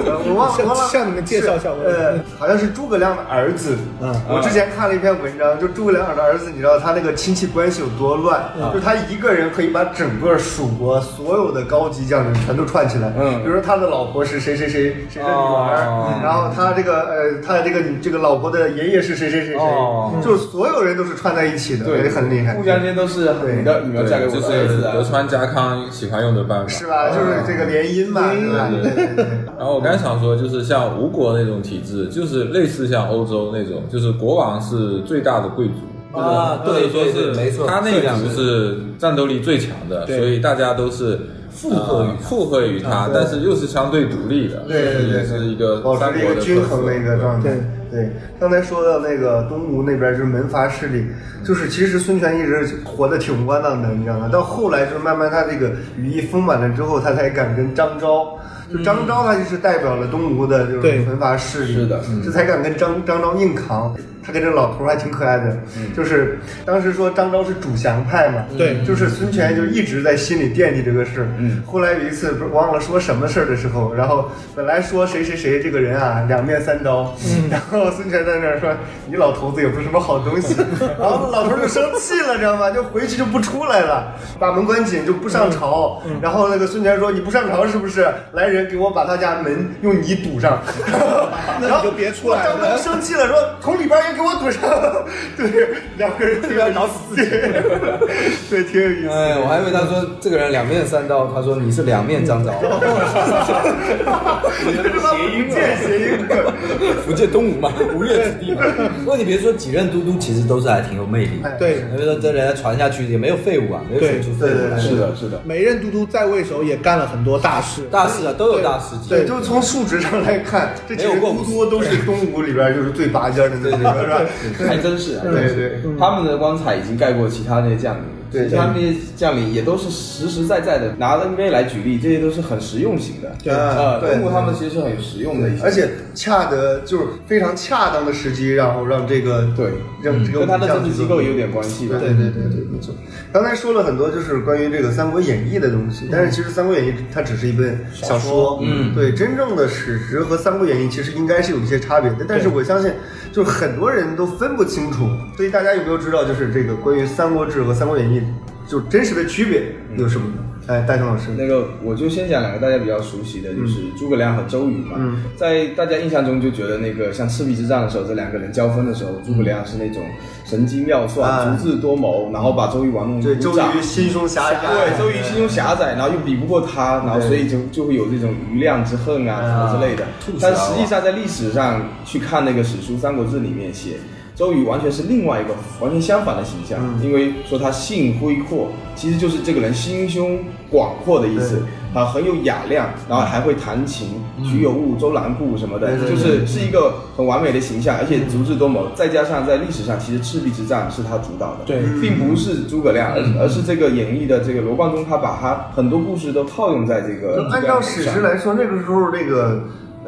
[SPEAKER 1] 呃我忘了我忘了，
[SPEAKER 4] 向你们介绍一下我
[SPEAKER 1] 是呃，好像是诸葛亮的儿子。
[SPEAKER 4] 嗯
[SPEAKER 2] 啊
[SPEAKER 1] 我之前看了一篇文章，就诸葛亮的儿子，你知道他那个亲戚关系有多乱？
[SPEAKER 2] 嗯
[SPEAKER 1] 就是他一个人可以把整个蜀国所有的高级将领全都串起来。
[SPEAKER 5] 嗯
[SPEAKER 1] 比如说他的老婆是谁谁谁谁的女
[SPEAKER 2] 哦
[SPEAKER 1] 儿，然后他这个呃，他这个这个老婆的爷爷是谁谁谁谁
[SPEAKER 2] 哦，
[SPEAKER 1] 就是所有人都是串在一起的，
[SPEAKER 5] 对，
[SPEAKER 1] 很厉害。
[SPEAKER 5] 互相间都是你的，你要嫁给我
[SPEAKER 3] 就
[SPEAKER 5] 的
[SPEAKER 3] 是
[SPEAKER 5] 儿子啊
[SPEAKER 3] 德。川家康喜欢用的办法。
[SPEAKER 1] 是吧？就是这个联姻嘛，对吧？对对对。
[SPEAKER 3] 然后我刚才想说，就是像吴国那种体制，就是类似像欧洲那种，就是国王是最大的贵族
[SPEAKER 2] 啊
[SPEAKER 3] 或者
[SPEAKER 2] 对
[SPEAKER 3] 说
[SPEAKER 2] 对对
[SPEAKER 3] 是
[SPEAKER 2] 没错
[SPEAKER 3] 他那
[SPEAKER 2] 这样
[SPEAKER 3] 一族是战斗力最强的，所以大家都是附和于附和于他，但是又是相对独立的，
[SPEAKER 1] 对对对，
[SPEAKER 3] 所以也是一 个
[SPEAKER 1] 保持
[SPEAKER 3] 三
[SPEAKER 1] 了
[SPEAKER 3] 国
[SPEAKER 1] 一
[SPEAKER 3] 的
[SPEAKER 1] 个
[SPEAKER 3] 特
[SPEAKER 1] 均衡的一个
[SPEAKER 3] 色
[SPEAKER 1] 状态
[SPEAKER 4] 对。
[SPEAKER 1] 对，刚才说到那个东吴那边就是门阀势力，就是其实孙权一直活得挺窝囊的，你知道吗？到后来就是慢慢他这个羽翼丰满了之后，他才敢跟张昭。就张昭，他就是代表了东吴的这
[SPEAKER 4] 对
[SPEAKER 1] 种门阀势力，
[SPEAKER 5] 是的
[SPEAKER 1] 这才敢跟张张昭硬扛。他跟这老头儿还挺可爱的，就是当时说张昭是主降派嘛，
[SPEAKER 4] 对
[SPEAKER 1] 就是孙权就一直在心里惦记这个事儿。
[SPEAKER 5] 嗯
[SPEAKER 1] 后来有一次不是忘了说什么事儿的时候，然后本来说谁谁谁这个人啊两面三刀， 然后孙权在那儿说你老头子也不是什么好东西，然后老头儿就生气了，知道吗？就回去就不出来了，把门关紧就不上朝。然后那个孙权说你不上朝是不是？来人给我把他家门用泥堵上， 然后
[SPEAKER 4] 那你就别出来了
[SPEAKER 1] 张昭生气了说从里边也给我堵上，对，两个人这边搞死自己， 对，挺有意思的。
[SPEAKER 2] 哎，我还以为他说这个人两面三刀，他说你是两面张昭，
[SPEAKER 1] 这他妈
[SPEAKER 5] 啊
[SPEAKER 1] 不见谐音梗。
[SPEAKER 2] 福建东吴嘛，吴越子弟嘛。不过你别说几任都督，其实都是还挺有魅力的。
[SPEAKER 4] 对
[SPEAKER 2] 因为说这人家传下去也没有废物啊，没有选出废
[SPEAKER 1] 哎对对
[SPEAKER 2] 物
[SPEAKER 1] 对
[SPEAKER 2] 来。
[SPEAKER 5] 是的，是的，
[SPEAKER 4] 每任都督在位时候也干了很多大事，
[SPEAKER 2] 大事啊，都有大事情。
[SPEAKER 1] 对，就从数值上来看，这几个都督都是东吴里边就是最拔尖的那个，是吧？
[SPEAKER 5] 还真是啊。
[SPEAKER 1] 对对，
[SPEAKER 5] 他们的光彩已经盖过其他那些将领。
[SPEAKER 1] 对
[SPEAKER 5] 他们那些将领也都是实实在在的，拿 NBA 来举例，这些都是很实用型的。
[SPEAKER 1] 对啊
[SPEAKER 5] 呃，
[SPEAKER 1] 对
[SPEAKER 5] 中国他们其实是很有实用的一些，
[SPEAKER 1] 而且恰得就是非常恰当的时机，然后让这个
[SPEAKER 5] 对
[SPEAKER 1] 让这个
[SPEAKER 5] 跟他的
[SPEAKER 1] 武将
[SPEAKER 5] 政治
[SPEAKER 1] 去
[SPEAKER 5] 机
[SPEAKER 1] 做
[SPEAKER 5] 构也有点关系吧。
[SPEAKER 1] 对对对对，没错。刚才说了很多就是关于这个《三国演义》的东西，但是其实《三国演义》它只是一本小说，嗯，对，真正的史实和《三国演义》其实应该是有一些差别的，但是我相信就是很多人都分不清楚，所以大家有没有知道就是这个关于《三国志》和《三国演义》就真实的区别有什么呢？哎，戴腾老师，
[SPEAKER 5] 那个，我就先讲两个大家比较熟悉的，就是诸葛亮和周瑜嘛。
[SPEAKER 1] 嗯
[SPEAKER 5] 在大家印象中就觉得那个像赤壁之战的时候，这两个人交锋的时候，诸葛亮是那种神机妙
[SPEAKER 1] 啊
[SPEAKER 5] 算、足智多谋，然后把周瑜玩弄
[SPEAKER 1] 对，
[SPEAKER 5] 于
[SPEAKER 1] 周
[SPEAKER 5] 股掌。
[SPEAKER 1] 瑜心胸狭窄，
[SPEAKER 5] 对，周瑜心胸狭窄，然后又比不过他，然后
[SPEAKER 1] 对
[SPEAKER 5] 所以就就会有这种余量之恨啊什么之类的
[SPEAKER 2] 吐槽啊。
[SPEAKER 5] 但实际上在历史上去看那个史书《三国志》里面写，周瑜完全是另外一个完全相反的形象，
[SPEAKER 1] 嗯
[SPEAKER 5] 因为说他性恢阔，其实就是这个人心胸广阔的意思
[SPEAKER 1] 对。嗯
[SPEAKER 5] 啊，很有雅量，然后还会弹琴，徐有物、周郎顾什么的，
[SPEAKER 1] 对对嗯
[SPEAKER 5] 就是是一个很完美的形象，而且足智多谋。再加上在历史上，其实赤壁之战是他主导的，
[SPEAKER 4] 对
[SPEAKER 5] 并不是诸葛亮，而
[SPEAKER 1] 嗯
[SPEAKER 5] 而是这个演绎的这个罗贯中，他把他很多故事都套用在这
[SPEAKER 1] 就
[SPEAKER 5] 个。
[SPEAKER 1] 按照史实，来说，那个时候这个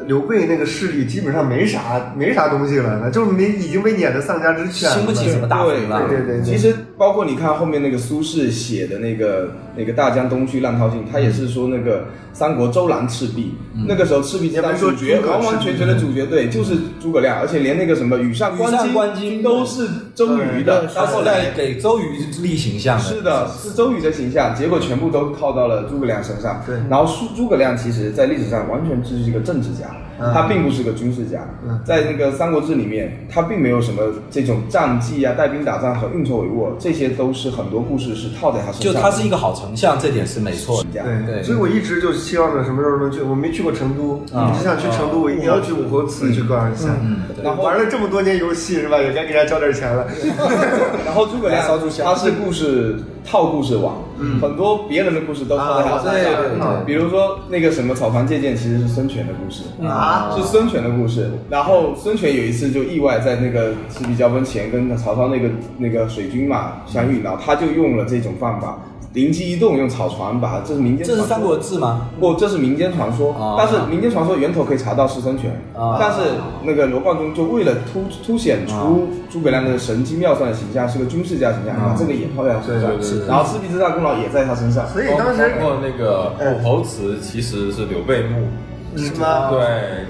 [SPEAKER 1] 刘备那个势力基本上没啥没啥东西了，那就是没已经被撵得丧家之犬了，
[SPEAKER 2] 兴不起什么大
[SPEAKER 5] 对
[SPEAKER 2] 风浪。
[SPEAKER 1] 对对对
[SPEAKER 5] 其实包括你看后面那个苏轼写的那个那个大江东去浪淘尽，他也是说那个三国周郎赤壁，
[SPEAKER 2] 嗯
[SPEAKER 5] 那个时候赤壁之
[SPEAKER 1] 也
[SPEAKER 5] 战
[SPEAKER 1] 不是说
[SPEAKER 5] 主角
[SPEAKER 1] 诸葛
[SPEAKER 5] 完完全全的主角对就是诸葛亮，而且连那个什么羽扇
[SPEAKER 2] 羽扇
[SPEAKER 5] 纶
[SPEAKER 2] 纶
[SPEAKER 5] 巾
[SPEAKER 2] 巾
[SPEAKER 5] 都是周瑜的，
[SPEAKER 2] 他
[SPEAKER 5] 到后
[SPEAKER 2] 是
[SPEAKER 5] 来
[SPEAKER 2] 在给周瑜立形象的，
[SPEAKER 5] 是的，是周瑜的形象，结果全部都套到了诸葛亮身上。
[SPEAKER 1] 对
[SPEAKER 5] 然后诸诸葛亮其实在历史上完全就是一个政治家，
[SPEAKER 1] 嗯
[SPEAKER 5] 他并不是个军事家。
[SPEAKER 1] 嗯
[SPEAKER 5] 在那个《三国志》里面，他并没有什么这种战绩啊、带兵打仗和运筹帷幄，这些都是很多故事是套在他身
[SPEAKER 2] 就
[SPEAKER 5] 上的。
[SPEAKER 2] 他是一个好丞相，这点是没错的。
[SPEAKER 5] 家。
[SPEAKER 1] 对，
[SPEAKER 2] 对
[SPEAKER 1] 所以我一直就希望着什么时候能去，我没去过成都，
[SPEAKER 2] 啊
[SPEAKER 1] 一直想去成都，我一定要去武侯祠去逛一下。对
[SPEAKER 5] 然后
[SPEAKER 1] 玩了这么多年游戏是吧，也该给人家交点 钱了。
[SPEAKER 5] 然后诸葛 亮
[SPEAKER 2] 来烧猪香
[SPEAKER 5] 他是故事套故事王，很多别人的故事都套在他
[SPEAKER 1] 嗯
[SPEAKER 5] 身
[SPEAKER 1] 啊对对对。
[SPEAKER 5] 上比如说那个什么草船借箭，其实是孙权的故事
[SPEAKER 2] 嗯
[SPEAKER 1] 啊
[SPEAKER 5] 是孙权的故事。然后孙权有一次就意外在那个赤壁交锋前跟曹操那个那个水军嘛相遇，然后他就用了这种办法，灵机一动用草船把这是民间
[SPEAKER 2] 这是《
[SPEAKER 5] 传说
[SPEAKER 2] 三国志》吗？
[SPEAKER 5] 不，这是民间传说，
[SPEAKER 2] 啊
[SPEAKER 5] 但是民间传说源头可以查到是孙权，
[SPEAKER 2] 啊
[SPEAKER 5] 但是那个罗贯中就为了突凸显出诸葛亮的神机妙算的形象是个军事家形象，把这个也套在他身
[SPEAKER 1] 对
[SPEAKER 5] 上
[SPEAKER 3] 对对，
[SPEAKER 5] 然后赤壁之战功劳也在他身上，
[SPEAKER 1] 所以当时
[SPEAKER 3] 包括那个武侯祠其实是刘备墓，
[SPEAKER 1] 嗯是吗？
[SPEAKER 3] 对，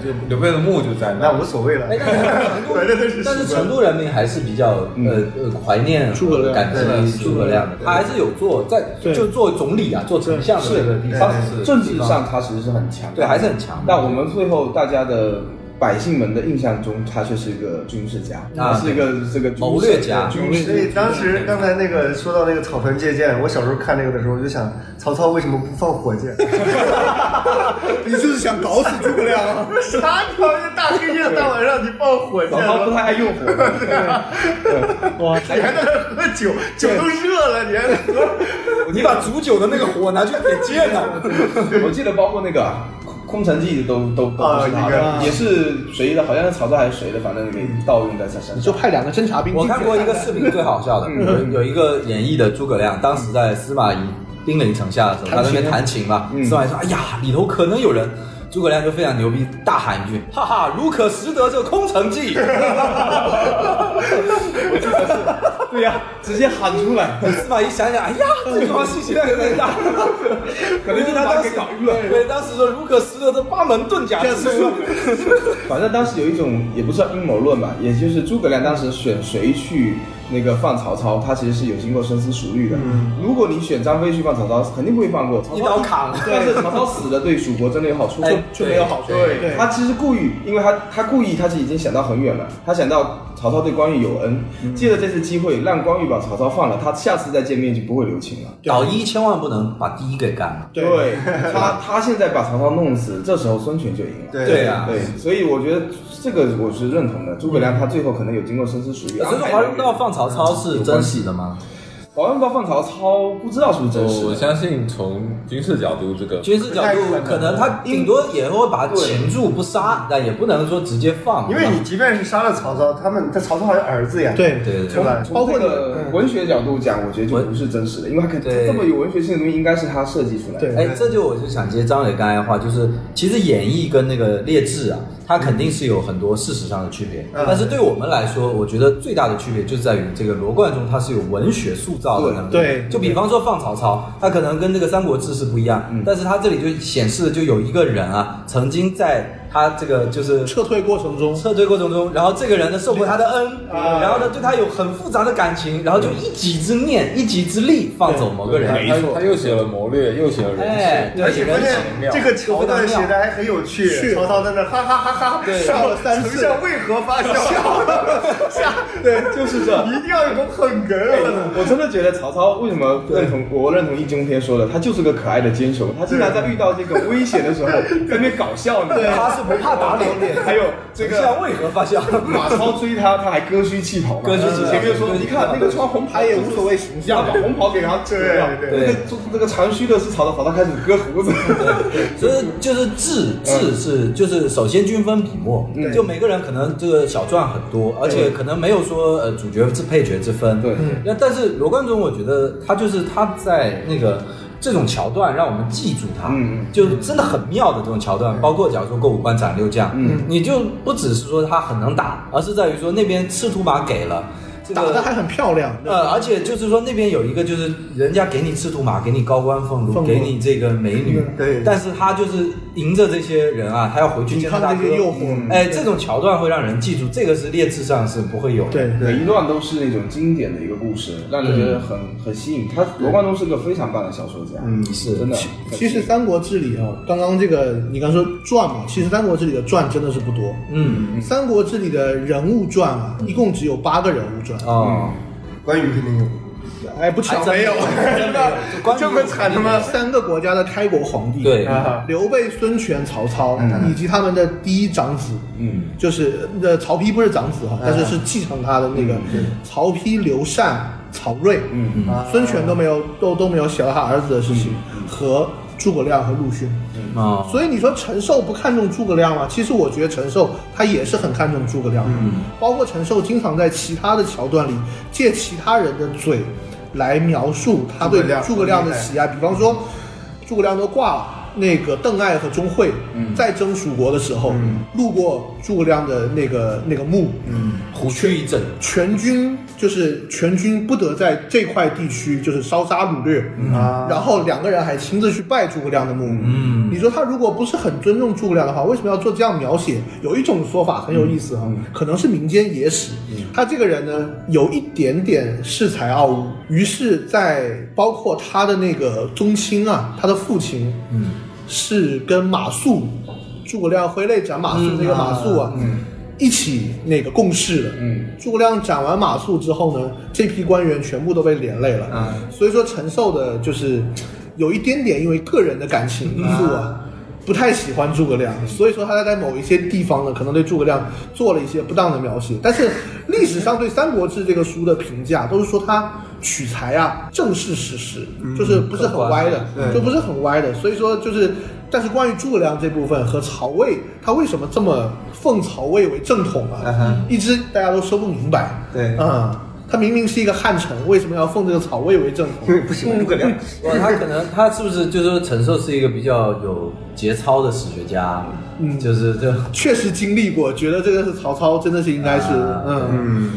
[SPEAKER 3] 就刘备的墓就在
[SPEAKER 1] 那
[SPEAKER 3] 啊那。
[SPEAKER 1] 无所谓了，
[SPEAKER 2] 哎 但是成都
[SPEAKER 1] 反正都是
[SPEAKER 2] 但是成都人民还是比较呃呃怀念
[SPEAKER 4] 诸葛亮
[SPEAKER 2] 感激诸葛亮的，他还是有做在
[SPEAKER 4] 对
[SPEAKER 2] 就做总理啊，做丞相的这个地
[SPEAKER 5] 他
[SPEAKER 2] 方，
[SPEAKER 3] 是
[SPEAKER 5] 政治上他其实是很强，
[SPEAKER 2] 对，还是很强的。
[SPEAKER 5] 但我们最后大家的百姓们的印象中，他却是一个军事家，
[SPEAKER 2] 啊
[SPEAKER 5] 他是一个这个军事
[SPEAKER 2] 谋略家
[SPEAKER 5] 军事
[SPEAKER 1] 所以当时刚才那个说到那个草船借箭，我小时候看那个的时候，我就想曹操为什么不放火箭？
[SPEAKER 4] 你就是想搞死诸葛亮啊？
[SPEAKER 1] 啥条件大黑夜的大晚上你放火箭
[SPEAKER 5] 曹操不
[SPEAKER 1] 了？
[SPEAKER 5] 太爱用火，
[SPEAKER 4] 哇，
[SPEAKER 1] 你还在那喝酒，酒都热了，你还在喝？
[SPEAKER 2] 你把煮酒的那个火拿去给箭了，
[SPEAKER 5] 我记得包括那个啊空城计都都都
[SPEAKER 1] 啊
[SPEAKER 5] 不是
[SPEAKER 1] 那
[SPEAKER 5] 他
[SPEAKER 1] 个
[SPEAKER 5] 的，也是谁的？好像是曹操还是谁的，反正给
[SPEAKER 2] 嗯
[SPEAKER 5] 盗用在他身
[SPEAKER 4] 你就
[SPEAKER 5] 上。
[SPEAKER 4] 派两个侦察兵进
[SPEAKER 2] 我
[SPEAKER 4] 去
[SPEAKER 2] 看过一个视频，最好笑的，有有一个演绎的诸葛亮，当时在司马懿兵临城下的时候，他在那边弹琴嘛，司马懿说：“哎呀，里头可能有人。”诸葛亮就非常牛逼，大喊一句：“ 哈哈，如可识得这空城 计！”
[SPEAKER 5] 对呀，直接喊出 来。
[SPEAKER 2] 司马懿想想，哎呀，这句话信息量有点大， 可能是他当时搞晕了。对，当时说如可识得这八门遁甲之 术。
[SPEAKER 5] 反正当时有一种也不是阴谋论吧，也就是诸葛亮当时选谁去那个放曹操，他其实是有经过深思熟虑的。如果你选张飞去放曹操，肯定不会放过曹操
[SPEAKER 2] 嗯一刀砍
[SPEAKER 5] 但是曹操死了对蜀国真的有好处，
[SPEAKER 2] 哎
[SPEAKER 5] 就就没有好处。
[SPEAKER 4] 对对
[SPEAKER 5] 他其实故意，因为他他故意他是已经想到很远了，他想到曹操对关羽有恩，
[SPEAKER 2] 嗯
[SPEAKER 5] 借着这次机会让关羽把曹操放了，他下次再见面就不会留情了。
[SPEAKER 2] 搞一千万不能把第一给干了。
[SPEAKER 4] 对
[SPEAKER 5] 他， 他现在把曹操弄死，这时候孙权就赢了。
[SPEAKER 1] 对
[SPEAKER 2] 对啊
[SPEAKER 5] 对，所以我觉得这个我是认同的。诸葛亮他最后可能有经过深思熟虑，
[SPEAKER 2] 所以说，
[SPEAKER 5] 安排
[SPEAKER 2] 华
[SPEAKER 5] 了
[SPEAKER 2] 容道放曹操是真实的吗？
[SPEAKER 5] 保万报放曹操不知道是不是真实
[SPEAKER 3] 我
[SPEAKER 5] 的
[SPEAKER 3] 我相信从军事角度，这个
[SPEAKER 2] 军事角度可能他顶多也会把他擒住不杀，但也不能说直接放，
[SPEAKER 1] 因为你即便是杀了曹操，他们他曹操还有儿子呀，
[SPEAKER 4] 对
[SPEAKER 2] 对对
[SPEAKER 1] 对
[SPEAKER 2] 对
[SPEAKER 1] 吧？
[SPEAKER 5] 从这个文学角度讲，我觉得就不是真实的，因为它肯
[SPEAKER 2] 对
[SPEAKER 5] 这么有文学性的东西，应该是他设计出来的。
[SPEAKER 4] 对
[SPEAKER 2] 哎，这就我就想接张磊刚才的话，就是其实演绎跟那个劣质啊，它肯定是有很多事实上的区别，但是对我们来说，我觉得最大的区别就在于这个罗贯中他是有文学塑造的能力。
[SPEAKER 4] 对对
[SPEAKER 2] 就比方说放曹操，他可能跟那个《三国志》是不一样，但是他这里就显示的就有一个人啊，曾经在他这个就是
[SPEAKER 4] 撤退过程中，
[SPEAKER 2] 撤退过程中，然后这个人呢受过他的恩，然后呢对他有很复杂的感情，然后就一己之念、一己之力放走某个人。
[SPEAKER 3] 他他又写了谋略，又写了人
[SPEAKER 2] 哎
[SPEAKER 3] 性，，
[SPEAKER 2] 对
[SPEAKER 1] 而且关键这个桥段写的还很有趣，
[SPEAKER 4] 是
[SPEAKER 1] 曹操在那哈哈哈哈
[SPEAKER 2] 对
[SPEAKER 1] 笑
[SPEAKER 4] 笑了三次
[SPEAKER 1] 丞相为何发笑？下
[SPEAKER 5] 对，就是这。
[SPEAKER 1] 一定要有个捧哏。
[SPEAKER 5] 我真的觉得曹操为什么认同我认同易中天说的，他就是个可爱的奸雄，他经常在遇到这个危险 的时候在那边搞笑呢。
[SPEAKER 2] 他是不怕打脸的。
[SPEAKER 5] 还有这
[SPEAKER 2] 丞
[SPEAKER 5] 个
[SPEAKER 2] 相为何发笑？
[SPEAKER 5] 马超追他，他还割须弃袍嘛，
[SPEAKER 2] 割须弃袍
[SPEAKER 5] 前面说你看那个穿红袍
[SPEAKER 4] 他也无所谓形
[SPEAKER 5] 你要把红袍给他扯掉，
[SPEAKER 1] 对
[SPEAKER 2] 对
[SPEAKER 5] 那个做那个长须的是曹操，曹操开始割胡子。
[SPEAKER 2] 所以就是智
[SPEAKER 5] 嗯
[SPEAKER 2] 智是就是首先均分笔墨，就每个人可能这个小赚很多，而且可能没有说呃主角之配角之分。
[SPEAKER 5] 对嗯
[SPEAKER 2] 那但是罗贯中，我觉得他就是他在那个。这种桥段让我们记住它，
[SPEAKER 5] 嗯嗯
[SPEAKER 2] 就真的很妙的这种桥段，包括假如说过五关斩六将，
[SPEAKER 5] 嗯
[SPEAKER 2] 你就不只是说他很能打，而是在于说那边赤兔马给了，这个
[SPEAKER 4] 打得还很漂亮。
[SPEAKER 2] 呃，而且就是说那边有一个，就是人家给你赤兔马，给你高官俸
[SPEAKER 4] 俸
[SPEAKER 2] 禄，
[SPEAKER 4] 禄
[SPEAKER 2] 给你这个美女，
[SPEAKER 1] 对
[SPEAKER 2] 但是他就是迎着这些人啊，他要回去见他大哥
[SPEAKER 4] 抵抗这些诱惑
[SPEAKER 2] 嗯哎，这种桥段会让人记住，这个是劣质上是不会有的。
[SPEAKER 4] 对，
[SPEAKER 5] 每一段都是那种经典的一个故事，让人觉得很很吸引。他罗贯中是个非常棒的小说家，
[SPEAKER 2] 嗯是
[SPEAKER 5] 真的。
[SPEAKER 4] 其实《三国志》里哦，刚刚这个你刚说传嘛，其实《三国志》里的传真的是不多，
[SPEAKER 2] 嗯，
[SPEAKER 4] 《三国志》里的人物传啊，一共只有八个人物传，
[SPEAKER 2] 哦，
[SPEAKER 1] 关羽肯定有，
[SPEAKER 4] 哎，不巧没有，
[SPEAKER 2] 关于
[SPEAKER 1] 这么惨的吗？
[SPEAKER 4] 三个国家的开国皇帝，
[SPEAKER 2] 对
[SPEAKER 1] 啊
[SPEAKER 4] 刘备、孙权、曹操，以及他们的第一长子，
[SPEAKER 5] 嗯，
[SPEAKER 4] 就是呃，曹丕不是长子哈，但是是继承他的那个曹丕、刘禅、曹睿，
[SPEAKER 5] 嗯
[SPEAKER 1] 啊
[SPEAKER 4] 孙权都没有都都没有写到他儿子的事情，和诸葛亮和陆逊。
[SPEAKER 2] 哦，
[SPEAKER 4] 所以你说陈寿不看重诸葛亮吗？其实我觉得陈寿他也是很看重诸葛亮的，包括陈寿经常在其他的桥段里借其他人的嘴来描述他对
[SPEAKER 1] 诸葛亮
[SPEAKER 4] 诸葛亮的喜爱，比方说诸葛亮都挂了。那个邓艾和钟会在争蜀国的时候，路过诸葛亮的那个那个墓，
[SPEAKER 2] 虎躯一震，
[SPEAKER 4] 全军就是全军不得在这块地区就是烧杀掳掠，
[SPEAKER 1] 啊
[SPEAKER 4] 然后两个人还亲自去拜诸葛亮的墓。嗯，你说他如果不是很尊重诸葛亮的话，为什么要做这样描写？有一种说法很有意思啊，可能是民间野史。他这个人呢，有一点点恃才傲物，于是，在包括他的那个宗亲啊，他的父亲，嗯，是跟马谡，诸葛亮挥泪斩马谡那个马谡啊，一起那个共事的。
[SPEAKER 5] 嗯，
[SPEAKER 4] 诸葛亮斩完马谡之后呢，这批官员全部都被连累了。所以说陈寿的就是有一点点因为个人的感情因素啊，不太喜欢诸葛亮，所以说他在某一些地方呢，可能对诸葛亮做了一些不当的描写。但是历史上对《三国志》这个书的评价都是说他取材啊正视史实，就是不是很歪的，就不是很歪的。所以说就是。但是关于诸葛亮这部分和曹魏，他为什么这么奉曹魏为正统啊？
[SPEAKER 1] 嗯哼
[SPEAKER 4] 一直大家都说不明白。
[SPEAKER 1] 对
[SPEAKER 4] 啊、他明明是一个汉臣，为什么要奉这个曹魏为正
[SPEAKER 1] 因为
[SPEAKER 4] 统？
[SPEAKER 1] 不喜欢诸葛亮。
[SPEAKER 2] 哇，他可能他是不是就是说陈寿是一个比较有节操的史学家？嗯，就是这
[SPEAKER 4] 确实经历过，觉得这个是曹操，真的是应该是，
[SPEAKER 2] 啊
[SPEAKER 4] 嗯，
[SPEAKER 1] 嗯，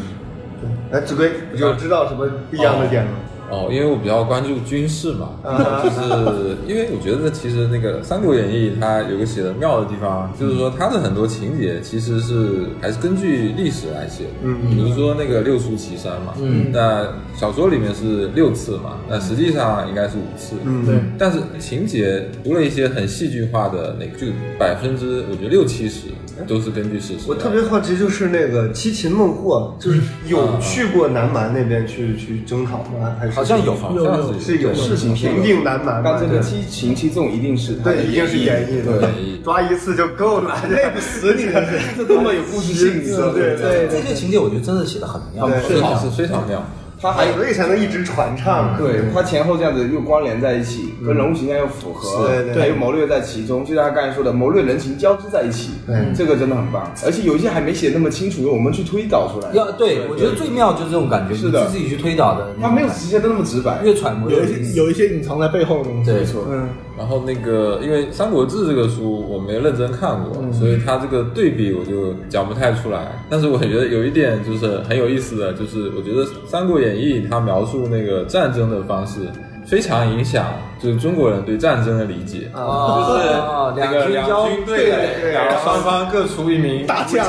[SPEAKER 1] 来子规，你有知道什么不一样的点吗？
[SPEAKER 3] 哦，因为我比较关注军事嘛，就是因为我觉得其实那个《三国演义》它有个写的妙的地方，就是说它的很多情节其实是还是根据历史来写的。
[SPEAKER 1] 嗯
[SPEAKER 3] 比如说那个六出祁山嘛，
[SPEAKER 2] 嗯
[SPEAKER 3] 那小说里面是六次嘛，那实际上应该是五次。
[SPEAKER 1] 嗯
[SPEAKER 4] 对，
[SPEAKER 3] 但是情节除了一些很戏剧化的那个，就百分之我觉得六七十都是根据事实来。
[SPEAKER 1] 我特别好奇，就是那个七擒孟获，就是有去过南蛮那边去去征讨吗？还是
[SPEAKER 2] 好像有
[SPEAKER 3] 好像
[SPEAKER 1] 是有
[SPEAKER 5] 事情是有
[SPEAKER 1] 平定南蛮吗
[SPEAKER 5] 刚才的七擒七纵一定是他的
[SPEAKER 1] 对，一定是演绎的，
[SPEAKER 3] 演
[SPEAKER 1] 对
[SPEAKER 3] 绎
[SPEAKER 1] 抓一次就够了，累不死你 了。啊
[SPEAKER 5] 这多么有故事性，你知道吗？
[SPEAKER 1] 对对
[SPEAKER 2] 这些情节，我觉得真的写的很妙。
[SPEAKER 1] 对
[SPEAKER 3] 非常是非常妙。
[SPEAKER 5] 它还
[SPEAKER 1] 所以才能一直传唱。
[SPEAKER 5] 嗯对它前后这样子又关联在一起，跟人物形象又符合，
[SPEAKER 1] 是对
[SPEAKER 5] 还有谋略在其中，就像他刚才说的，谋略人情交织在一起，
[SPEAKER 1] 对
[SPEAKER 5] 这个真的很棒。而且有一些还没写那么清楚，我们去推导出来，
[SPEAKER 2] 要对我觉得最妙就是这种感觉，
[SPEAKER 5] 是的
[SPEAKER 2] 你自己去推导的那种感觉，
[SPEAKER 5] 它没有直接的那么直白。
[SPEAKER 2] 越揣摩
[SPEAKER 4] 有
[SPEAKER 2] 越
[SPEAKER 4] 一些有一些隐藏在背后的东西。
[SPEAKER 2] 对
[SPEAKER 4] 嗯，
[SPEAKER 3] 然后那个，因为《三国志》这个书我没认真看过，
[SPEAKER 1] 嗯
[SPEAKER 3] 所以它这个对比我就讲不太出来。但是我觉得有一点就是很有意思的，就是我觉得《三国演义》它描述那个战争的方式，非常影响就是中国人对战争的理解。
[SPEAKER 1] 啊
[SPEAKER 2] 哦，
[SPEAKER 3] 那
[SPEAKER 2] 两
[SPEAKER 3] 个
[SPEAKER 2] 军
[SPEAKER 3] 两
[SPEAKER 2] 交，
[SPEAKER 3] 军对垒，然后双方各出一名
[SPEAKER 4] 大将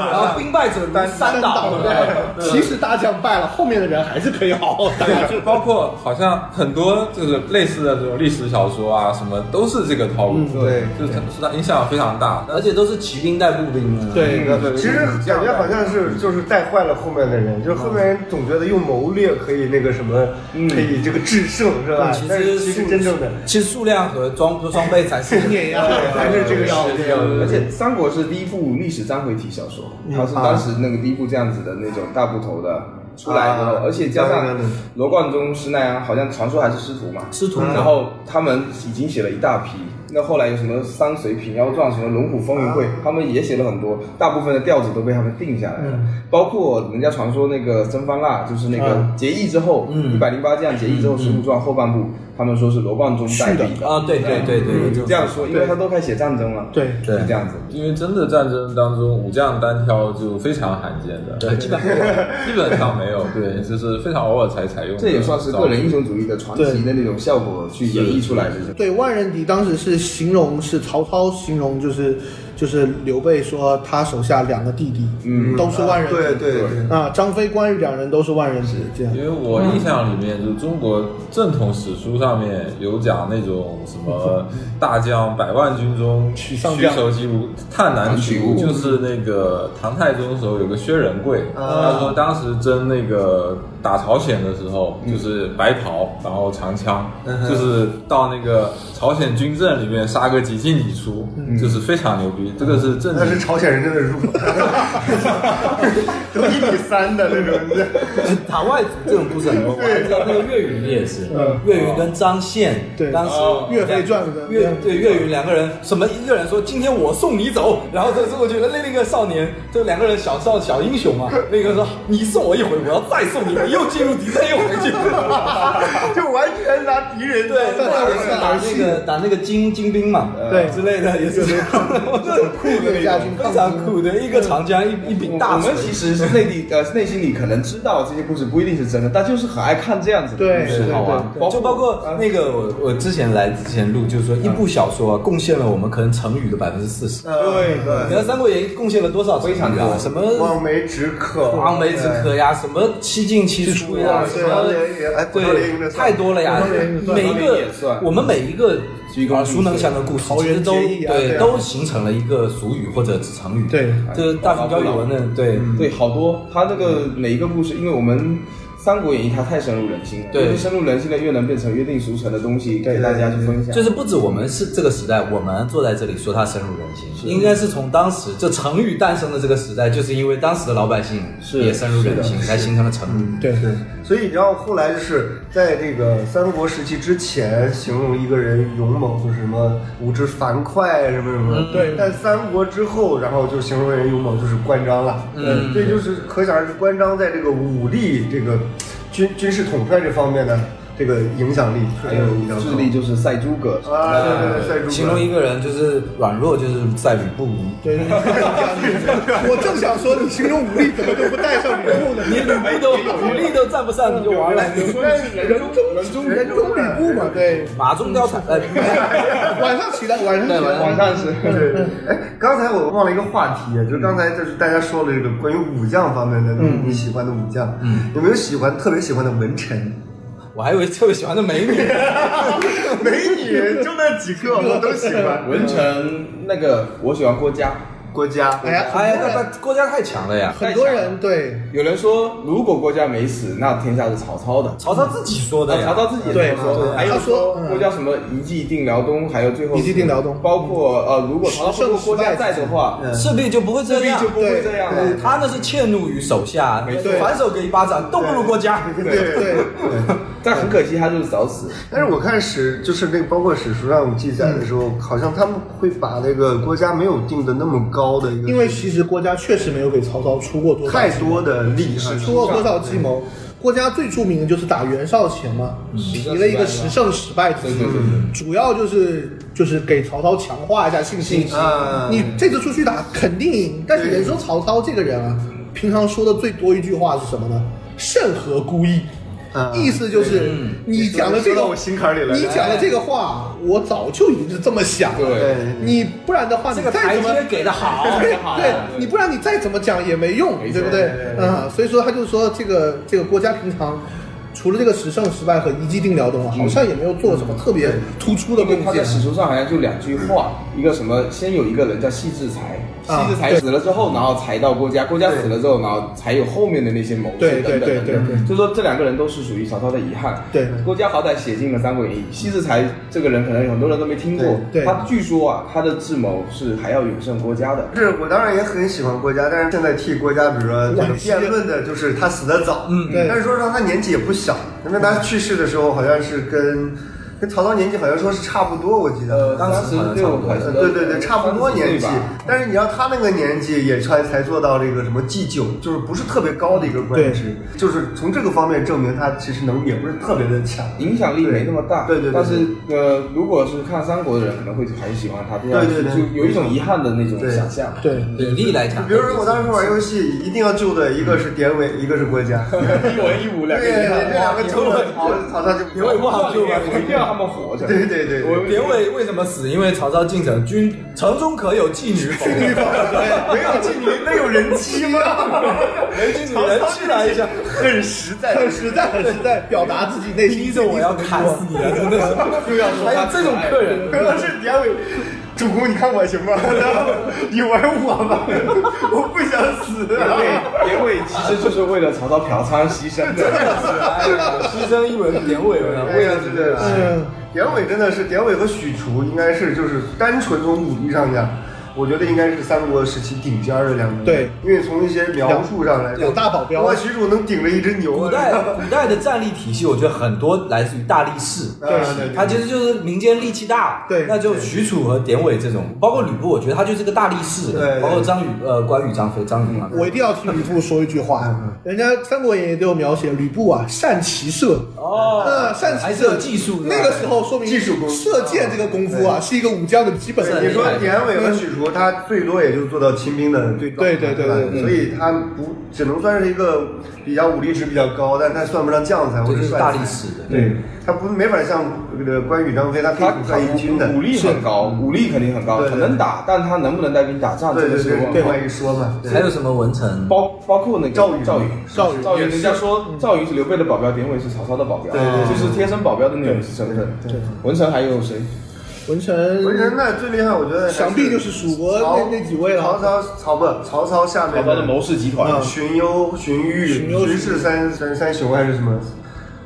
[SPEAKER 2] 然后兵败者如山倒，对不对
[SPEAKER 4] 其实大将败了，后面的人还是可以好好打下去。
[SPEAKER 3] 包括好像很多就是类似的这种历史小说啊，什么都是这个套路，
[SPEAKER 1] 嗯对
[SPEAKER 3] 就是是它影响非常大。
[SPEAKER 2] 而且都是骑兵带步兵啊的，
[SPEAKER 4] 对，
[SPEAKER 1] 其实感觉好像是就是带坏了后面的人，就是后面人总觉得用谋略可以那个什么，可以这个制胜是吧？
[SPEAKER 2] 其
[SPEAKER 1] 但
[SPEAKER 2] 实
[SPEAKER 1] 啊是其实
[SPEAKER 2] 数
[SPEAKER 1] 真正的
[SPEAKER 2] 其实数量和装装备才是
[SPEAKER 4] 碾压
[SPEAKER 1] 还是这个样
[SPEAKER 3] 是这样
[SPEAKER 1] 子。
[SPEAKER 5] 呃而且《三国》是第一部历史章回体小说，它是当时那个第一部这样子的那种大部头的出来以后
[SPEAKER 1] 啊，
[SPEAKER 5] 而且加
[SPEAKER 1] 对
[SPEAKER 5] 上
[SPEAKER 1] 对对
[SPEAKER 5] 罗贯中、施耐庵，好像传说还是师徒嘛，
[SPEAKER 2] 师徒
[SPEAKER 5] 然后他们已经写了一大批。那后来有什么《山水平妖传》、什么《龙虎风云会》，他们也写了很多，大部分的调子都被他们定下来了。包括人家传说那个曾方腊，就是那个结义之后，一百零八将结义之后，《水浒传》后半部，他们说是罗贯中代笔的。
[SPEAKER 2] 啊，对对对
[SPEAKER 1] 嗯
[SPEAKER 2] 对，
[SPEAKER 5] 这样说，因为他都开始写战争了。
[SPEAKER 4] 对
[SPEAKER 5] 是这样子。
[SPEAKER 3] 因为真的战争当中，武将单挑就非常罕见的，对，基本基本上没有，对，就是非常偶尔才采用。
[SPEAKER 5] 这也算是个人英雄主义的传奇的那种效果去演绎出来的。
[SPEAKER 4] 对，万人敌当时是形容是曹操形容就是就是刘备说他手下两个弟弟，嗯，都是万人敌。
[SPEAKER 1] 对对对，
[SPEAKER 4] 啊，张飞、关羽两人都是万人敌，这样
[SPEAKER 3] 因。为我印象里面，就中国正统史书上面有讲那种什么大将百万军中取
[SPEAKER 4] 上将
[SPEAKER 3] 手即无，探囊取物，
[SPEAKER 5] 嗯
[SPEAKER 3] 就是那个唐太宗的时候有个薛仁贵，他说当时征那个打朝鲜的时候，就是白袍，然后长枪，就是到那个朝鲜军阵里面杀个几进几出，就是非常牛逼。这个是正
[SPEAKER 1] 但
[SPEAKER 3] 经
[SPEAKER 1] 是朝鲜人真的弱，都一比三的那种。
[SPEAKER 2] 打外族这种故事很多，我还知道那个岳云也是，
[SPEAKER 1] 嗯
[SPEAKER 2] 岳云跟张宪，
[SPEAKER 4] 对
[SPEAKER 2] 当时
[SPEAKER 1] 哦
[SPEAKER 4] 岳飞传的
[SPEAKER 2] 岳对岳云两个人，什么一个人说今天我送你走， 然后这这我觉得另一个少年，这两个人小少小英雄嘛，那个说你送我一回，我要再送你一回，又进入敌阵又回去，
[SPEAKER 1] 就完全拿敌人
[SPEAKER 2] 对，那个是打那个打那个金金兵嘛，
[SPEAKER 4] 对
[SPEAKER 2] 之类的也是，很酷
[SPEAKER 4] 岳家军
[SPEAKER 2] 非常酷的一个长江一一柄
[SPEAKER 5] 我
[SPEAKER 2] 大锤
[SPEAKER 5] 们，其实是内地呃内心里可能知道这些故事不一定是真的，但就是很爱看这样子的
[SPEAKER 4] 对
[SPEAKER 5] 故事，
[SPEAKER 4] 对
[SPEAKER 5] 好玩
[SPEAKER 4] 对。
[SPEAKER 2] 就包括那个我我之前来之前录，就是说一部小说啊，贡献了我们可能成语的百分之四十。
[SPEAKER 1] 对
[SPEAKER 2] 你看《三国演义》贡献了多少成
[SPEAKER 5] 呃非常
[SPEAKER 2] 语啊？
[SPEAKER 5] 多
[SPEAKER 2] 什么
[SPEAKER 1] 呃望梅止渴，
[SPEAKER 2] 望梅止渴呀，什么七进七出呀，什
[SPEAKER 1] 对啊
[SPEAKER 2] 么
[SPEAKER 1] 连也哎不能连赢
[SPEAKER 2] 对
[SPEAKER 1] 着算
[SPEAKER 2] 太多了呀
[SPEAKER 1] 不能连赢。着算
[SPEAKER 2] 每一
[SPEAKER 5] 不能
[SPEAKER 2] 个
[SPEAKER 5] 连也算
[SPEAKER 2] 我们每一个
[SPEAKER 5] 鞠躬
[SPEAKER 2] 耳熟能详的故事，
[SPEAKER 4] 桃
[SPEAKER 2] 其实
[SPEAKER 4] 园
[SPEAKER 2] 都
[SPEAKER 4] 结义啊对
[SPEAKER 2] 对
[SPEAKER 4] 啊
[SPEAKER 2] 都形成了一个俗语或者成语。
[SPEAKER 4] 对
[SPEAKER 2] 这是大学教语文的对。
[SPEAKER 5] 对，好多他这个每一个故事，因为我们《三国演义》它太深入人心了，
[SPEAKER 2] 对
[SPEAKER 5] 越深入人心的越能变成约定俗成的东西给大家去分享。
[SPEAKER 2] 就是不止我们是这个时代，我们坐在这里说它深入人心，应该是从当时这成语诞生的这个时代，就是因为当时的老百姓
[SPEAKER 5] 是
[SPEAKER 2] 也深入人心，才形成了成语。
[SPEAKER 4] 对对
[SPEAKER 1] 所以你知道后来就是在这个三国时期之前，形容一个人勇猛就是什么武之樊哙什么什
[SPEAKER 2] 嗯
[SPEAKER 1] 么。
[SPEAKER 4] 对
[SPEAKER 1] 但三国之后，然后就形容人勇猛就是关张了。
[SPEAKER 2] 嗯
[SPEAKER 1] 这就是可想而知关张在这个武力、这个军军事统帅这方面的这个影响力
[SPEAKER 5] 还
[SPEAKER 1] 还
[SPEAKER 5] 有
[SPEAKER 1] 有比较高
[SPEAKER 5] 智力就是赛诸葛，
[SPEAKER 1] 啊，对对对，赛诸葛
[SPEAKER 2] 形容一个人就是软弱，就是在于不武。
[SPEAKER 4] 对，你看我正想说，你形容武力怎么都不带上吕布呢？
[SPEAKER 2] 你吕布都武力都站不上，你就完了。
[SPEAKER 4] 人中人中人中吕布嘛，对。
[SPEAKER 2] 马中貂蝉，哎，
[SPEAKER 4] 晚上起来，晚上起来，
[SPEAKER 5] 晚上是。
[SPEAKER 1] 对，哎，刚才我忘了一个话题，就是刚
[SPEAKER 2] 嗯
[SPEAKER 1] 才就是大家说了这个关于武将方面的，你喜欢的武将，嗯，有没有喜欢特别喜欢的文臣？
[SPEAKER 2] 我还以为特别喜欢的美女。
[SPEAKER 1] 美女就那几个，我都喜欢。
[SPEAKER 5] 文成那个我喜欢郭嘉，
[SPEAKER 1] 郭嘉，
[SPEAKER 4] 哎呀，
[SPEAKER 2] 哎呀，那那郭嘉太强了呀！
[SPEAKER 4] 很多人对
[SPEAKER 5] 有人说，如果郭嘉没死，那天下是曹操的。
[SPEAKER 2] 曹操自己说的
[SPEAKER 5] 啊，
[SPEAKER 2] 呀，
[SPEAKER 5] 曹操自己也这么说
[SPEAKER 4] 对
[SPEAKER 5] 的，还有
[SPEAKER 4] 他说
[SPEAKER 5] 说
[SPEAKER 4] 嗯
[SPEAKER 5] 郭嘉什么一骑定辽东，还有最后
[SPEAKER 4] 一骑定辽东嗯
[SPEAKER 5] 包括呃，如果曹操如果郭嘉在的话，
[SPEAKER 1] 嗯
[SPEAKER 2] 势必就不会这
[SPEAKER 5] 势必
[SPEAKER 2] 样
[SPEAKER 5] 就。不会这样了。
[SPEAKER 2] 他那是怯怒于手下，
[SPEAKER 4] 错
[SPEAKER 2] 反手给一巴掌，都不如郭嘉。
[SPEAKER 1] 对
[SPEAKER 4] 对，
[SPEAKER 5] 但很可惜，他就是早死。
[SPEAKER 1] 但是我看史，就是那个包括史书上记载的时候，好像他们会把那个郭嘉没有定的那么高的一个，
[SPEAKER 4] 因为其实郭嘉确实没有给曹操出过多少
[SPEAKER 1] 太多的历史
[SPEAKER 4] 出过多少计谋。郭嘉最著名的就是打袁绍前嘛，提了一个十胜十败之计，主要就是就是给曹操强化一下信心。
[SPEAKER 1] 啊
[SPEAKER 4] 你这次出去打肯定赢，但是人说曹操这个人啊，平常说的最多一句话是什么呢？甚合孤意
[SPEAKER 1] 啊。
[SPEAKER 4] 意思就是你讲的这
[SPEAKER 1] 说
[SPEAKER 4] 个
[SPEAKER 1] 到，我心坎里了
[SPEAKER 4] 你讲的这个话，我早就已经是这么想了。
[SPEAKER 5] 对
[SPEAKER 4] 你不然的话，
[SPEAKER 2] 这
[SPEAKER 4] 你
[SPEAKER 2] 个
[SPEAKER 4] 再
[SPEAKER 2] 台
[SPEAKER 4] 怎么
[SPEAKER 2] 阶给的好，
[SPEAKER 4] 对对，你不然你再怎么讲也没用，对不对？啊，所以说他就说这个这个国家平常。除了这个十胜十败和一骑定辽东啊，好像也没有做什么特别突出的
[SPEAKER 5] 因为
[SPEAKER 4] 贡
[SPEAKER 5] 他在
[SPEAKER 4] 献。
[SPEAKER 5] 史书上好像就两句话，一个什么，先有一个人叫戏志才，
[SPEAKER 4] 嗯啊
[SPEAKER 5] 戏志才死了之后，然后才到郭嘉，郭嘉死了之后，然后才有后面的那些谋
[SPEAKER 4] 对
[SPEAKER 5] 士
[SPEAKER 4] 对
[SPEAKER 5] 等等
[SPEAKER 4] 对
[SPEAKER 5] 等
[SPEAKER 4] 对对
[SPEAKER 5] 等。就说这两个人都是属于曹操的遗憾。
[SPEAKER 4] 对
[SPEAKER 5] 郭嘉好歹写进了《三国演义》，戏志才这个人可能很多人都没听过
[SPEAKER 4] 对对。
[SPEAKER 5] 他据说啊，他的智谋是还要远胜郭嘉的。
[SPEAKER 1] 是我当然也很喜欢郭嘉，但是现在替郭嘉，比如说这个辩论的，就是他死得早，嗯
[SPEAKER 4] 对
[SPEAKER 1] 但是说实话，他年纪也不小，因为他去世的时候好像是跟跟曹操年纪好像说是差不多，我记
[SPEAKER 5] 呃，
[SPEAKER 1] 得。
[SPEAKER 5] 当时六还
[SPEAKER 1] 呃
[SPEAKER 5] 是
[SPEAKER 1] 对对对，差不多年纪
[SPEAKER 5] 吧。，
[SPEAKER 1] 但是你要他那个年纪也才才做到这个什么祭酒，就是不是特别高的一个官职，就是从这个方面证明他其实能也不是特别的强。
[SPEAKER 5] 影响力没那么大，
[SPEAKER 1] 对对对对
[SPEAKER 5] 但是呃，如果是看三国的人，可能会很喜欢他，不然
[SPEAKER 1] 对对对
[SPEAKER 5] 就有一种遗憾的那种
[SPEAKER 1] 对
[SPEAKER 5] 想象。
[SPEAKER 4] 对，
[SPEAKER 2] 比例来讲，
[SPEAKER 1] 比如说我当时玩游戏，一定要救的一个是典韦，一个是郭嘉。
[SPEAKER 5] 一文一武两个
[SPEAKER 1] 对，
[SPEAKER 5] 人，
[SPEAKER 1] 这两个
[SPEAKER 2] 你
[SPEAKER 1] 球
[SPEAKER 2] 问
[SPEAKER 1] 我跑跑上去，
[SPEAKER 2] 典韦不好救吗？
[SPEAKER 5] 我一定要他们活着。
[SPEAKER 1] 对对对，
[SPEAKER 5] 我
[SPEAKER 2] 典韦为什么死？因为曹操进城，君城中可有妓女否？
[SPEAKER 1] 没有妓女，那有人妻吗？
[SPEAKER 2] 没妓女人进来一下，
[SPEAKER 1] 很实在，
[SPEAKER 4] 很实在，很实在，表达自己内心。
[SPEAKER 2] 逼着我要砍死你了，真的是。还有这种客人，
[SPEAKER 1] 可能是典韦。主公，你看我行吗？你玩我吧，我不想死。
[SPEAKER 5] 典韦其实就是为了曹操嫖娼牺牲的。
[SPEAKER 2] 哎呀牺牲一文典韦
[SPEAKER 1] 哎
[SPEAKER 2] 了，为了这个。
[SPEAKER 4] 嗯，
[SPEAKER 1] 典韦真的是典韦和许褚，应该是就是单纯从武力上讲，我觉得应该是三国时期顶尖的两个人。
[SPEAKER 4] 对
[SPEAKER 1] 因为从一些描述上来说，
[SPEAKER 4] 两大保镖
[SPEAKER 1] 哇，许褚能顶着一只牛啊。
[SPEAKER 2] 古代古代的战力体系，我觉得很多来自于大力士，
[SPEAKER 1] 对对对
[SPEAKER 2] 他其实就是民间力气大，
[SPEAKER 4] 对
[SPEAKER 2] 那就许褚和典韦这种，包括吕布，我觉得他就是个大力士，
[SPEAKER 1] 对对
[SPEAKER 2] 包括张宇呃关羽、张飞、张云嘛，
[SPEAKER 4] 我一定要替吕布说一句话。人家《三国演义》都有描写吕布啊，善骑射。
[SPEAKER 2] 哦
[SPEAKER 4] 那善骑
[SPEAKER 2] 还是
[SPEAKER 4] 射
[SPEAKER 2] 有技术的，
[SPEAKER 4] 呃那个时候说明
[SPEAKER 1] 技术功夫
[SPEAKER 4] 射箭这个功夫啊，是一个武将的基本能
[SPEAKER 1] 你
[SPEAKER 4] 力。
[SPEAKER 1] 说典韦和许褚，他最多也就做到亲兵的最高，
[SPEAKER 4] 对对对
[SPEAKER 1] 吧
[SPEAKER 4] 对对
[SPEAKER 1] 所以他不只能算是一个比较武力值比较高，但他算不上将才或
[SPEAKER 2] 这
[SPEAKER 1] 者
[SPEAKER 2] 就是
[SPEAKER 1] 帅
[SPEAKER 2] 大
[SPEAKER 1] 才
[SPEAKER 2] 力士的，
[SPEAKER 1] 对，他不没法像这个关羽、张飞，他可以
[SPEAKER 5] 他
[SPEAKER 1] 统帅一军的。
[SPEAKER 5] 武力很高，武力肯定很高，
[SPEAKER 1] 对对
[SPEAKER 5] 很能打，但他能不能带兵打仗，
[SPEAKER 1] 对
[SPEAKER 5] 这个
[SPEAKER 1] 对
[SPEAKER 5] 是个
[SPEAKER 1] 对，
[SPEAKER 5] 问
[SPEAKER 1] 另
[SPEAKER 5] 号
[SPEAKER 1] 外。一说嘛，对
[SPEAKER 2] 还有什么文臣？
[SPEAKER 5] 包包括那个
[SPEAKER 1] 赵云
[SPEAKER 5] 赵云，
[SPEAKER 4] 赵云嗯
[SPEAKER 5] 赵云，人家说赵云是刘备的保镖，典韦是曹操的保镖，
[SPEAKER 1] 对对对
[SPEAKER 5] 就是贴身保镖的那种身份。对，文臣还有谁？
[SPEAKER 4] 文臣，
[SPEAKER 1] 文臣那最厉害，我觉得还
[SPEAKER 4] 想必就是蜀国
[SPEAKER 1] 曹
[SPEAKER 4] 那那几位了
[SPEAKER 1] 曹操、曹不曹操下面
[SPEAKER 5] 曹操的谋士集团
[SPEAKER 4] 嗯，
[SPEAKER 1] 荀攸、荀
[SPEAKER 4] 荀
[SPEAKER 1] 彧、
[SPEAKER 4] 攸
[SPEAKER 1] 荀氏三三三雄还是什么？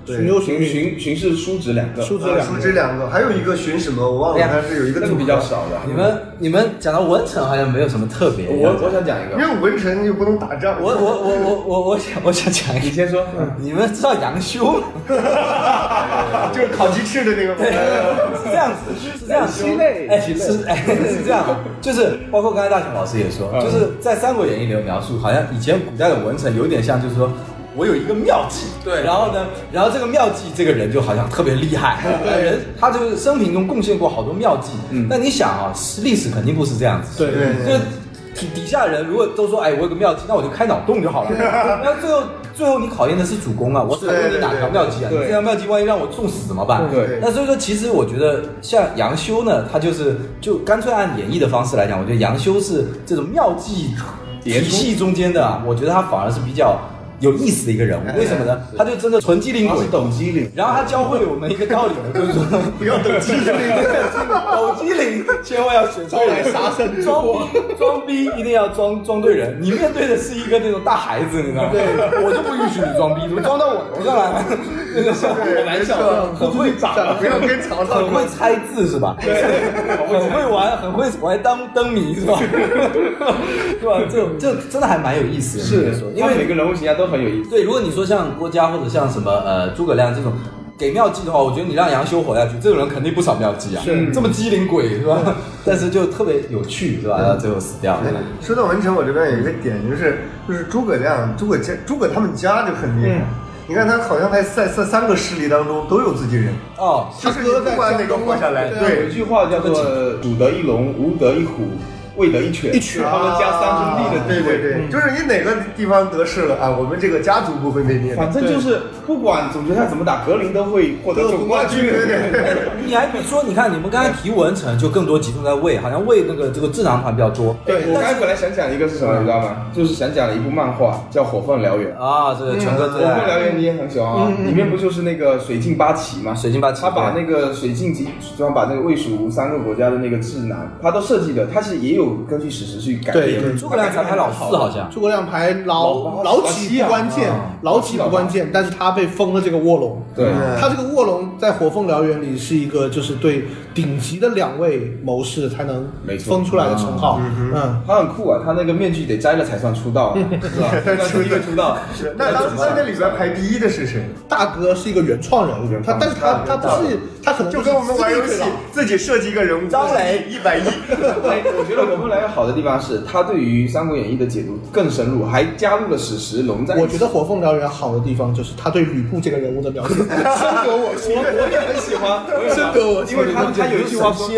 [SPEAKER 4] 荀攸、荀
[SPEAKER 5] 荀
[SPEAKER 4] 彧、
[SPEAKER 5] 荀荀是叔侄两个，
[SPEAKER 4] 叔侄
[SPEAKER 1] 呃
[SPEAKER 4] 两
[SPEAKER 1] 叔
[SPEAKER 4] 个
[SPEAKER 1] 侄两个，还有一个荀什么我忘了，
[SPEAKER 2] 两
[SPEAKER 1] 但是有一个
[SPEAKER 5] 那
[SPEAKER 1] 组
[SPEAKER 5] 个
[SPEAKER 1] 合
[SPEAKER 5] 比较少的。
[SPEAKER 2] 你们你们讲到文臣好像没有什么特别，
[SPEAKER 5] 我我想讲一
[SPEAKER 1] 因
[SPEAKER 5] 个，
[SPEAKER 1] 为文臣就不能打仗。
[SPEAKER 2] 我我我我我我想我想讲一
[SPEAKER 5] 你
[SPEAKER 2] 个，
[SPEAKER 5] 先说。
[SPEAKER 2] 你们知道杨修吗？
[SPEAKER 1] 就是烤鸡翅的那个吗。
[SPEAKER 2] 是这样子，是这样子
[SPEAKER 5] 鸡肋，
[SPEAKER 2] 哎，
[SPEAKER 5] 鸡肋
[SPEAKER 2] 是哎是这样的，就是包括刚才大雄老师也说，就是在《三国演义》里的描述，好像以前古代的文臣有点像，就是说。我有一个妙计，
[SPEAKER 3] 对
[SPEAKER 2] 然后呢，然后这个妙计，这个人就好像特别厉害，对，人他就是生平中贡献过好多妙计。嗯，那你想啊，历史肯定不是这样子，
[SPEAKER 4] 对
[SPEAKER 1] 对
[SPEAKER 2] 就底底下人如果都说，哎，我有个妙计，那我就开脑洞就 好了。那最后最后你考验的是主公啊，我考验你哪条妙计啊？你
[SPEAKER 5] 对
[SPEAKER 2] 这条妙计万一让我中死怎么办？
[SPEAKER 5] 对
[SPEAKER 2] 那所以说，其实我觉得像杨修呢，他就是就干脆按演绎的方式来讲，
[SPEAKER 5] 嗯
[SPEAKER 2] 我觉得杨修是这种妙计体系中间的啊，我觉得他反而是比较有意思的一个人物。为什么呢？他就真的纯机灵
[SPEAKER 5] 嗯他
[SPEAKER 2] 鬼
[SPEAKER 5] 是，抖机灵，
[SPEAKER 2] 然后他教会我们一个道理，就是说
[SPEAKER 1] 不要等机灵，
[SPEAKER 2] 抖机灵千万要学
[SPEAKER 4] 招
[SPEAKER 2] 会
[SPEAKER 4] 来杀身之
[SPEAKER 2] 装装逼一定要装装对人，你面对的是一个那种大孩子，你知道吗？对，我就不允许你装逼，你装到我头上来，那种
[SPEAKER 1] 对没错
[SPEAKER 2] 很会长，
[SPEAKER 1] 不要跟曹操
[SPEAKER 2] 很会猜字是吧？对，很会玩，很会玩当灯谜 是吧？是吧？这种这真的还蛮有意思的，应该
[SPEAKER 5] 是
[SPEAKER 2] 说，因
[SPEAKER 5] 因为
[SPEAKER 2] 为
[SPEAKER 5] 每个人物形象都很有意思。
[SPEAKER 2] 对，如果你说像郭嘉或者像什么呃诸葛亮这种给妙计的话，我觉得你让杨修活下去，这种人肯定不少妙计啊，
[SPEAKER 4] 是
[SPEAKER 2] 这么机灵鬼是吧？但是就特别有趣是吧？然后最后死掉了。
[SPEAKER 1] 说到文臣，我这边有一个点，就是就是诸葛亮、诸葛家、诸葛他们家就很厉害。你看他好像还在在三个势力当中都有自己人，
[SPEAKER 2] 哦，
[SPEAKER 1] 就是你不管哪个活下来，
[SPEAKER 5] 对，有一
[SPEAKER 1] 对，
[SPEAKER 5] 句话叫做“鼠得一龙，无得一虎，未得一犬”，一犬他们家三兄弟的
[SPEAKER 1] 对
[SPEAKER 5] 地
[SPEAKER 1] 啊对
[SPEAKER 5] 位。
[SPEAKER 1] 对，就是你哪个地方得势了啊，我们这个家族不会被灭。
[SPEAKER 5] 反正就是不管总决赛怎么打，格林都会获得总冠军。
[SPEAKER 1] 对对对，
[SPEAKER 2] 你还别说，你看你们刚才提文成就更多集中在魏，好像魏那个这个智囊团比较多
[SPEAKER 5] 对我刚才本来想讲一个是什么，你知道吗？就是想讲了一部漫画叫《火凤燎原》。
[SPEAKER 2] 啊，这个全哥
[SPEAKER 5] 火
[SPEAKER 2] 最
[SPEAKER 5] 凤
[SPEAKER 2] 爱
[SPEAKER 5] 燎原你也很喜欢啊，里面不就是那个水镜八旗吗？
[SPEAKER 2] 水晶八旗，
[SPEAKER 5] 他把那个水镜集团把那个魏蜀吴三个国家的那个智囊，他都设计的，他是也有根据史实去改
[SPEAKER 4] 对
[SPEAKER 5] 编
[SPEAKER 4] 对
[SPEAKER 5] 的。
[SPEAKER 2] 诸葛亮才排老四好像，
[SPEAKER 4] 诸葛亮排老老
[SPEAKER 5] 老七
[SPEAKER 4] 几
[SPEAKER 5] 啊
[SPEAKER 4] 不关键
[SPEAKER 5] 啊，
[SPEAKER 4] 老几不关键，但是他被封了这个卧龙。
[SPEAKER 5] 对
[SPEAKER 1] 嗯
[SPEAKER 4] 他这个卧龙在火凤燎原里是一个就是对顶级的两位谋士才能
[SPEAKER 5] 没错
[SPEAKER 4] 封出来的称号。嗯，
[SPEAKER 5] 他很酷啊，他那个面具得摘了才算出道， 是吧？那是一个出道，
[SPEAKER 1] 是那当那那里边排第一的是谁？
[SPEAKER 4] 大哥是一个原创人物
[SPEAKER 5] 原，
[SPEAKER 4] 他
[SPEAKER 5] 创
[SPEAKER 4] 但是他他不是他可能
[SPEAKER 1] 就是跟我们玩游
[SPEAKER 4] 资历
[SPEAKER 1] 戏
[SPEAKER 4] 最老
[SPEAKER 1] 自己设计一个人物，
[SPEAKER 2] 张磊
[SPEAKER 1] 一百一，
[SPEAKER 5] 哎，我觉得火凤燎原好的地方是，他对于《三国演义》的解读更深入，还加入了史实融在一起。
[SPEAKER 4] 我觉得《火凤燎原》好的地方就是他对吕布这个人物的 描写，深得我心。
[SPEAKER 5] 我也很喜欢，
[SPEAKER 4] 深得我心
[SPEAKER 5] 因为他他有一句话说，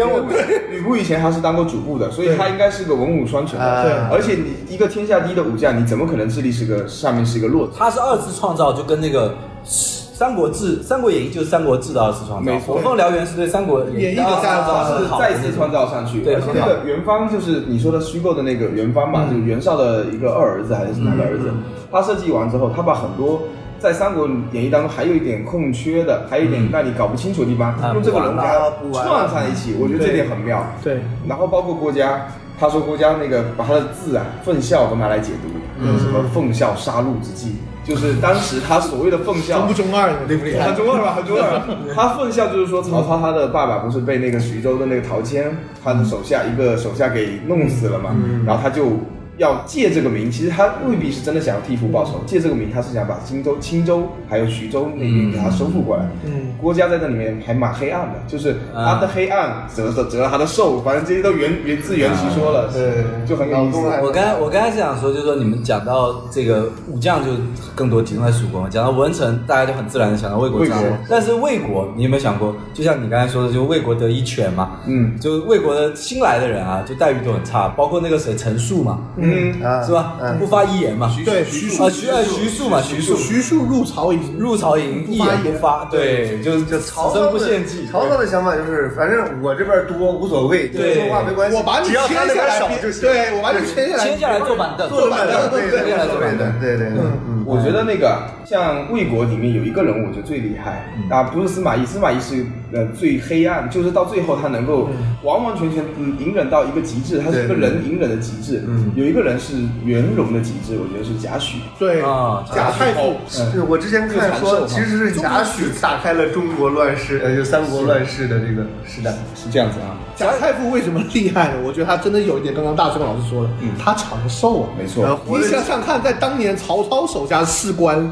[SPEAKER 5] 吕布以前他是当过主簿的，所以他应该是个文武双全的。
[SPEAKER 1] 对
[SPEAKER 5] 而且你一个天下第一的武将，你怎么可能智力是个上面是一个弱者？
[SPEAKER 2] 他是二次创造，就跟那个《三国志》《三国演义》就是《三国志》的二次创造，
[SPEAKER 5] 没
[SPEAKER 2] 《
[SPEAKER 5] 错
[SPEAKER 2] 火凤燎原》是对《三国
[SPEAKER 4] 演义
[SPEAKER 2] 的
[SPEAKER 4] 的
[SPEAKER 2] 二次
[SPEAKER 4] 再
[SPEAKER 2] 创
[SPEAKER 4] 造
[SPEAKER 2] 造，
[SPEAKER 5] 是
[SPEAKER 2] 是好的
[SPEAKER 5] 再次创造上去，
[SPEAKER 2] 对
[SPEAKER 5] 而且那
[SPEAKER 2] 很
[SPEAKER 5] 个袁方就是你说的虚构的那个袁方嘛，就是袁绍的一个二儿子还是哪个儿子？他设计完之后，他把很多在《三国演义》当中还有一点空缺的，还有一点让你搞不清楚的地方，
[SPEAKER 2] 嗯
[SPEAKER 5] 用这个龙给它
[SPEAKER 1] 补完了
[SPEAKER 5] 串在一起，我觉得这点很妙。
[SPEAKER 4] 对，
[SPEAKER 5] 然后包括郭嘉，他说郭嘉那个把他的字啊“奉孝”都拿来解读，有什么“奉孝杀戮之计”，就是当时他所谓的奉孝
[SPEAKER 4] 中不。中二，厉不厉害
[SPEAKER 5] 很？中二吧，很中二。他奉孝就是说，曹操他的爸爸不是被那个徐州的那个陶谦，他的手下一个手下给弄死了嘛，然后他就要借这个名，其实他未必是真的想要替父报仇，借这个名他是想把荆州、青州还有徐州那边给他收复过来。
[SPEAKER 4] 嗯，
[SPEAKER 5] 郭嘉在这里面还蛮黑暗的，就是他的黑暗折折折了他的寿，反正这些都源源自元气说了，
[SPEAKER 1] 对
[SPEAKER 5] 就很有意思
[SPEAKER 1] 脑洞。还
[SPEAKER 2] 我刚才我刚才是想说，就是说你们讲到这个武将，就更多集中在蜀国嘛。讲到文臣，大家就很自然的想到魏国
[SPEAKER 5] 魏
[SPEAKER 2] 这
[SPEAKER 5] 国
[SPEAKER 2] 样。但是魏国，你有没有想过，就像你刚才说的，就魏国得一犬嘛，
[SPEAKER 5] 嗯
[SPEAKER 2] 就魏国的新来的人啊，就待遇都很差，包括那个谁陈述嘛，
[SPEAKER 5] 嗯，
[SPEAKER 1] 啊
[SPEAKER 2] 是吧？
[SPEAKER 1] 嗯
[SPEAKER 2] 不发一言嘛，
[SPEAKER 4] 对，
[SPEAKER 2] 徐
[SPEAKER 4] 徐
[SPEAKER 2] 啊徐呃徐庶嘛，徐庶
[SPEAKER 4] 徐庶入朝已经
[SPEAKER 2] 入朝营一言不发，对，就就
[SPEAKER 1] 曹
[SPEAKER 2] 生
[SPEAKER 1] 操
[SPEAKER 2] 不
[SPEAKER 1] 的
[SPEAKER 2] 献计。
[SPEAKER 1] 曹操的想法就是，反正我这边多无所谓，
[SPEAKER 2] 对
[SPEAKER 1] 说话没关系，
[SPEAKER 4] 我把你
[SPEAKER 1] 只要
[SPEAKER 4] 签
[SPEAKER 1] 他那
[SPEAKER 4] 下
[SPEAKER 1] 边
[SPEAKER 4] 来
[SPEAKER 1] 少
[SPEAKER 4] 别，
[SPEAKER 1] 就行。
[SPEAKER 4] 对我把你签下来，
[SPEAKER 2] 签下来坐板凳，
[SPEAKER 1] 坐板凳，对
[SPEAKER 2] 签下来
[SPEAKER 1] 对
[SPEAKER 2] 坐板凳
[SPEAKER 1] 对。对对，嗯，
[SPEAKER 5] 我觉得那个像魏国里面有一个人，我觉得最厉害
[SPEAKER 1] 嗯
[SPEAKER 5] 啊，不是司马懿，司马懿是呃最黑暗，就是到最后他能够完完全全嗯隐忍到一个极致，他是一个
[SPEAKER 1] 对
[SPEAKER 5] 人隐忍的极致。嗯，有一个人是圆融的极致，我觉得是贾诩。
[SPEAKER 4] 对
[SPEAKER 2] 啊
[SPEAKER 4] 贾太傅，
[SPEAKER 1] 是我之前看说，其实是贾诩打开了中国乱世，呃，就三国乱世的这个时代。
[SPEAKER 5] 是这样子啊，
[SPEAKER 4] 贾太傅为什么厉害呢？我觉得他真的有一点，刚刚大志老师说了，他长寿啊。
[SPEAKER 5] 嗯没错
[SPEAKER 1] 然后。活
[SPEAKER 4] 你
[SPEAKER 1] 得
[SPEAKER 4] 想想看，在当年曹操手下士官，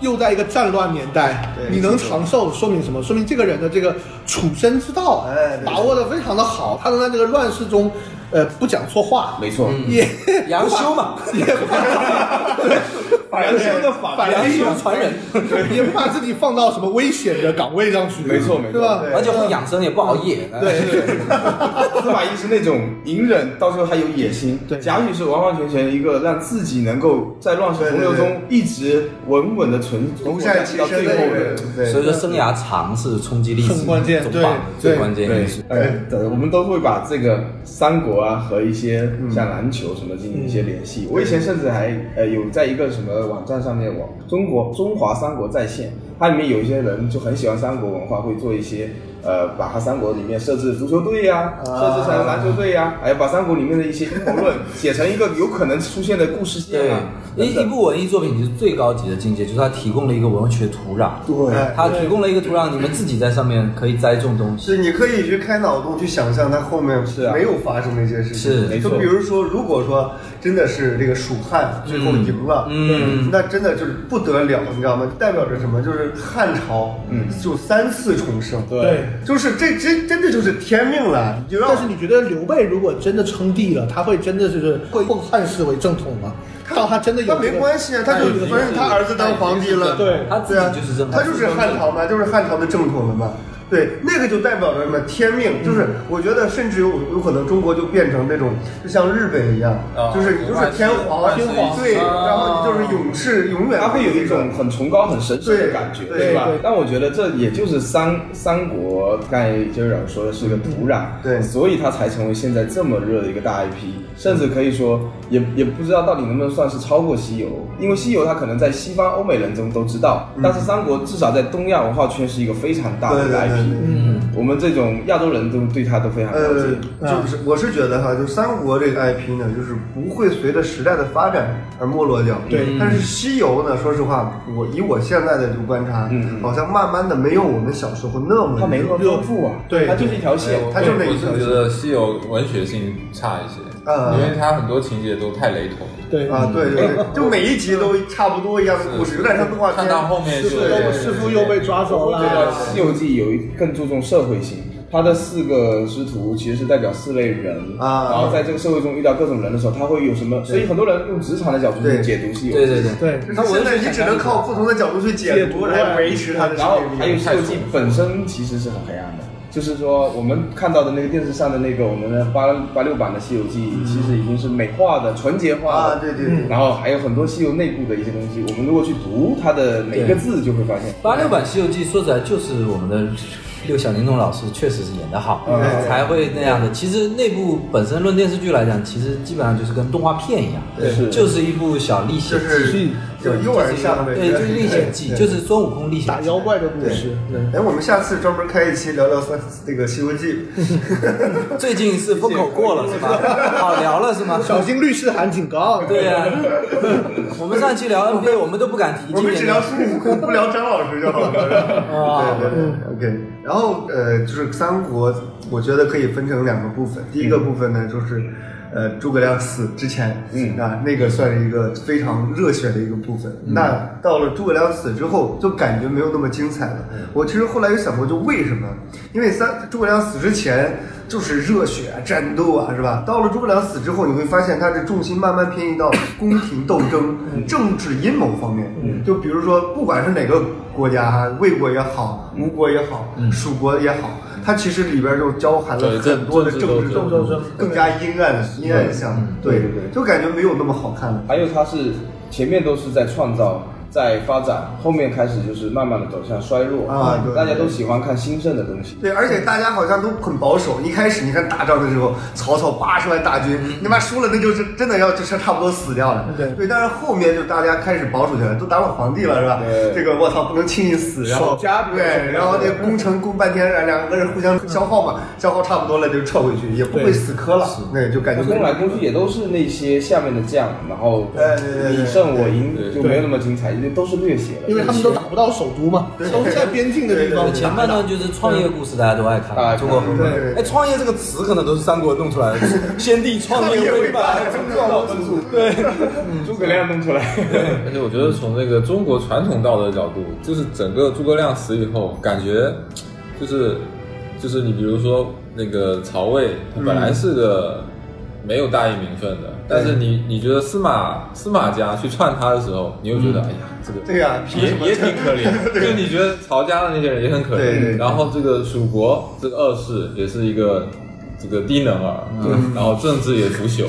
[SPEAKER 4] 又在一个战乱年代，
[SPEAKER 1] 对
[SPEAKER 4] 你能长寿，说明什么？说明这个人的这个处身之道啊
[SPEAKER 1] 哎对
[SPEAKER 4] 把握的非常的好，他能在这个乱世中，呃，不讲错话，
[SPEAKER 5] 没错，
[SPEAKER 1] 嗯
[SPEAKER 4] 也
[SPEAKER 2] 杨修嘛，
[SPEAKER 5] 杨修的法
[SPEAKER 4] 反
[SPEAKER 2] 杨
[SPEAKER 4] 正
[SPEAKER 2] 修传人。
[SPEAKER 4] 也不把自己放到什么危险的岗位上去，
[SPEAKER 5] 没错没错
[SPEAKER 4] 对吧？
[SPEAKER 1] 对
[SPEAKER 2] 而且会养生，也不熬夜。哎
[SPEAKER 4] 对，
[SPEAKER 5] 司马懿是那种隐忍，到最后还有 野心。
[SPEAKER 4] 对
[SPEAKER 5] 贾诩是完完全全一个让自己能够在乱世洪流
[SPEAKER 1] 对对
[SPEAKER 5] 中一直稳稳的存
[SPEAKER 1] 独
[SPEAKER 5] 存活
[SPEAKER 1] 善
[SPEAKER 5] 下
[SPEAKER 1] 其
[SPEAKER 5] 去到
[SPEAKER 1] 身
[SPEAKER 5] 最
[SPEAKER 1] 的
[SPEAKER 5] 后
[SPEAKER 1] 一个
[SPEAKER 5] 的
[SPEAKER 1] 人。，对
[SPEAKER 2] 所以说生涯长是冲击力是
[SPEAKER 4] 很关键
[SPEAKER 2] 重磅的
[SPEAKER 4] 对
[SPEAKER 2] 最关键
[SPEAKER 5] 对
[SPEAKER 2] 因素。，
[SPEAKER 5] 呃，对我们都会把这个三国啊和一些像篮球什么进行一些联系。我以前甚至还呃有在一个什么呃网站上面，我中国中华三国在线，它里面有一些人就很喜欢三国文化，会做一些呃，把它三国里面设置足球队呀、设置成篮球队呀、还有把三国里面的一些阴谋论 写成一个有可能出现的故事线啊，
[SPEAKER 2] 一
[SPEAKER 5] 等
[SPEAKER 2] 一
[SPEAKER 5] 等
[SPEAKER 2] 部文艺作品其实最高级的境界就是它提供了一个文学土壤，
[SPEAKER 1] 哎
[SPEAKER 2] 它提供了一个土壤，你们自己在上面可以栽种东西。
[SPEAKER 1] 是，你可以去开脑洞去想象它后面
[SPEAKER 5] 是啊
[SPEAKER 1] 没有发生的一些事情。
[SPEAKER 2] 是没
[SPEAKER 1] 就
[SPEAKER 5] 错
[SPEAKER 1] 比如说，如果说真的是这个蜀汉最后赢了，
[SPEAKER 2] 嗯嗯
[SPEAKER 1] 那真的就是不得了，你知道吗？代表着什么？就是汉朝，嗯，就三次重生，
[SPEAKER 5] 对，
[SPEAKER 1] 就是这这真的就是天命了，你就让
[SPEAKER 4] 但是你觉得刘备如果真的称帝了，他会真的就是会奉汉室为正统吗？到他真的有哎
[SPEAKER 1] 那没关系啊，他就
[SPEAKER 4] 有这个
[SPEAKER 1] 反正他儿子当皇帝了，
[SPEAKER 4] 对
[SPEAKER 2] 他自
[SPEAKER 1] 对啊
[SPEAKER 2] 己就是这么，
[SPEAKER 1] 他就是汉朝嘛，就是汉朝的正统了嘛。对，那个就代表着什么天命，就是
[SPEAKER 4] 嗯
[SPEAKER 1] 我觉得甚至有有可能中国就变成那种，就像日本一样，
[SPEAKER 3] 啊
[SPEAKER 1] 就是你就是天皇，
[SPEAKER 3] 万世
[SPEAKER 1] 天皇对，
[SPEAKER 3] 啊
[SPEAKER 1] 然后你就是永世永远，
[SPEAKER 5] 它会有一种很崇高、很神圣的感觉，
[SPEAKER 1] 对对
[SPEAKER 5] 吧
[SPEAKER 4] 对？
[SPEAKER 5] 但我觉得这也就是三三国，刚才就是老师说的是个土壤，
[SPEAKER 1] 对
[SPEAKER 5] 所以它才成为现在这么热的一个大 IP，甚至可以说也也不知道到底能不能算是超过西游，因为西游它可能在西方欧美人中都知道，但是三国至少在东亚文化圈是一个非常大的
[SPEAKER 1] 对
[SPEAKER 5] 一
[SPEAKER 1] 对
[SPEAKER 5] 个
[SPEAKER 1] 对
[SPEAKER 5] IP，
[SPEAKER 1] 对
[SPEAKER 5] 嗯，我们这种亚洲人都对它都非常了
[SPEAKER 1] 呃
[SPEAKER 5] 解，，啊
[SPEAKER 1] 就是我是觉得哈，就三国这个 IP 呢，就是不会随着时代的发展而没落掉。
[SPEAKER 4] 对，
[SPEAKER 1] 但是西游呢，说实话，我以我现在的这个观察，好像慢慢的没有我们小时候那么
[SPEAKER 5] 它嗯没那么丰富啊，
[SPEAKER 4] 对
[SPEAKER 5] 它就是一条线，
[SPEAKER 1] 它就那一
[SPEAKER 3] 我
[SPEAKER 1] 条
[SPEAKER 3] 是觉得西游文学性差一些，
[SPEAKER 1] 嗯
[SPEAKER 3] 因为它很多情节都太雷同。
[SPEAKER 4] 对
[SPEAKER 1] 啊，对对 对，就每一集都差不多一样的故事，有点像动画片
[SPEAKER 3] 看。到后面
[SPEAKER 4] 师
[SPEAKER 3] 就
[SPEAKER 4] 傅又师傅又被抓走
[SPEAKER 5] 这个《
[SPEAKER 4] 了，
[SPEAKER 5] 西游记》有一更注重社会性，他的四个师徒其实是代表四类人
[SPEAKER 1] 啊
[SPEAKER 5] 然后在这个社会中遇到各种人的时候，他会有什么？所以很多人用职场的角度
[SPEAKER 1] 对
[SPEAKER 5] 去解读《西游记》
[SPEAKER 2] 对对对，
[SPEAKER 4] 对，
[SPEAKER 1] 就是现在你只能靠不同的角度去解读来维持它的生
[SPEAKER 5] 然后
[SPEAKER 1] 命
[SPEAKER 5] 还有《
[SPEAKER 1] 力。
[SPEAKER 5] 西游记》本身其实是很黑暗的，就是说我们看到的那个电视上的那个我们的八八六版的《西游记》，其实已经是美化的、纯洁化
[SPEAKER 1] 啊，
[SPEAKER 5] 的。
[SPEAKER 1] 对对对，
[SPEAKER 5] 然后还有很多西游内部的一些东西，我们如果去读它的每一个字，就会发现
[SPEAKER 2] 八六版《西游记》说起来就是我们的六小龄童老师确实是演得好，
[SPEAKER 4] 嗯
[SPEAKER 2] 才会那样的。其实那部本身论电视剧来讲，其实基本上就是跟动画片一样，
[SPEAKER 5] 是
[SPEAKER 2] 就是一部小历险
[SPEAKER 1] 就
[SPEAKER 2] 记，
[SPEAKER 1] 是就幼儿向的，
[SPEAKER 2] 对，就是历险记，就是孙悟空历险
[SPEAKER 4] 打
[SPEAKER 2] 记。
[SPEAKER 4] 妖怪的故
[SPEAKER 5] 嗯
[SPEAKER 4] 事，对
[SPEAKER 1] 哎，我们下次专门开一期聊聊三那个《西游记》。
[SPEAKER 2] 最近是风口过了是吧？ 好聊了是 吗？
[SPEAKER 4] 小心律师函警告。
[SPEAKER 2] 对呀、我们上期聊 NBA，我们都不敢提，
[SPEAKER 1] 我
[SPEAKER 2] 今
[SPEAKER 1] 们只
[SPEAKER 2] 年
[SPEAKER 1] 聊
[SPEAKER 2] 的
[SPEAKER 1] 孙悟 空，不聊张老师就好了。对对对，OK。然后呃，就是三国，我觉得可以分成两个部分。第一个部分呢，就是呃诸葛亮死之前，嗯啊，那个算是一个非常热血的一个部分。那到了诸葛亮死之后，就感觉没有那么精彩了。我其实后来有想过，就为什么？因为三诸葛亮死之前。就是热血啊，战斗啊，是吧？到了诸葛亮死之后，你会发现他的重心慢慢偏移到宫廷斗争、
[SPEAKER 3] 嗯
[SPEAKER 1] 政治阴谋方面。就比如说，不管是哪个国家哈，魏国也好，
[SPEAKER 3] 嗯
[SPEAKER 1] 吴国也好，蜀国也好，它其实里边就交含了
[SPEAKER 3] 对政
[SPEAKER 1] 很多的
[SPEAKER 3] 政
[SPEAKER 1] 政
[SPEAKER 3] 治
[SPEAKER 1] 治
[SPEAKER 3] 斗
[SPEAKER 1] 斗争，更加阴暗的阴暗的项目。
[SPEAKER 3] 嗯
[SPEAKER 1] 对
[SPEAKER 5] 对对
[SPEAKER 1] 就感觉没有那么好看了。
[SPEAKER 5] 还有它是前面都是在创造、在发展，后面开始就是慢慢的走向衰落
[SPEAKER 1] 啊对
[SPEAKER 5] 大家都喜欢看兴盛的东西。
[SPEAKER 1] 对，而且大家好像都很保守。一开始你看打仗的时候，曹操八十万大军，你妈输了那就是真的要就是差不多死掉了。
[SPEAKER 4] 对
[SPEAKER 1] 但是后面就大家开始保守起来，都当了皇帝了是吧？
[SPEAKER 5] 对
[SPEAKER 1] 这个我操不能轻易死，然后
[SPEAKER 4] 守家
[SPEAKER 1] 对，然后那攻城攻半天，然后两个人互相消耗嘛，消耗差不多了就撤回去，也不会
[SPEAKER 4] 对
[SPEAKER 1] 死磕了。对，就感觉
[SPEAKER 5] 攻来攻去也都是那些下面的将，然后
[SPEAKER 1] 对对对对
[SPEAKER 5] 你胜我赢
[SPEAKER 3] 对
[SPEAKER 5] 就没有那么精彩，因为都是略写了。
[SPEAKER 4] 因为他们都打不到首都嘛，都在边境的地方。
[SPEAKER 2] 前半段就是创业故事，大家都爱
[SPEAKER 5] 啊
[SPEAKER 2] 看，中国很多
[SPEAKER 1] 对对。对
[SPEAKER 2] 哎，创业这个词可能都是三国弄出来的， 先帝创业未半，
[SPEAKER 5] 道分数，对，诸葛亮弄出来。
[SPEAKER 3] 而且我觉得从那个中国传统道德的角度，就是整个诸葛亮死以后，感觉就是就是你比如说那个曹魏，他本
[SPEAKER 1] 嗯
[SPEAKER 3] 来是个没有大义名分的，但是你你觉得司马司马家去篡他的时候，你又觉
[SPEAKER 1] 嗯
[SPEAKER 3] 得、哎呀这个
[SPEAKER 1] 对呀凭
[SPEAKER 3] 也
[SPEAKER 1] 什么
[SPEAKER 3] 也挺可怜，就你觉得曹家的那些人也很可怜，
[SPEAKER 1] 对对对
[SPEAKER 3] 然后这个蜀国这个二世也是一个。这个低能儿，嗯然后政治也腐朽，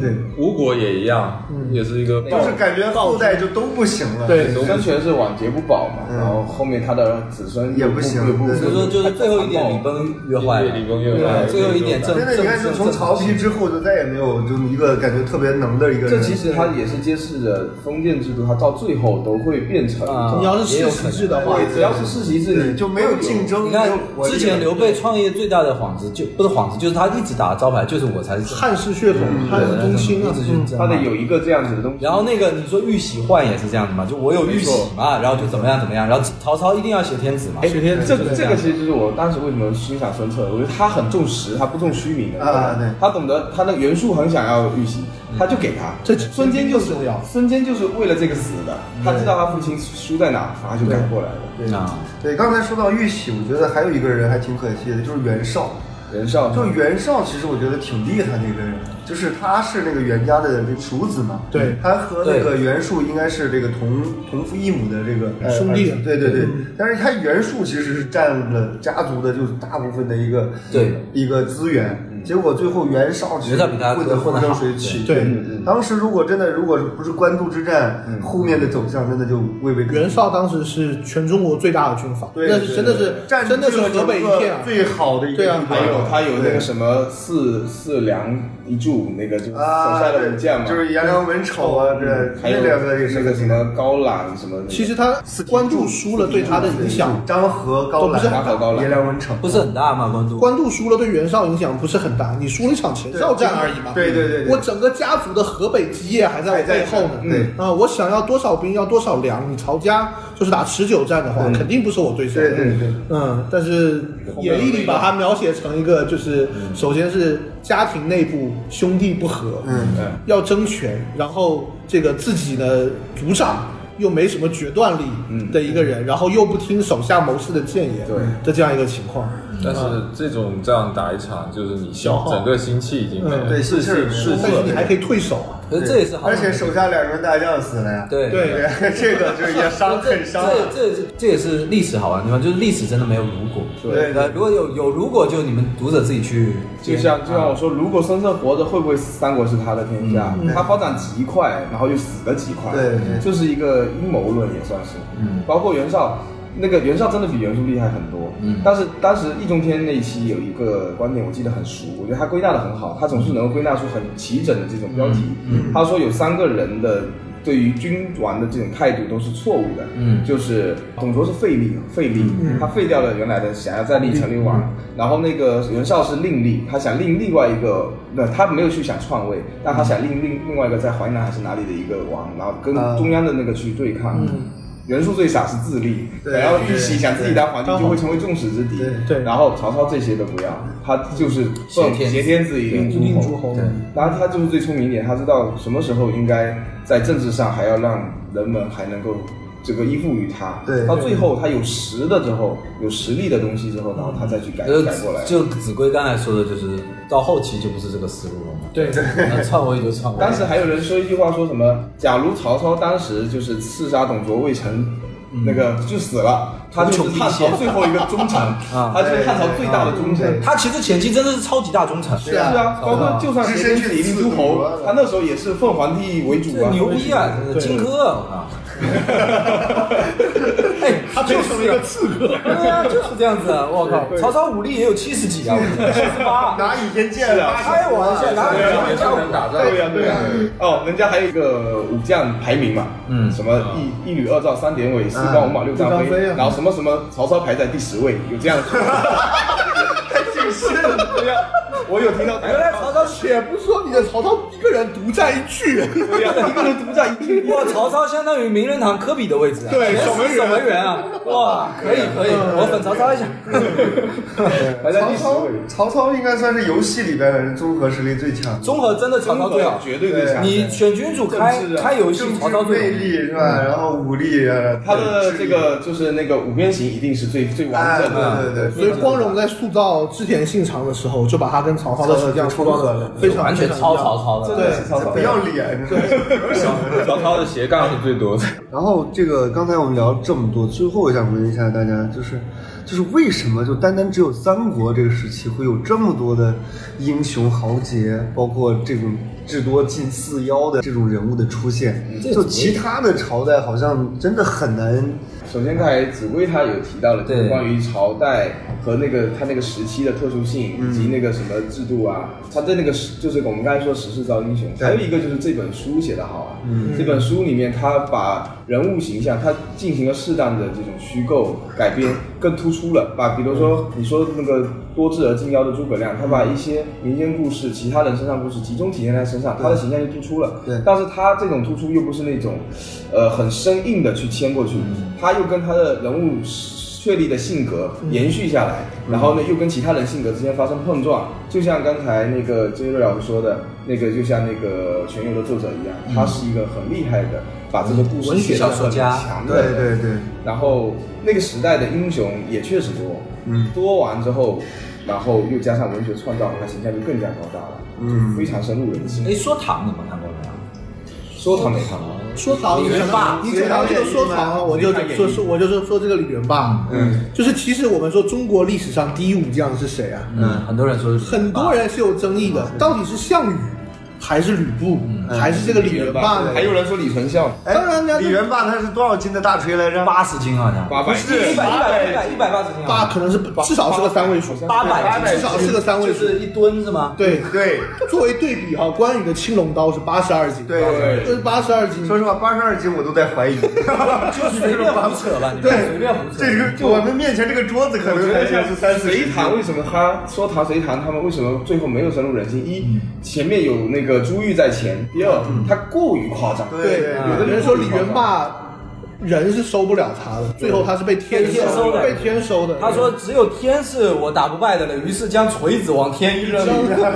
[SPEAKER 1] 对，
[SPEAKER 3] 吴国也一样，也是一个
[SPEAKER 1] 嗯
[SPEAKER 3] 暴
[SPEAKER 1] 就是感觉后代就都不行了。
[SPEAKER 4] 对
[SPEAKER 5] 生权是晚节不保嘛，然后后面他的子孙
[SPEAKER 1] 嗯也不行
[SPEAKER 5] 不
[SPEAKER 1] 对
[SPEAKER 2] 所以说就是最后一点礼崩乐坏啊了，
[SPEAKER 3] 礼崩乐坏
[SPEAKER 2] 对最后一点政
[SPEAKER 1] 真的，你看，就从曹丕之后，就再也没有就一个感觉特别能的一个人。
[SPEAKER 5] 这其实它也是揭示着封建制度，它到最后都会变成一
[SPEAKER 2] 啊
[SPEAKER 5] 种
[SPEAKER 4] 你要是世袭制的话，
[SPEAKER 5] 对，只要是世袭制，
[SPEAKER 1] 对
[SPEAKER 5] 你
[SPEAKER 1] 就没有竞争，
[SPEAKER 2] 你
[SPEAKER 1] 没
[SPEAKER 2] 看
[SPEAKER 1] 有活力
[SPEAKER 2] 之前刘备创业最大的幌子就不是幌子，就是他一直打的招牌就是我才是正
[SPEAKER 4] 汉室血统，汉室宗亲啊
[SPEAKER 2] 一，直就是这样
[SPEAKER 5] 它的有一个这样子的东西。
[SPEAKER 2] 然后那个你说玉玺换也是这样的嘛，就我有玉玺嘛，然后就怎么样怎么样，然后曹操一定要挟天子嘛，
[SPEAKER 5] 哎，
[SPEAKER 4] 天
[SPEAKER 5] 这个这个其实就是我当时为什么心想孙策，我觉得他很重实，他不重虚名的
[SPEAKER 1] 啊对
[SPEAKER 5] 他懂得他那个袁术很想要玉玺，他就给
[SPEAKER 1] 嗯
[SPEAKER 5] 他。
[SPEAKER 4] 这
[SPEAKER 5] 孙坚就是
[SPEAKER 4] 重要
[SPEAKER 5] 孙坚就是为了这个死的，
[SPEAKER 1] 嗯
[SPEAKER 5] 他知道他父亲输在哪，然后就赶过来了。
[SPEAKER 1] 对
[SPEAKER 2] 啊
[SPEAKER 1] 对，刚才说到玉玺，我觉得还有一个人还挺可惜的，就是袁绍。
[SPEAKER 5] 袁绍
[SPEAKER 1] 就袁绍，其实我觉得挺厉害的一个人，就是他是那个袁家的这个庶子嘛，
[SPEAKER 4] 对
[SPEAKER 1] 他和那个袁术应该是这个同同父异母的这个呃
[SPEAKER 4] 兄弟啊
[SPEAKER 1] 儿子对对对。但是他袁术其实是占了家族的，就是大部分的一个
[SPEAKER 2] 对
[SPEAKER 1] 一个资源，结果最后袁绍其实
[SPEAKER 2] 袁绍比他
[SPEAKER 1] 混得风
[SPEAKER 2] 混得
[SPEAKER 1] 生
[SPEAKER 2] 好
[SPEAKER 1] 水起。
[SPEAKER 4] 对
[SPEAKER 5] 嗯嗯
[SPEAKER 1] 当时如果真的如果不是官渡之战，后面的走向真的就未为可知。
[SPEAKER 4] 袁绍当时是全中国最大的军阀，
[SPEAKER 1] 对
[SPEAKER 4] 那是真的是
[SPEAKER 1] 占
[SPEAKER 4] 真的
[SPEAKER 1] 据
[SPEAKER 4] 是
[SPEAKER 1] 了
[SPEAKER 4] 河北一
[SPEAKER 1] 整个
[SPEAKER 4] 片啊。
[SPEAKER 1] 最好的一个
[SPEAKER 4] 对啊
[SPEAKER 1] 地
[SPEAKER 5] 还
[SPEAKER 1] 段
[SPEAKER 5] 有他有那
[SPEAKER 1] 对
[SPEAKER 5] 个什么四四梁一柱，那个就是手
[SPEAKER 1] 啊，
[SPEAKER 5] 下的武将嘛，
[SPEAKER 1] 就是颜良、文丑啊，这
[SPEAKER 5] 还
[SPEAKER 1] 那
[SPEAKER 5] 有
[SPEAKER 1] 两个也
[SPEAKER 5] 那
[SPEAKER 1] 是
[SPEAKER 5] 个什么高览什么的。
[SPEAKER 4] 其实他官渡输了，对他的影响，
[SPEAKER 1] 张合、高
[SPEAKER 4] 都不
[SPEAKER 1] 览、
[SPEAKER 4] 是很
[SPEAKER 5] 大
[SPEAKER 1] 颜良、文丑，
[SPEAKER 2] 不是很大嘛，官渡。
[SPEAKER 4] 官渡输了对袁绍影响不是很大，你输了一场前哨战而已嘛。
[SPEAKER 1] 对对对对
[SPEAKER 4] 我整个家族的河北基业还在我背后呢。
[SPEAKER 1] 还在对
[SPEAKER 4] 啊，我想要多少兵，要多少粮，你曹家就是打持久战的话，肯定不是我对手。
[SPEAKER 1] 对对对。
[SPEAKER 4] 嗯，但是演义里把它描写成一个，就是首先是家庭内部兄弟不和，
[SPEAKER 1] 嗯
[SPEAKER 5] 嗯
[SPEAKER 4] 要争权，然后这个自己的族长又没什么决断力的一个人，然后又不听手下谋士的建言，
[SPEAKER 5] 对
[SPEAKER 4] 的这样一个情况。
[SPEAKER 3] 但是这种这样打一场，就是你
[SPEAKER 4] 消
[SPEAKER 3] 消
[SPEAKER 4] 耗
[SPEAKER 3] 整个心气已经没了
[SPEAKER 4] 嗯
[SPEAKER 1] 对
[SPEAKER 3] 士
[SPEAKER 1] 心气儿
[SPEAKER 3] 气
[SPEAKER 1] 没了
[SPEAKER 3] 士
[SPEAKER 4] 但
[SPEAKER 3] 气
[SPEAKER 4] 是你还可以退守啊，
[SPEAKER 2] 可是这也是好
[SPEAKER 1] 而且手下两员大将死了呀，
[SPEAKER 2] 对
[SPEAKER 4] 对
[SPEAKER 1] 这个就是也伤很伤啊。
[SPEAKER 2] 这这这这也是历史好玩的地方，就是历史真的没有如果。
[SPEAKER 1] 对
[SPEAKER 2] 呃，如果有有如果，就你们读者自己去。
[SPEAKER 5] 就像就像我说，如果孙策活着，会不会三国是他的天下？他发展极快，然后又死得极快，
[SPEAKER 1] 对对
[SPEAKER 5] 就是一个阴谋论也算是。嗯，包括袁绍，那个袁绍真的比袁术厉害很多。嗯，但是当时易中天那一期有一个观点，我记得很熟，我觉得他归纳的很好，他总是能够归纳出很齐整的这种标题。他说有三个人的。对于君王的这种态度都是错误的，嗯，就是董卓是废立，废立，
[SPEAKER 1] 嗯
[SPEAKER 5] 他废掉了原来的想要再立成为王，然后那个袁绍是另立，他想另另外一个，那他没有去想篡位，
[SPEAKER 1] 嗯
[SPEAKER 5] 但他想另另另外一个在淮南还是哪里的一个王，然后跟
[SPEAKER 1] 啊嗯
[SPEAKER 5] 中央的那个去对抗。袁术最傻是自立，
[SPEAKER 1] 对
[SPEAKER 5] 然后玉玺想自己当皇帝就会成为众矢之的。
[SPEAKER 4] 对对
[SPEAKER 5] 然后曹操这些都不要，他就是奉
[SPEAKER 2] 挟天子
[SPEAKER 5] 挟天子以令
[SPEAKER 4] 一
[SPEAKER 5] 诸
[SPEAKER 4] 定
[SPEAKER 5] 侯
[SPEAKER 4] 诸。侯。
[SPEAKER 5] 然后他就是最聪明一点，他知道什么时候应该在政治上还要让人们还能够这个依附于他。
[SPEAKER 1] 对
[SPEAKER 5] 到最后他有实的之后，有实力的东西之后，然后他再去改
[SPEAKER 2] 就是
[SPEAKER 5] 改过来。
[SPEAKER 2] 就子规刚才说的，就是到后期就不是这个思路了嘛。
[SPEAKER 4] 对，
[SPEAKER 2] 那篡位就篡位。
[SPEAKER 5] 当时还有人说一句话，说什么？假如曹操当时就是刺杀董卓未成，那个就死了，他就是汉朝最后一个忠臣，
[SPEAKER 2] 啊
[SPEAKER 5] 他就是汉朝最大的忠臣。
[SPEAKER 2] 他其实前期真的是超级大忠臣，
[SPEAKER 5] 是啊，包括就算是天子一令诸侯，他那时候也是奉皇帝为主
[SPEAKER 2] 这
[SPEAKER 5] 啊。
[SPEAKER 2] 牛逼啊，真的荆轲啊！哎，
[SPEAKER 4] 他变成了一个刺客。
[SPEAKER 2] 对啊，就是这样子啊！我靠，曹操武力也有七十几啊，七十八，
[SPEAKER 1] 拿倚天剑了，
[SPEAKER 2] 开玩笑，哪
[SPEAKER 3] 对啊
[SPEAKER 2] 有
[SPEAKER 3] 也
[SPEAKER 2] 这
[SPEAKER 3] 是
[SPEAKER 2] 么
[SPEAKER 3] 能打仗，
[SPEAKER 5] 对呀、对呀、哦，人家还有一个武将排名嘛，
[SPEAKER 2] 嗯
[SPEAKER 5] 什么一一吕二赵三典韦四关五马六张
[SPEAKER 4] 六张飞
[SPEAKER 5] 飞，
[SPEAKER 4] 啊
[SPEAKER 5] 然后什么什么曹操排在第十位，有这样说。
[SPEAKER 1] 谨慎了。
[SPEAKER 5] 对呀、我有听到，
[SPEAKER 2] 原来曹操是
[SPEAKER 4] 且不说你的曹操一个人独占一句，
[SPEAKER 5] 对呀、一个人 独占一军。
[SPEAKER 2] 哇，曹操相当于名人堂科比的位置啊，
[SPEAKER 4] 对
[SPEAKER 2] 全是
[SPEAKER 4] 守门员
[SPEAKER 2] 守门员啊，哇，可以可以，我粉曹操一下，
[SPEAKER 5] 排在
[SPEAKER 1] 曹
[SPEAKER 5] 第十
[SPEAKER 1] 操
[SPEAKER 5] 位，，
[SPEAKER 1] 曹操应该算是游戏里边的综合实力最强，
[SPEAKER 2] 综合真的曹操最好，
[SPEAKER 5] 绝对最强。
[SPEAKER 2] 你选君主开
[SPEAKER 5] 政治啊
[SPEAKER 2] 开游戏
[SPEAKER 1] 政，
[SPEAKER 2] 曹操
[SPEAKER 1] 治魅
[SPEAKER 2] 最
[SPEAKER 1] 力是吧？然后武力啊，
[SPEAKER 5] 他的
[SPEAKER 1] 智
[SPEAKER 5] 这
[SPEAKER 1] 力
[SPEAKER 5] 个就是那个五边形一定是最最
[SPEAKER 1] 哎，
[SPEAKER 5] 完
[SPEAKER 1] 对
[SPEAKER 5] 整的。
[SPEAKER 1] 对对，
[SPEAKER 4] 所以光荣在塑造织田信长的时候，就把他跟曹操的形象塑造的非常
[SPEAKER 2] 完全超曹。操的，
[SPEAKER 5] 真的是曹操
[SPEAKER 1] 不要脸，对。
[SPEAKER 3] 曹操的斜杠是最多的。
[SPEAKER 1] 然后这个刚才我们聊了这么多，最后我想问一下大家，就是就是为什么就单单只有三国这个时期会有这么多的英雄豪杰，包括这种至多近四妖的这种人物的出现，就其他的朝代好像真的很难。
[SPEAKER 5] 首先，刚才紫薇她有提到了
[SPEAKER 2] 对
[SPEAKER 5] 关于朝代和那个他那个时期的特殊性，
[SPEAKER 1] 嗯
[SPEAKER 5] 以及那个什么制度啊，他在那个时就是我们刚才说时势造英雄，
[SPEAKER 1] 对嗯
[SPEAKER 5] 还有一个就是这本书写的好啊，这本书里面他把人物形象他进行了适当的这种虚构改编，更突出了，把比如说
[SPEAKER 1] 嗯
[SPEAKER 5] 你说那个多智而近妖的诸葛亮，他把一些民间故事、其他人身上故事集中体现在他身上，他的形象就突出了，
[SPEAKER 1] 对
[SPEAKER 5] 但是他这种突出又不是那种，呃，很生硬的去牵过去，
[SPEAKER 1] 嗯
[SPEAKER 5] 他又跟他的人物确立的性格
[SPEAKER 2] 嗯
[SPEAKER 5] 延续下来，然后呢，又跟其他人性格之间发生碰撞，就像刚才那个杰瑞老师说的，那个就像那个《全游》的作者一样，他是一个很厉害的，把这个故
[SPEAKER 2] 嗯
[SPEAKER 5] 事
[SPEAKER 2] 文学
[SPEAKER 5] 写得
[SPEAKER 2] 小说
[SPEAKER 5] 很
[SPEAKER 2] 家
[SPEAKER 5] 强的
[SPEAKER 1] 对
[SPEAKER 5] 人
[SPEAKER 1] 对嗯对，
[SPEAKER 5] 然后那个时代的英雄也确实多，嗯，多完之后，然后又加上文学创造，那形象就更加高大了，
[SPEAKER 1] 嗯
[SPEAKER 5] 就非常深入人心。
[SPEAKER 2] 哎，说唐你们看过没有？
[SPEAKER 5] 说唐没唐，啊
[SPEAKER 4] 说唐，
[SPEAKER 2] 李元霸
[SPEAKER 4] 你讲到这个说唐，我就说说，我就说说这个李元霸，嗯，就是其实我们说中国历史上第一武将是谁啊？
[SPEAKER 2] 嗯，很多人说是
[SPEAKER 4] 很多人是有争议的，到底是项羽，还是吕布，还是这个李元霸呢？
[SPEAKER 5] 还有人说李存孝，
[SPEAKER 1] 哎
[SPEAKER 4] 当然了
[SPEAKER 1] 李元霸他是多少斤的大锤来着？
[SPEAKER 2] 八十斤好像，
[SPEAKER 5] 八百
[SPEAKER 2] 一百一百一百一百八十斤
[SPEAKER 4] 八
[SPEAKER 2] 啊，
[SPEAKER 4] 可能是至少是个三位数，
[SPEAKER 2] 八百
[SPEAKER 4] 至少是个三位
[SPEAKER 2] 就
[SPEAKER 4] 数。
[SPEAKER 2] 是一吨是吗？
[SPEAKER 4] 对，
[SPEAKER 1] 对，
[SPEAKER 4] 作为对比哈，关羽的青龙刀是八十二斤，
[SPEAKER 1] 对
[SPEAKER 5] 对
[SPEAKER 4] 这是八十二斤。
[SPEAKER 1] 说实话，八十二斤我都在怀 疑。
[SPEAKER 2] 就随便胡扯吧，你们
[SPEAKER 1] 对
[SPEAKER 2] 随便胡扯。
[SPEAKER 1] 这个就我们面前这个桌子可能才就是三四
[SPEAKER 5] 隋
[SPEAKER 1] 十
[SPEAKER 5] 唐为什么他说唐隋唐他们为什么最后没有深入人心？一前面有那个朱玉在前，第二他过于夸张，
[SPEAKER 1] 对
[SPEAKER 4] 对，有的人说李元霸人是收不了他的，最后他是被天
[SPEAKER 2] 被天收的
[SPEAKER 4] 被天收的。
[SPEAKER 2] 他说：“只有天是我打不败的了，于是将锤子往天一扔，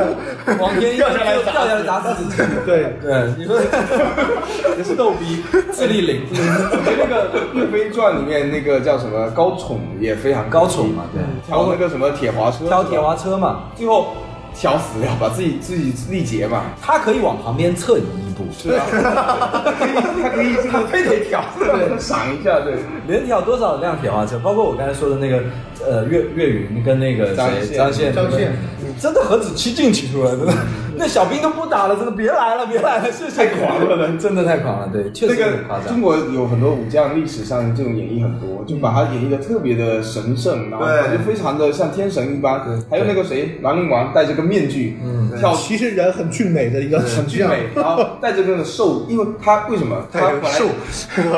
[SPEAKER 2] 往天一扔就掉下来砸死自己。”
[SPEAKER 4] 对
[SPEAKER 2] 对，你说 也是逗逼，智力零，
[SPEAKER 5] 那个《岳飞传》里面那个叫什么高宠也非常
[SPEAKER 2] 高手嘛，对，
[SPEAKER 5] 挑那个什么铁滑车，
[SPEAKER 2] 挑铁滑车嘛，
[SPEAKER 5] 最后挑死了，把自己自己力竭嘛。
[SPEAKER 2] 他可以往旁边侧移一步，
[SPEAKER 5] 是啊， 他可以这个非得挑，赏一下，对，
[SPEAKER 2] 连挑多少辆铁滑车？包括我刚才说的那个，呃，岳岳云跟那个
[SPEAKER 5] 张
[SPEAKER 2] 谁
[SPEAKER 5] 宪
[SPEAKER 2] 张宪，
[SPEAKER 4] 张宪
[SPEAKER 2] 对真的何止七进七出了，真的，那小兵都不打了，真的别来了，别来了，谢谢，太
[SPEAKER 5] 狂了，
[SPEAKER 2] 真的太狂了，对，确
[SPEAKER 5] 这
[SPEAKER 2] 实
[SPEAKER 5] 个
[SPEAKER 2] 很夸张
[SPEAKER 5] 中。国有很多武将，历史上这种演绎很多，就把他演绎的特别的神圣，然后
[SPEAKER 1] 嗯对
[SPEAKER 5] 感觉非常的像天神一般。还有那个谁，兰陵王戴着个面具，
[SPEAKER 1] 嗯
[SPEAKER 5] 跳
[SPEAKER 4] 其实人很俊美的一个
[SPEAKER 5] 很俊美，然后戴着那个兽，因为他为什么他
[SPEAKER 1] 戴着
[SPEAKER 5] 本来
[SPEAKER 1] 兽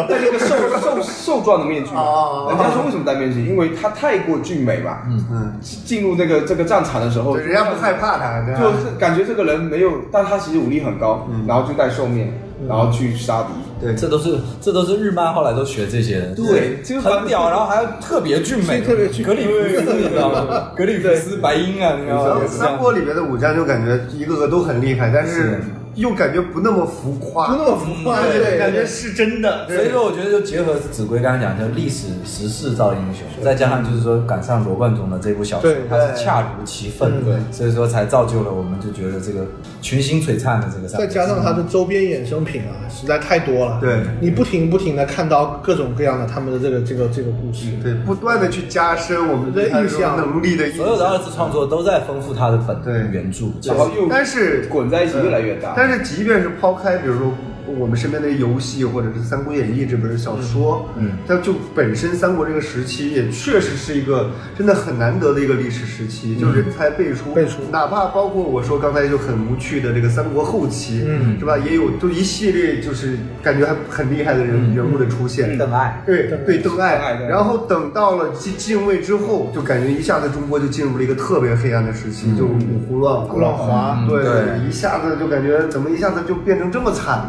[SPEAKER 5] 戴着个 兽兽兽状的面具嘛
[SPEAKER 1] 哦哦哦，
[SPEAKER 5] 人家说为什么戴面具？因为他太过俊美嘛。
[SPEAKER 1] 嗯，
[SPEAKER 5] 进入那个这个战场的时候，
[SPEAKER 1] 对，人家不啊害怕他，对
[SPEAKER 5] 就
[SPEAKER 1] 吧？
[SPEAKER 5] 是感觉这个人没有，但他其实武力很高，
[SPEAKER 1] 嗯
[SPEAKER 5] 然后就戴兽面，然后去杀敌。
[SPEAKER 1] 对，
[SPEAKER 2] 这都是这都是日漫后来都学这些的，
[SPEAKER 5] 对就是把
[SPEAKER 2] 很屌，然后还要特别俊美，
[SPEAKER 4] 特别俊
[SPEAKER 2] 格里夫斯，你知道吗？格里夫斯白鹰啊，你知道吗
[SPEAKER 1] 然后？三国里面的武将就感觉一个个都很厉害，但是
[SPEAKER 2] 是
[SPEAKER 1] 又感觉不那么浮夸，嗯
[SPEAKER 4] 不那么浮夸，
[SPEAKER 1] 对
[SPEAKER 4] 对，
[SPEAKER 1] 感觉是真的。
[SPEAKER 2] 所以说，我觉得就结合子规刚刚讲，就是历史时势造英雄，再加上就是说赶上罗贯中的这部小说
[SPEAKER 4] 对，
[SPEAKER 2] 它是恰如其分，
[SPEAKER 4] 对，
[SPEAKER 2] 所以说才造就了我们就觉得这个群星璀璨的这个上。
[SPEAKER 4] 再加上它的周边衍生品啊，实在太多了。
[SPEAKER 1] 对
[SPEAKER 4] 你不停不停的看到各种各样的他们的这个这个这个故事。
[SPEAKER 1] 对，不断的去加深我们对他这种能力的印
[SPEAKER 2] 所有的二
[SPEAKER 1] 象。
[SPEAKER 2] 次创作都在丰富它的本
[SPEAKER 1] 对
[SPEAKER 2] 原著，
[SPEAKER 5] 然后又
[SPEAKER 1] 但是，
[SPEAKER 5] 滚在一起越来越大。
[SPEAKER 1] 嗯但是即便是抛开，比如说我们身边的游戏或者是《三国演义》这本小说，嗯，它就本身三国这个时期也确实是一个真的很难得的一个历史时期，
[SPEAKER 5] 嗯
[SPEAKER 1] 就是人才辈出，
[SPEAKER 4] 辈出
[SPEAKER 1] 哪怕包括我说刚才就很无趣的这个三国后期，嗯，是吧？也有就一系列就是感觉还很厉害的
[SPEAKER 5] 嗯
[SPEAKER 1] 人人物的出现，
[SPEAKER 2] 邓艾，
[SPEAKER 1] 对对，邓
[SPEAKER 5] 邓艾
[SPEAKER 1] 艾。
[SPEAKER 5] 对
[SPEAKER 1] 然后等到了晋晋魏之后，就感觉一下子中国就进入了一个特别黑暗的时
[SPEAKER 5] 嗯
[SPEAKER 1] 期，就五胡乱
[SPEAKER 4] 胡乱华
[SPEAKER 1] 对，
[SPEAKER 2] 对
[SPEAKER 1] 一下子就感觉怎么一下子就变成这么惨？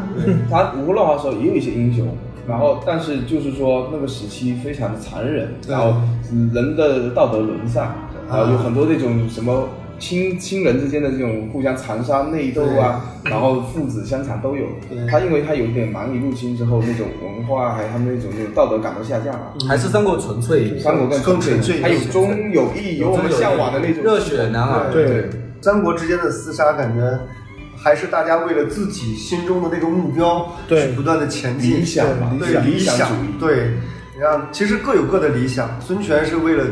[SPEAKER 5] 他无论的时候也有一些英雄，然后但是就是说那个时期非常的残忍，然后人的道德沦
[SPEAKER 1] 啊
[SPEAKER 5] 丧，然后有很多那种什么。亲亲人之间的这种互相残杀、内斗啊，然后父子相残都有。他因为他有一点蛮夷入侵之后，那种文化还有他们那种那种道德感都下降了。
[SPEAKER 1] 嗯
[SPEAKER 2] 还是三国纯粹一点，
[SPEAKER 5] 三国更纯粹，它有忠有义，有我们向往的那种
[SPEAKER 2] 热血男儿，
[SPEAKER 4] 对
[SPEAKER 5] 对，
[SPEAKER 1] 三国之间的厮杀，感觉还是大家为了自己心中的那个目标
[SPEAKER 4] 对
[SPEAKER 1] 去不断的前进，
[SPEAKER 5] 理想嘛
[SPEAKER 1] 对
[SPEAKER 5] 理
[SPEAKER 1] 理
[SPEAKER 5] 想
[SPEAKER 1] 想
[SPEAKER 5] 主义，
[SPEAKER 1] 对。你看，其实各有各的理想。孙权是为了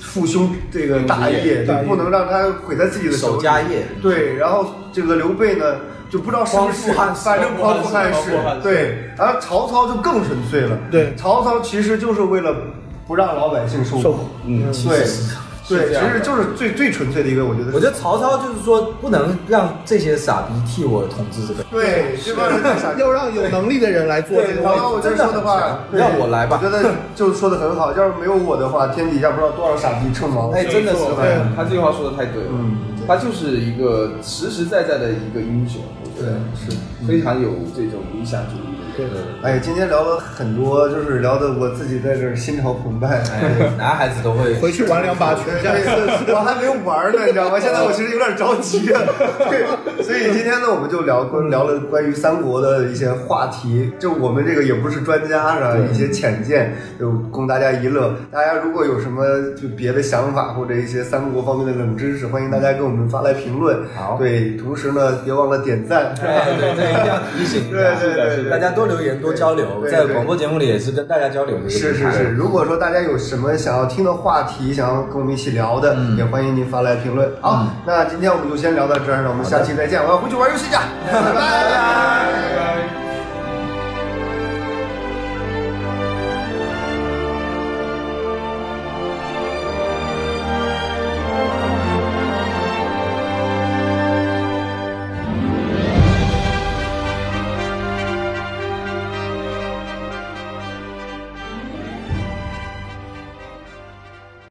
[SPEAKER 1] 父兄这个大业，
[SPEAKER 4] 大
[SPEAKER 1] 对
[SPEAKER 4] 业
[SPEAKER 1] 不能让他毁在自己的手
[SPEAKER 2] 守
[SPEAKER 1] 里
[SPEAKER 2] 家业。
[SPEAKER 1] 对，然后这个刘备呢，就不知道是不是，
[SPEAKER 2] 光复汉室
[SPEAKER 1] 反正光复汉
[SPEAKER 5] 光复汉
[SPEAKER 1] 室。
[SPEAKER 5] 室
[SPEAKER 1] 对，然后曹操就更纯粹了。
[SPEAKER 4] 对
[SPEAKER 1] 曹操其实就是为了不让老百姓受
[SPEAKER 4] 受苦
[SPEAKER 1] 嗯，对，对，
[SPEAKER 5] 是这
[SPEAKER 1] 其
[SPEAKER 5] 样的
[SPEAKER 1] 实就是最最纯粹的一个，我觉得是。
[SPEAKER 2] 我觉得曹操就是说，不能让这些傻逼替我统治
[SPEAKER 1] 哦
[SPEAKER 2] 这个，
[SPEAKER 1] 对，这帮人太傻逼了
[SPEAKER 4] 要让有能力的人来做这
[SPEAKER 1] 对，
[SPEAKER 4] 个
[SPEAKER 1] 然后
[SPEAKER 4] 位
[SPEAKER 1] 我
[SPEAKER 4] 置
[SPEAKER 1] 这说的话，对
[SPEAKER 2] 让我来吧
[SPEAKER 1] 我觉得就说的很好，要是没有我的话，天底下不知道多少傻逼称王。
[SPEAKER 2] 哎，真的是
[SPEAKER 5] 对
[SPEAKER 2] 对
[SPEAKER 5] 他这句话说的太对了，他就是一个实实在在的一个英雄，我觉得是非常有这种理想主义的一个人。
[SPEAKER 1] 哎，今天聊了很多，就是聊的我自己在这儿心潮澎湃。
[SPEAKER 2] 哎 男孩子都会
[SPEAKER 4] 回去玩两把拳
[SPEAKER 1] 对
[SPEAKER 4] 战。
[SPEAKER 1] 我还没玩呢，你知道吗？现在我其实有点着急 了。对，所以今天呢，我们就聊关聊了关于三国的一些话题。就我们这个也不是专家，是吧？一些浅见，就供大家一乐。大家如果有什么就别的想法或者一些三国方面的冷知识，欢迎大家给我们发来评论。
[SPEAKER 2] 好
[SPEAKER 1] 对，同时呢，别忘了点赞。
[SPEAKER 2] 哎，对，这一定要提醒一
[SPEAKER 1] 对
[SPEAKER 2] 下，
[SPEAKER 1] 对对对
[SPEAKER 2] 大家多留言，多交流，
[SPEAKER 1] 对对
[SPEAKER 2] 在
[SPEAKER 1] 对
[SPEAKER 2] 广播节目里也是跟大家交流的一个
[SPEAKER 1] 是
[SPEAKER 2] 平台嗯
[SPEAKER 1] 是是，，如果说大家有什么想要听的话题，想要跟我们一起聊的，
[SPEAKER 2] 嗯
[SPEAKER 1] 也欢迎您发来评论。 好，那今天我们就先聊到这儿，那我们下期再见。我要回去玩游戏去，拜拜。